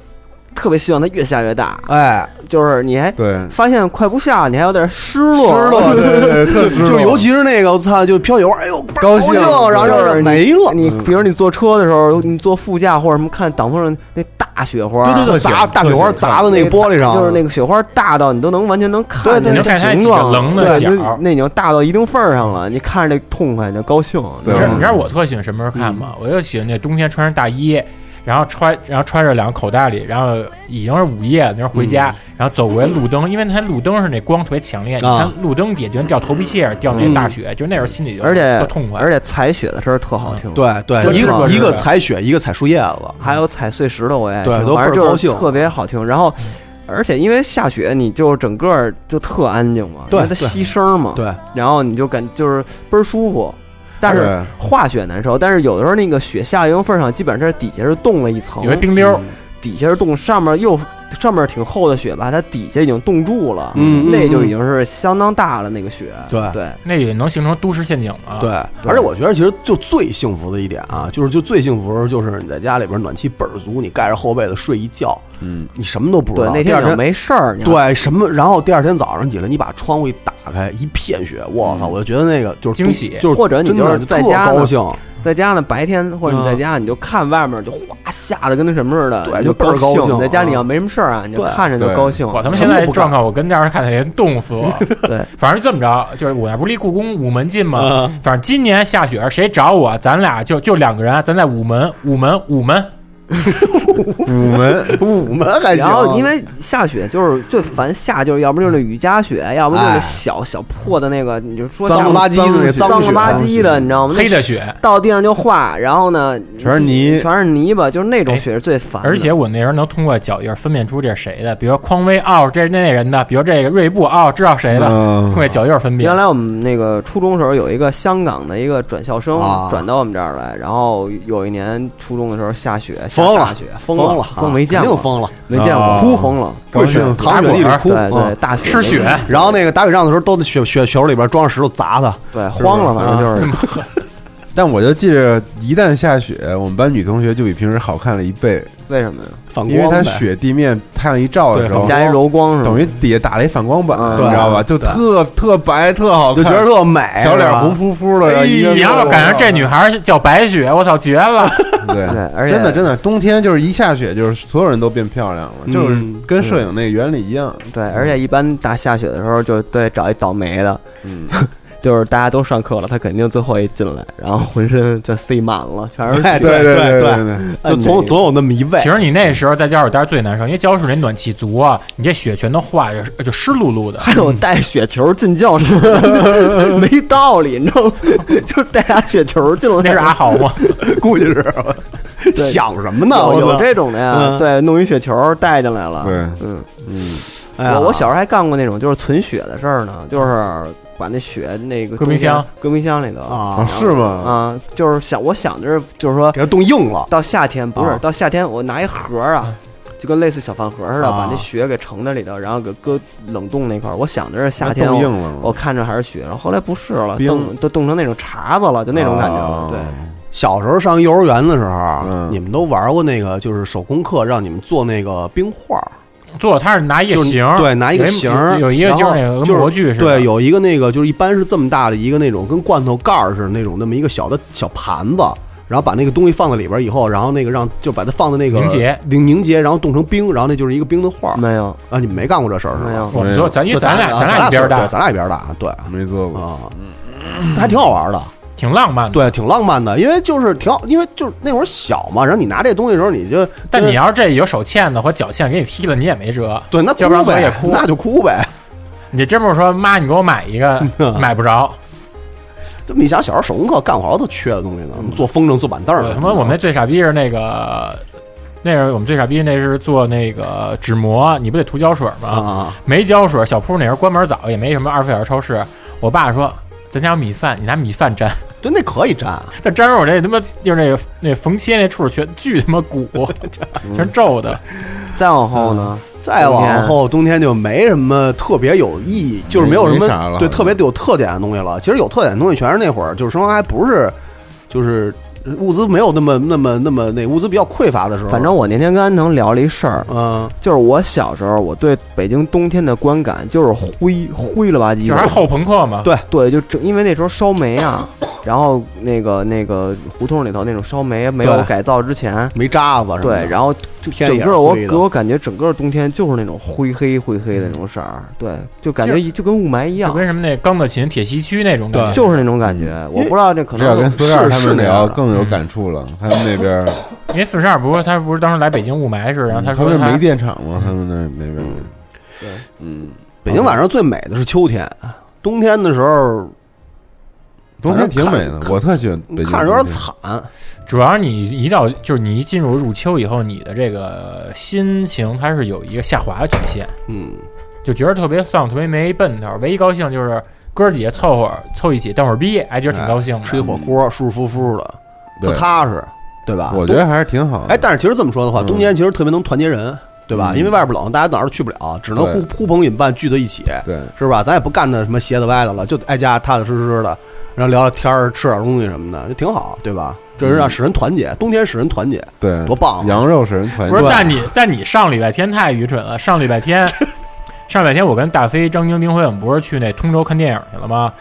[SPEAKER 9] 特别希望它越下越大。
[SPEAKER 8] 哎，
[SPEAKER 9] 就是你还
[SPEAKER 7] 对
[SPEAKER 9] 发现快不下，你还有点失落，
[SPEAKER 8] 失落，对对对，特
[SPEAKER 9] 失落
[SPEAKER 8] 就尤其是那个我操，就飘油，哎呦，倍儿高
[SPEAKER 9] 然后
[SPEAKER 8] 然后就是没了。嗯
[SPEAKER 9] 你比如你坐车的时候，你坐副驾或者什么，看挡风上那大雪花，
[SPEAKER 8] 对对对砸大雪花砸到那个玻璃上
[SPEAKER 9] 就是那个雪花大到你都能完全能看
[SPEAKER 8] 对
[SPEAKER 9] 见那
[SPEAKER 8] 嗯对对你能看见
[SPEAKER 9] 形
[SPEAKER 8] 几
[SPEAKER 9] 状，
[SPEAKER 8] 个棱的
[SPEAKER 9] 对
[SPEAKER 8] 角
[SPEAKER 9] 那那已经大到一定份儿上了，你看着这痛快，你就高兴，
[SPEAKER 4] 你
[SPEAKER 9] 知
[SPEAKER 4] 知
[SPEAKER 9] 道
[SPEAKER 4] 道你
[SPEAKER 9] 吗
[SPEAKER 4] 知道我特喜欢什么时候看
[SPEAKER 9] 嗯
[SPEAKER 4] 吗？我就喜欢那冬天穿上大衣，然后揣然后揣着两个口袋里，然后已经是午夜了，那时候回家，然后走回路灯，因为它路灯是那光特别强烈，你
[SPEAKER 9] 嗯啊嗯
[SPEAKER 4] 看路灯底下就跟掉头皮屑儿掉那大雪，就那时候心里就
[SPEAKER 9] 而且
[SPEAKER 4] 特痛快。
[SPEAKER 9] 而且踩雪的声儿特好听，
[SPEAKER 8] 嗯对对，一个一个踩雪，一个踩树叶子，
[SPEAKER 9] 还有踩碎石头，我也
[SPEAKER 8] 对
[SPEAKER 9] 听
[SPEAKER 8] 都倍
[SPEAKER 9] 反
[SPEAKER 8] 儿
[SPEAKER 9] 正就是
[SPEAKER 8] 高兴嗯
[SPEAKER 9] 特别好听。然后，而且因为下雪，你就整个儿就特安静嘛，
[SPEAKER 8] 对
[SPEAKER 9] 因为它
[SPEAKER 8] 对
[SPEAKER 9] 吸声嘛，
[SPEAKER 8] 对，
[SPEAKER 9] 然后你就感就是倍儿舒服。但是
[SPEAKER 8] 对
[SPEAKER 9] 化雪难受，但是有的时候那个雪下一定份儿上，基本上这底下是冻了一层，
[SPEAKER 4] 有一冰溜儿
[SPEAKER 9] 嗯底下是冻，上面又上面挺厚的雪吧，它底下已经冻住了，
[SPEAKER 4] 嗯嗯
[SPEAKER 9] 那就
[SPEAKER 4] 嗯
[SPEAKER 9] 已经是相当大了那个雪，
[SPEAKER 8] 对
[SPEAKER 9] 对，
[SPEAKER 4] 那也能形成都市陷阱啊吗？
[SPEAKER 8] 对，
[SPEAKER 9] 啊
[SPEAKER 8] 而且我觉得其实就最幸福的一点啊，就是就最幸福就是你在家里边暖气倍儿足，你盖着厚被子睡一觉，
[SPEAKER 7] 嗯，
[SPEAKER 8] 你什么都不知道。
[SPEAKER 9] 对那天
[SPEAKER 8] 第二
[SPEAKER 9] 你要
[SPEAKER 8] 天
[SPEAKER 9] 没事儿你还
[SPEAKER 8] 对什么？然后第二天早上起来，你把窗户一打开一片雪，我操！我就觉得那个就是
[SPEAKER 9] 嗯惊喜
[SPEAKER 8] 就是
[SPEAKER 9] 或者你
[SPEAKER 8] 真
[SPEAKER 9] 就
[SPEAKER 8] 的
[SPEAKER 9] 是在家
[SPEAKER 8] 特
[SPEAKER 9] 呢
[SPEAKER 8] 高兴，
[SPEAKER 9] 在家呢，白天或者你在家，你就看外面就哗下的跟那什么似的，
[SPEAKER 8] 嗯对
[SPEAKER 9] 你
[SPEAKER 8] 就倍
[SPEAKER 9] 高
[SPEAKER 8] 儿高兴
[SPEAKER 9] 在家里
[SPEAKER 8] 啊
[SPEAKER 9] 要没什么事儿啊，你就
[SPEAKER 4] 对
[SPEAKER 9] 看着就高兴。嗯
[SPEAKER 4] 我他妈现在状况，我跟家人看的也冻 死我。
[SPEAKER 9] 对，
[SPEAKER 4] 反正这么着，就是我那不是离故宫午门近吗
[SPEAKER 9] 嗯？
[SPEAKER 4] 反正今年下雪，谁找我，咱俩就就两个人，啊咱在午门，午门，午门，
[SPEAKER 7] 午门， 午
[SPEAKER 4] 门还行
[SPEAKER 9] 然后因为下雪就是最烦下，就是要不就是那雨夹雪，要不就是那
[SPEAKER 4] 哎
[SPEAKER 9] 小小破的那个，你就说
[SPEAKER 4] 脏
[SPEAKER 9] 像
[SPEAKER 4] 了吧唧的那
[SPEAKER 9] 脏
[SPEAKER 4] 脏
[SPEAKER 9] 了
[SPEAKER 4] 雪
[SPEAKER 9] 吧唧的，你知道吗？那啊
[SPEAKER 4] 黑的雪
[SPEAKER 9] 到地上就化，然后呢
[SPEAKER 4] 全是泥
[SPEAKER 9] 全是泥巴，就是那种雪是最烦的。
[SPEAKER 4] 哎而且我那人能通过脚印分辨出这是谁的，比如说匡威哦，这是那人的；比如这个锐步哦，知道谁的，
[SPEAKER 9] 嗯
[SPEAKER 4] 通过脚印分辨。
[SPEAKER 9] 原来我们那个初中时候有一个香港的一个转校生
[SPEAKER 4] 啊
[SPEAKER 9] 转到我们这儿来，然后有一年初中的时候下雪，下
[SPEAKER 8] 疯
[SPEAKER 9] 大
[SPEAKER 8] 了
[SPEAKER 9] 雪
[SPEAKER 8] 疯
[SPEAKER 9] 疯
[SPEAKER 8] 了啊
[SPEAKER 9] 疯没见过，
[SPEAKER 8] 肯定疯了
[SPEAKER 9] 没见过，
[SPEAKER 8] 啊
[SPEAKER 9] 哭疯了，
[SPEAKER 8] 高兴死躺雪地里哭，
[SPEAKER 9] 对对，
[SPEAKER 8] 嗯
[SPEAKER 9] 大雪
[SPEAKER 8] 然后那个打雪仗的时候都在雪雪雪里边装着石头砸他，
[SPEAKER 9] 对，慌了反正就是。
[SPEAKER 7] 但我就记着，一旦下雪，我们班女同学就比平时好看了一倍。
[SPEAKER 9] 为什么呀？
[SPEAKER 8] 反
[SPEAKER 7] 因为它雪地面太阳一照的时
[SPEAKER 8] 哦
[SPEAKER 7] 候，
[SPEAKER 9] 对加一柔光是吧
[SPEAKER 7] 等于底下打了一反光板，你
[SPEAKER 8] 对
[SPEAKER 7] 知道吧？就
[SPEAKER 8] 对
[SPEAKER 7] 特特白，特好
[SPEAKER 8] 就
[SPEAKER 7] 看，
[SPEAKER 8] 觉得特美
[SPEAKER 7] 小
[SPEAKER 8] 是
[SPEAKER 7] 脸
[SPEAKER 8] 吧
[SPEAKER 7] 红扑扑的。然后一个
[SPEAKER 4] 你
[SPEAKER 7] 个
[SPEAKER 4] 要
[SPEAKER 7] 的
[SPEAKER 4] 赶上这女孩叫白雪，我操，绝了！
[SPEAKER 7] 对
[SPEAKER 9] 而且
[SPEAKER 7] 真的真的，冬天就是一下雪，就是所有人都变漂亮了，
[SPEAKER 9] 嗯
[SPEAKER 7] 就是跟摄影那个原理一样。
[SPEAKER 9] 对，而且一般大下雪的时候，就得找一倒霉的，嗯， 就是大家都上课了，他肯定最后一进来，然后浑身就塞满了，全是雪
[SPEAKER 8] 哎对对对对对对就总总有那么一位
[SPEAKER 4] 其实你那时候在教室待着最难受，因为教室那暖气足啊，你这雪全都化着，就湿漉漉的。还
[SPEAKER 9] 有哎带雪球进教室， 没道理，你知道吗？就是带俩雪球进来，那
[SPEAKER 4] 是阿豪吗？
[SPEAKER 8] 估计是。想啊什么呢？
[SPEAKER 9] 有
[SPEAKER 8] 我
[SPEAKER 9] 有
[SPEAKER 8] 操
[SPEAKER 9] 这种的呀，
[SPEAKER 8] 嗯
[SPEAKER 9] 对，弄一雪球带进来了。
[SPEAKER 8] 对
[SPEAKER 9] 嗯嗯，
[SPEAKER 8] 哎呀
[SPEAKER 9] 我我小时候还干过那种就是存雪的事儿呢，就是把那雪那个
[SPEAKER 4] 搁冰箱，
[SPEAKER 9] 搁冰箱里头啊
[SPEAKER 7] 哦是吗
[SPEAKER 9] 啊，就是想我想着就是说
[SPEAKER 8] 给它冻硬了。
[SPEAKER 9] 到夏天不是
[SPEAKER 8] 啊嗯
[SPEAKER 9] 到夏天，我拿一盒儿啊。就跟类似小饭盒似的，
[SPEAKER 8] 啊
[SPEAKER 9] 把那雪给盛在里头，然后给搁冷冻那块儿。我想着是夏天
[SPEAKER 8] 那
[SPEAKER 9] 我
[SPEAKER 8] 冻硬了吗
[SPEAKER 9] 我看着还是雪，然后后来不是了，
[SPEAKER 8] 冰啊
[SPEAKER 9] 冻都冻成那种碴子了，就那种感觉了。对，
[SPEAKER 8] 小时候上幼儿园的时候，
[SPEAKER 9] 嗯
[SPEAKER 8] 你们都玩过那个，就是手工课，让你们做那个冰画儿。
[SPEAKER 4] 做他是拿一个
[SPEAKER 8] 就是
[SPEAKER 4] 形儿，
[SPEAKER 8] 对，拿一个
[SPEAKER 4] 有
[SPEAKER 8] 形
[SPEAKER 4] 有有一个就是那个跟模具似
[SPEAKER 8] 是
[SPEAKER 4] 的，
[SPEAKER 8] 对，有一个那个就是一般是这么大的一个那种跟罐头盖儿似的那种那么一个小的小盘子，然后把那个东西放在里边以后，然后那个让就把它放在那个
[SPEAKER 4] 凝结
[SPEAKER 8] 凝凝结，然后冻成冰，然后那就是一个冰的画儿。
[SPEAKER 9] 没有
[SPEAKER 8] 啊，你们没干过这事儿是吧？没有
[SPEAKER 4] 我们就咱因为咱俩咱
[SPEAKER 8] 咱
[SPEAKER 4] 俩
[SPEAKER 8] 岁
[SPEAKER 4] 一边
[SPEAKER 8] 数
[SPEAKER 4] 大
[SPEAKER 8] 对咱俩一边大，对，
[SPEAKER 7] 没做过
[SPEAKER 8] 啊，还挺好玩的。
[SPEAKER 4] 挺浪漫的，
[SPEAKER 8] 对，挺浪漫的，因为就是挺好，因为就是那会儿小嘛，然后你拿这东西的时候，你就
[SPEAKER 4] 但你要是这有手欠的或脚欠给你踢了，你也没辙。
[SPEAKER 8] 对，那哭
[SPEAKER 4] 要不然我
[SPEAKER 8] 呗
[SPEAKER 4] 也哭，
[SPEAKER 8] 那就哭呗。
[SPEAKER 4] 你这真不是说妈，你给我买一个，
[SPEAKER 8] 嗯
[SPEAKER 4] 买不着。
[SPEAKER 8] 这么一想，小时候手工课干过好多缺的东西呢，做风筝、做板凳儿啊
[SPEAKER 4] 我
[SPEAKER 8] 呢。
[SPEAKER 4] 呃他妈，我们那最傻逼是那个，那是我们最傻逼，那是做那个纸模，你不得涂胶水吗？
[SPEAKER 8] 啊
[SPEAKER 4] 没胶水，小铺那时候关门早，也没什么二十四小时超市。我爸说，咱家有米饭，你拿米饭粘。
[SPEAKER 8] 对，那可以粘。
[SPEAKER 4] 但粘着我这他妈就是那个那缝切那处全巨他妈鼓， 全是皱的。
[SPEAKER 9] 嗯再往后呢？
[SPEAKER 8] 再往后，冬天就没什么特别有意义，就是没有什
[SPEAKER 9] 没啥
[SPEAKER 8] 么
[SPEAKER 9] 了
[SPEAKER 8] 对特别有特点的东西了。其实有特点的东西，全是那会儿就是生活还不是，就是物资没有那么那么那么那物资比较匮乏的时候。
[SPEAKER 9] 反正我那天跟安藤聊了一事儿，
[SPEAKER 8] 嗯，
[SPEAKER 9] 就是我小时候我对北京冬天的观感就是灰灰了吧唧
[SPEAKER 4] 就
[SPEAKER 9] 的，
[SPEAKER 4] 还后朋克嘛，
[SPEAKER 8] 对
[SPEAKER 9] 对，就整因为那时候烧煤啊，然后那个那个胡同里头那种烧煤没有
[SPEAKER 8] 对
[SPEAKER 9] 改造之前
[SPEAKER 8] 没渣子什么的
[SPEAKER 9] 对，然后就
[SPEAKER 8] 天也
[SPEAKER 9] 整
[SPEAKER 8] 是
[SPEAKER 9] 个我
[SPEAKER 8] 灰的
[SPEAKER 9] 给我感觉整个冬天就是那种灰黑灰黑的那种色儿，对，就感觉
[SPEAKER 4] 就
[SPEAKER 9] 一就跟雾霾一
[SPEAKER 4] 就
[SPEAKER 9] 样，
[SPEAKER 4] 跟什么那钢的琴、铁西区那种感觉，
[SPEAKER 9] 就是那种感觉。我不知道这可
[SPEAKER 7] 这要跟
[SPEAKER 9] 能
[SPEAKER 7] 四十二他们聊更
[SPEAKER 8] 嗯
[SPEAKER 7] 有感触了，他们那边。
[SPEAKER 4] 因为四十二不是他不是当时来北京雾霾是，然后他说
[SPEAKER 7] 们
[SPEAKER 4] 他嗯
[SPEAKER 7] 是煤电厂吗？嗯他们那那边儿，
[SPEAKER 9] 对，
[SPEAKER 7] 嗯，
[SPEAKER 8] 北京晚上最美的是秋天，冬天的时候，
[SPEAKER 7] 冬天挺美的
[SPEAKER 8] 反，正
[SPEAKER 7] 我特喜欢北京。
[SPEAKER 8] 看着有点惨。
[SPEAKER 4] 主要是你一到就是你一进入入秋以后，你的这个心情它是有一个下滑的曲线，
[SPEAKER 8] 嗯，
[SPEAKER 4] 就觉得特别丧，特别没奔头。唯一高兴就是哥儿几个凑合凑一起蛋会儿逼，哎，觉得挺高兴的。
[SPEAKER 8] 嗯吃一火锅，舒舒服服的，
[SPEAKER 4] 对
[SPEAKER 8] 特踏实，对吧？
[SPEAKER 7] 我觉得还是挺好的。
[SPEAKER 8] 哎，但是其实这么说的话，冬天其实特别能团结人，对吧？
[SPEAKER 7] 嗯
[SPEAKER 8] 因为外边冷，大家哪儿都去不了，只能呼
[SPEAKER 7] 对
[SPEAKER 8] 呼朋引伴聚在一起，
[SPEAKER 7] 对，
[SPEAKER 8] 是吧？咱也不干那什么斜的歪的了，就挨家踏踏实实的，然后聊聊天儿，吃点东西什么的，就挺好，对吧？这是让使人团结，冬天使人团结，
[SPEAKER 7] 对，
[SPEAKER 8] 多棒啊！
[SPEAKER 7] 羊肉使人团
[SPEAKER 4] 不是，
[SPEAKER 7] 结。
[SPEAKER 4] 但你但你上礼拜天太愚蠢了，上礼拜天。上两天我跟大飞、张晶、丁辉，我们不是去那通州看电影去了吗？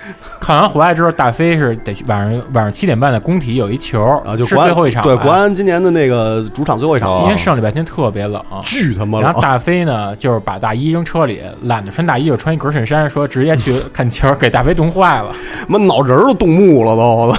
[SPEAKER 4] 看完回来之后，大飞是得去晚上晚上七点半的工体有一球，
[SPEAKER 8] 啊，就
[SPEAKER 4] 就是
[SPEAKER 8] 国安
[SPEAKER 4] 最后一场哦吧，
[SPEAKER 8] 对国安今年的那个主场最后一场，啊
[SPEAKER 4] 因为上礼拜天特别冷，
[SPEAKER 8] 巨他妈冷
[SPEAKER 4] 然后大飞呢，就是把大衣扔车里，懒得穿大衣，就穿一格衬衫，说直接去看球，给大飞冻坏了。
[SPEAKER 8] 妈脑仁儿都冻木了都，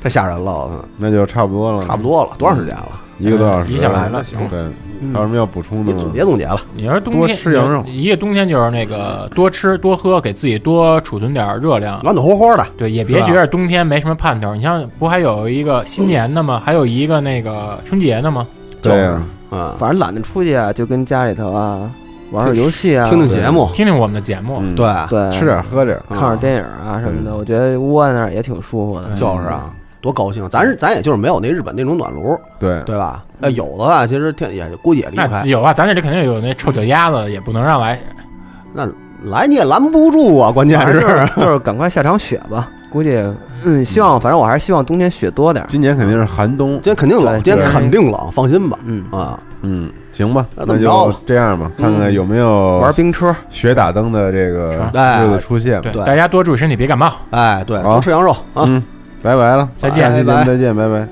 [SPEAKER 8] 太吓人了。
[SPEAKER 7] 那就差不多了，
[SPEAKER 8] 差不多哎了，多长时间了？
[SPEAKER 7] 一个多小时，
[SPEAKER 4] 一小时了
[SPEAKER 7] 行。对，
[SPEAKER 8] 嗯
[SPEAKER 7] 还有什么要补充的吗？
[SPEAKER 8] 总结总结吧，
[SPEAKER 4] 你要是冬天
[SPEAKER 7] 多吃羊肉，
[SPEAKER 4] 一个冬天就是那个多吃多喝，给自己多储存点热量，
[SPEAKER 8] 暖暖和和的。
[SPEAKER 4] 对，也别
[SPEAKER 8] 是吧
[SPEAKER 4] 觉得冬天没什么盼头。你像不还有一个新年的吗？还有一个那个春节呢吗？
[SPEAKER 7] 对呀，
[SPEAKER 8] 嗯，
[SPEAKER 9] 反正懒得出去啊，就跟家里头啊玩会儿游戏啊，
[SPEAKER 8] 听听节目嗯
[SPEAKER 4] 听听我们的节目。
[SPEAKER 8] 对
[SPEAKER 9] 对，
[SPEAKER 7] 啊吃点喝点，
[SPEAKER 8] 嗯
[SPEAKER 9] 看会儿电影啊什么的，我觉得窝在那儿也挺舒服的。
[SPEAKER 8] 就是啊，多高兴！咱是咱也就是没有那日本那种暖炉，
[SPEAKER 7] 对
[SPEAKER 8] 对吧？那有的话，其实天也估计也离不
[SPEAKER 4] 那
[SPEAKER 8] 开，
[SPEAKER 4] 有啊，咱这里肯定有那臭脚丫子，也不能让来。
[SPEAKER 8] 那来你也拦不住啊，关键
[SPEAKER 9] 反正就是是就是赶快下场雪吧，估计嗯，希望反正我还是希望冬天雪多点儿。
[SPEAKER 7] 今年肯定是寒冬，
[SPEAKER 8] 今天肯定冷，今天
[SPEAKER 7] 对
[SPEAKER 8] 肯定冷，放心吧。
[SPEAKER 9] 嗯
[SPEAKER 8] 啊，
[SPEAKER 7] 嗯，行吧，
[SPEAKER 8] 那
[SPEAKER 7] 那
[SPEAKER 8] 怎么着嗯
[SPEAKER 7] 就
[SPEAKER 8] 吧
[SPEAKER 7] 这样吧，看看有没有
[SPEAKER 9] 嗯玩冰车，
[SPEAKER 7] 雪打灯的这个
[SPEAKER 8] 哎
[SPEAKER 7] 日子出现。
[SPEAKER 4] 对，
[SPEAKER 8] 对
[SPEAKER 4] 大家多注意身体，别感冒。
[SPEAKER 8] 哎，对，
[SPEAKER 7] 好
[SPEAKER 8] 多吃羊肉啊。
[SPEAKER 7] 嗯，拜拜了，
[SPEAKER 4] 再见
[SPEAKER 7] 下期节
[SPEAKER 8] 拜拜
[SPEAKER 7] 目再见，拜拜。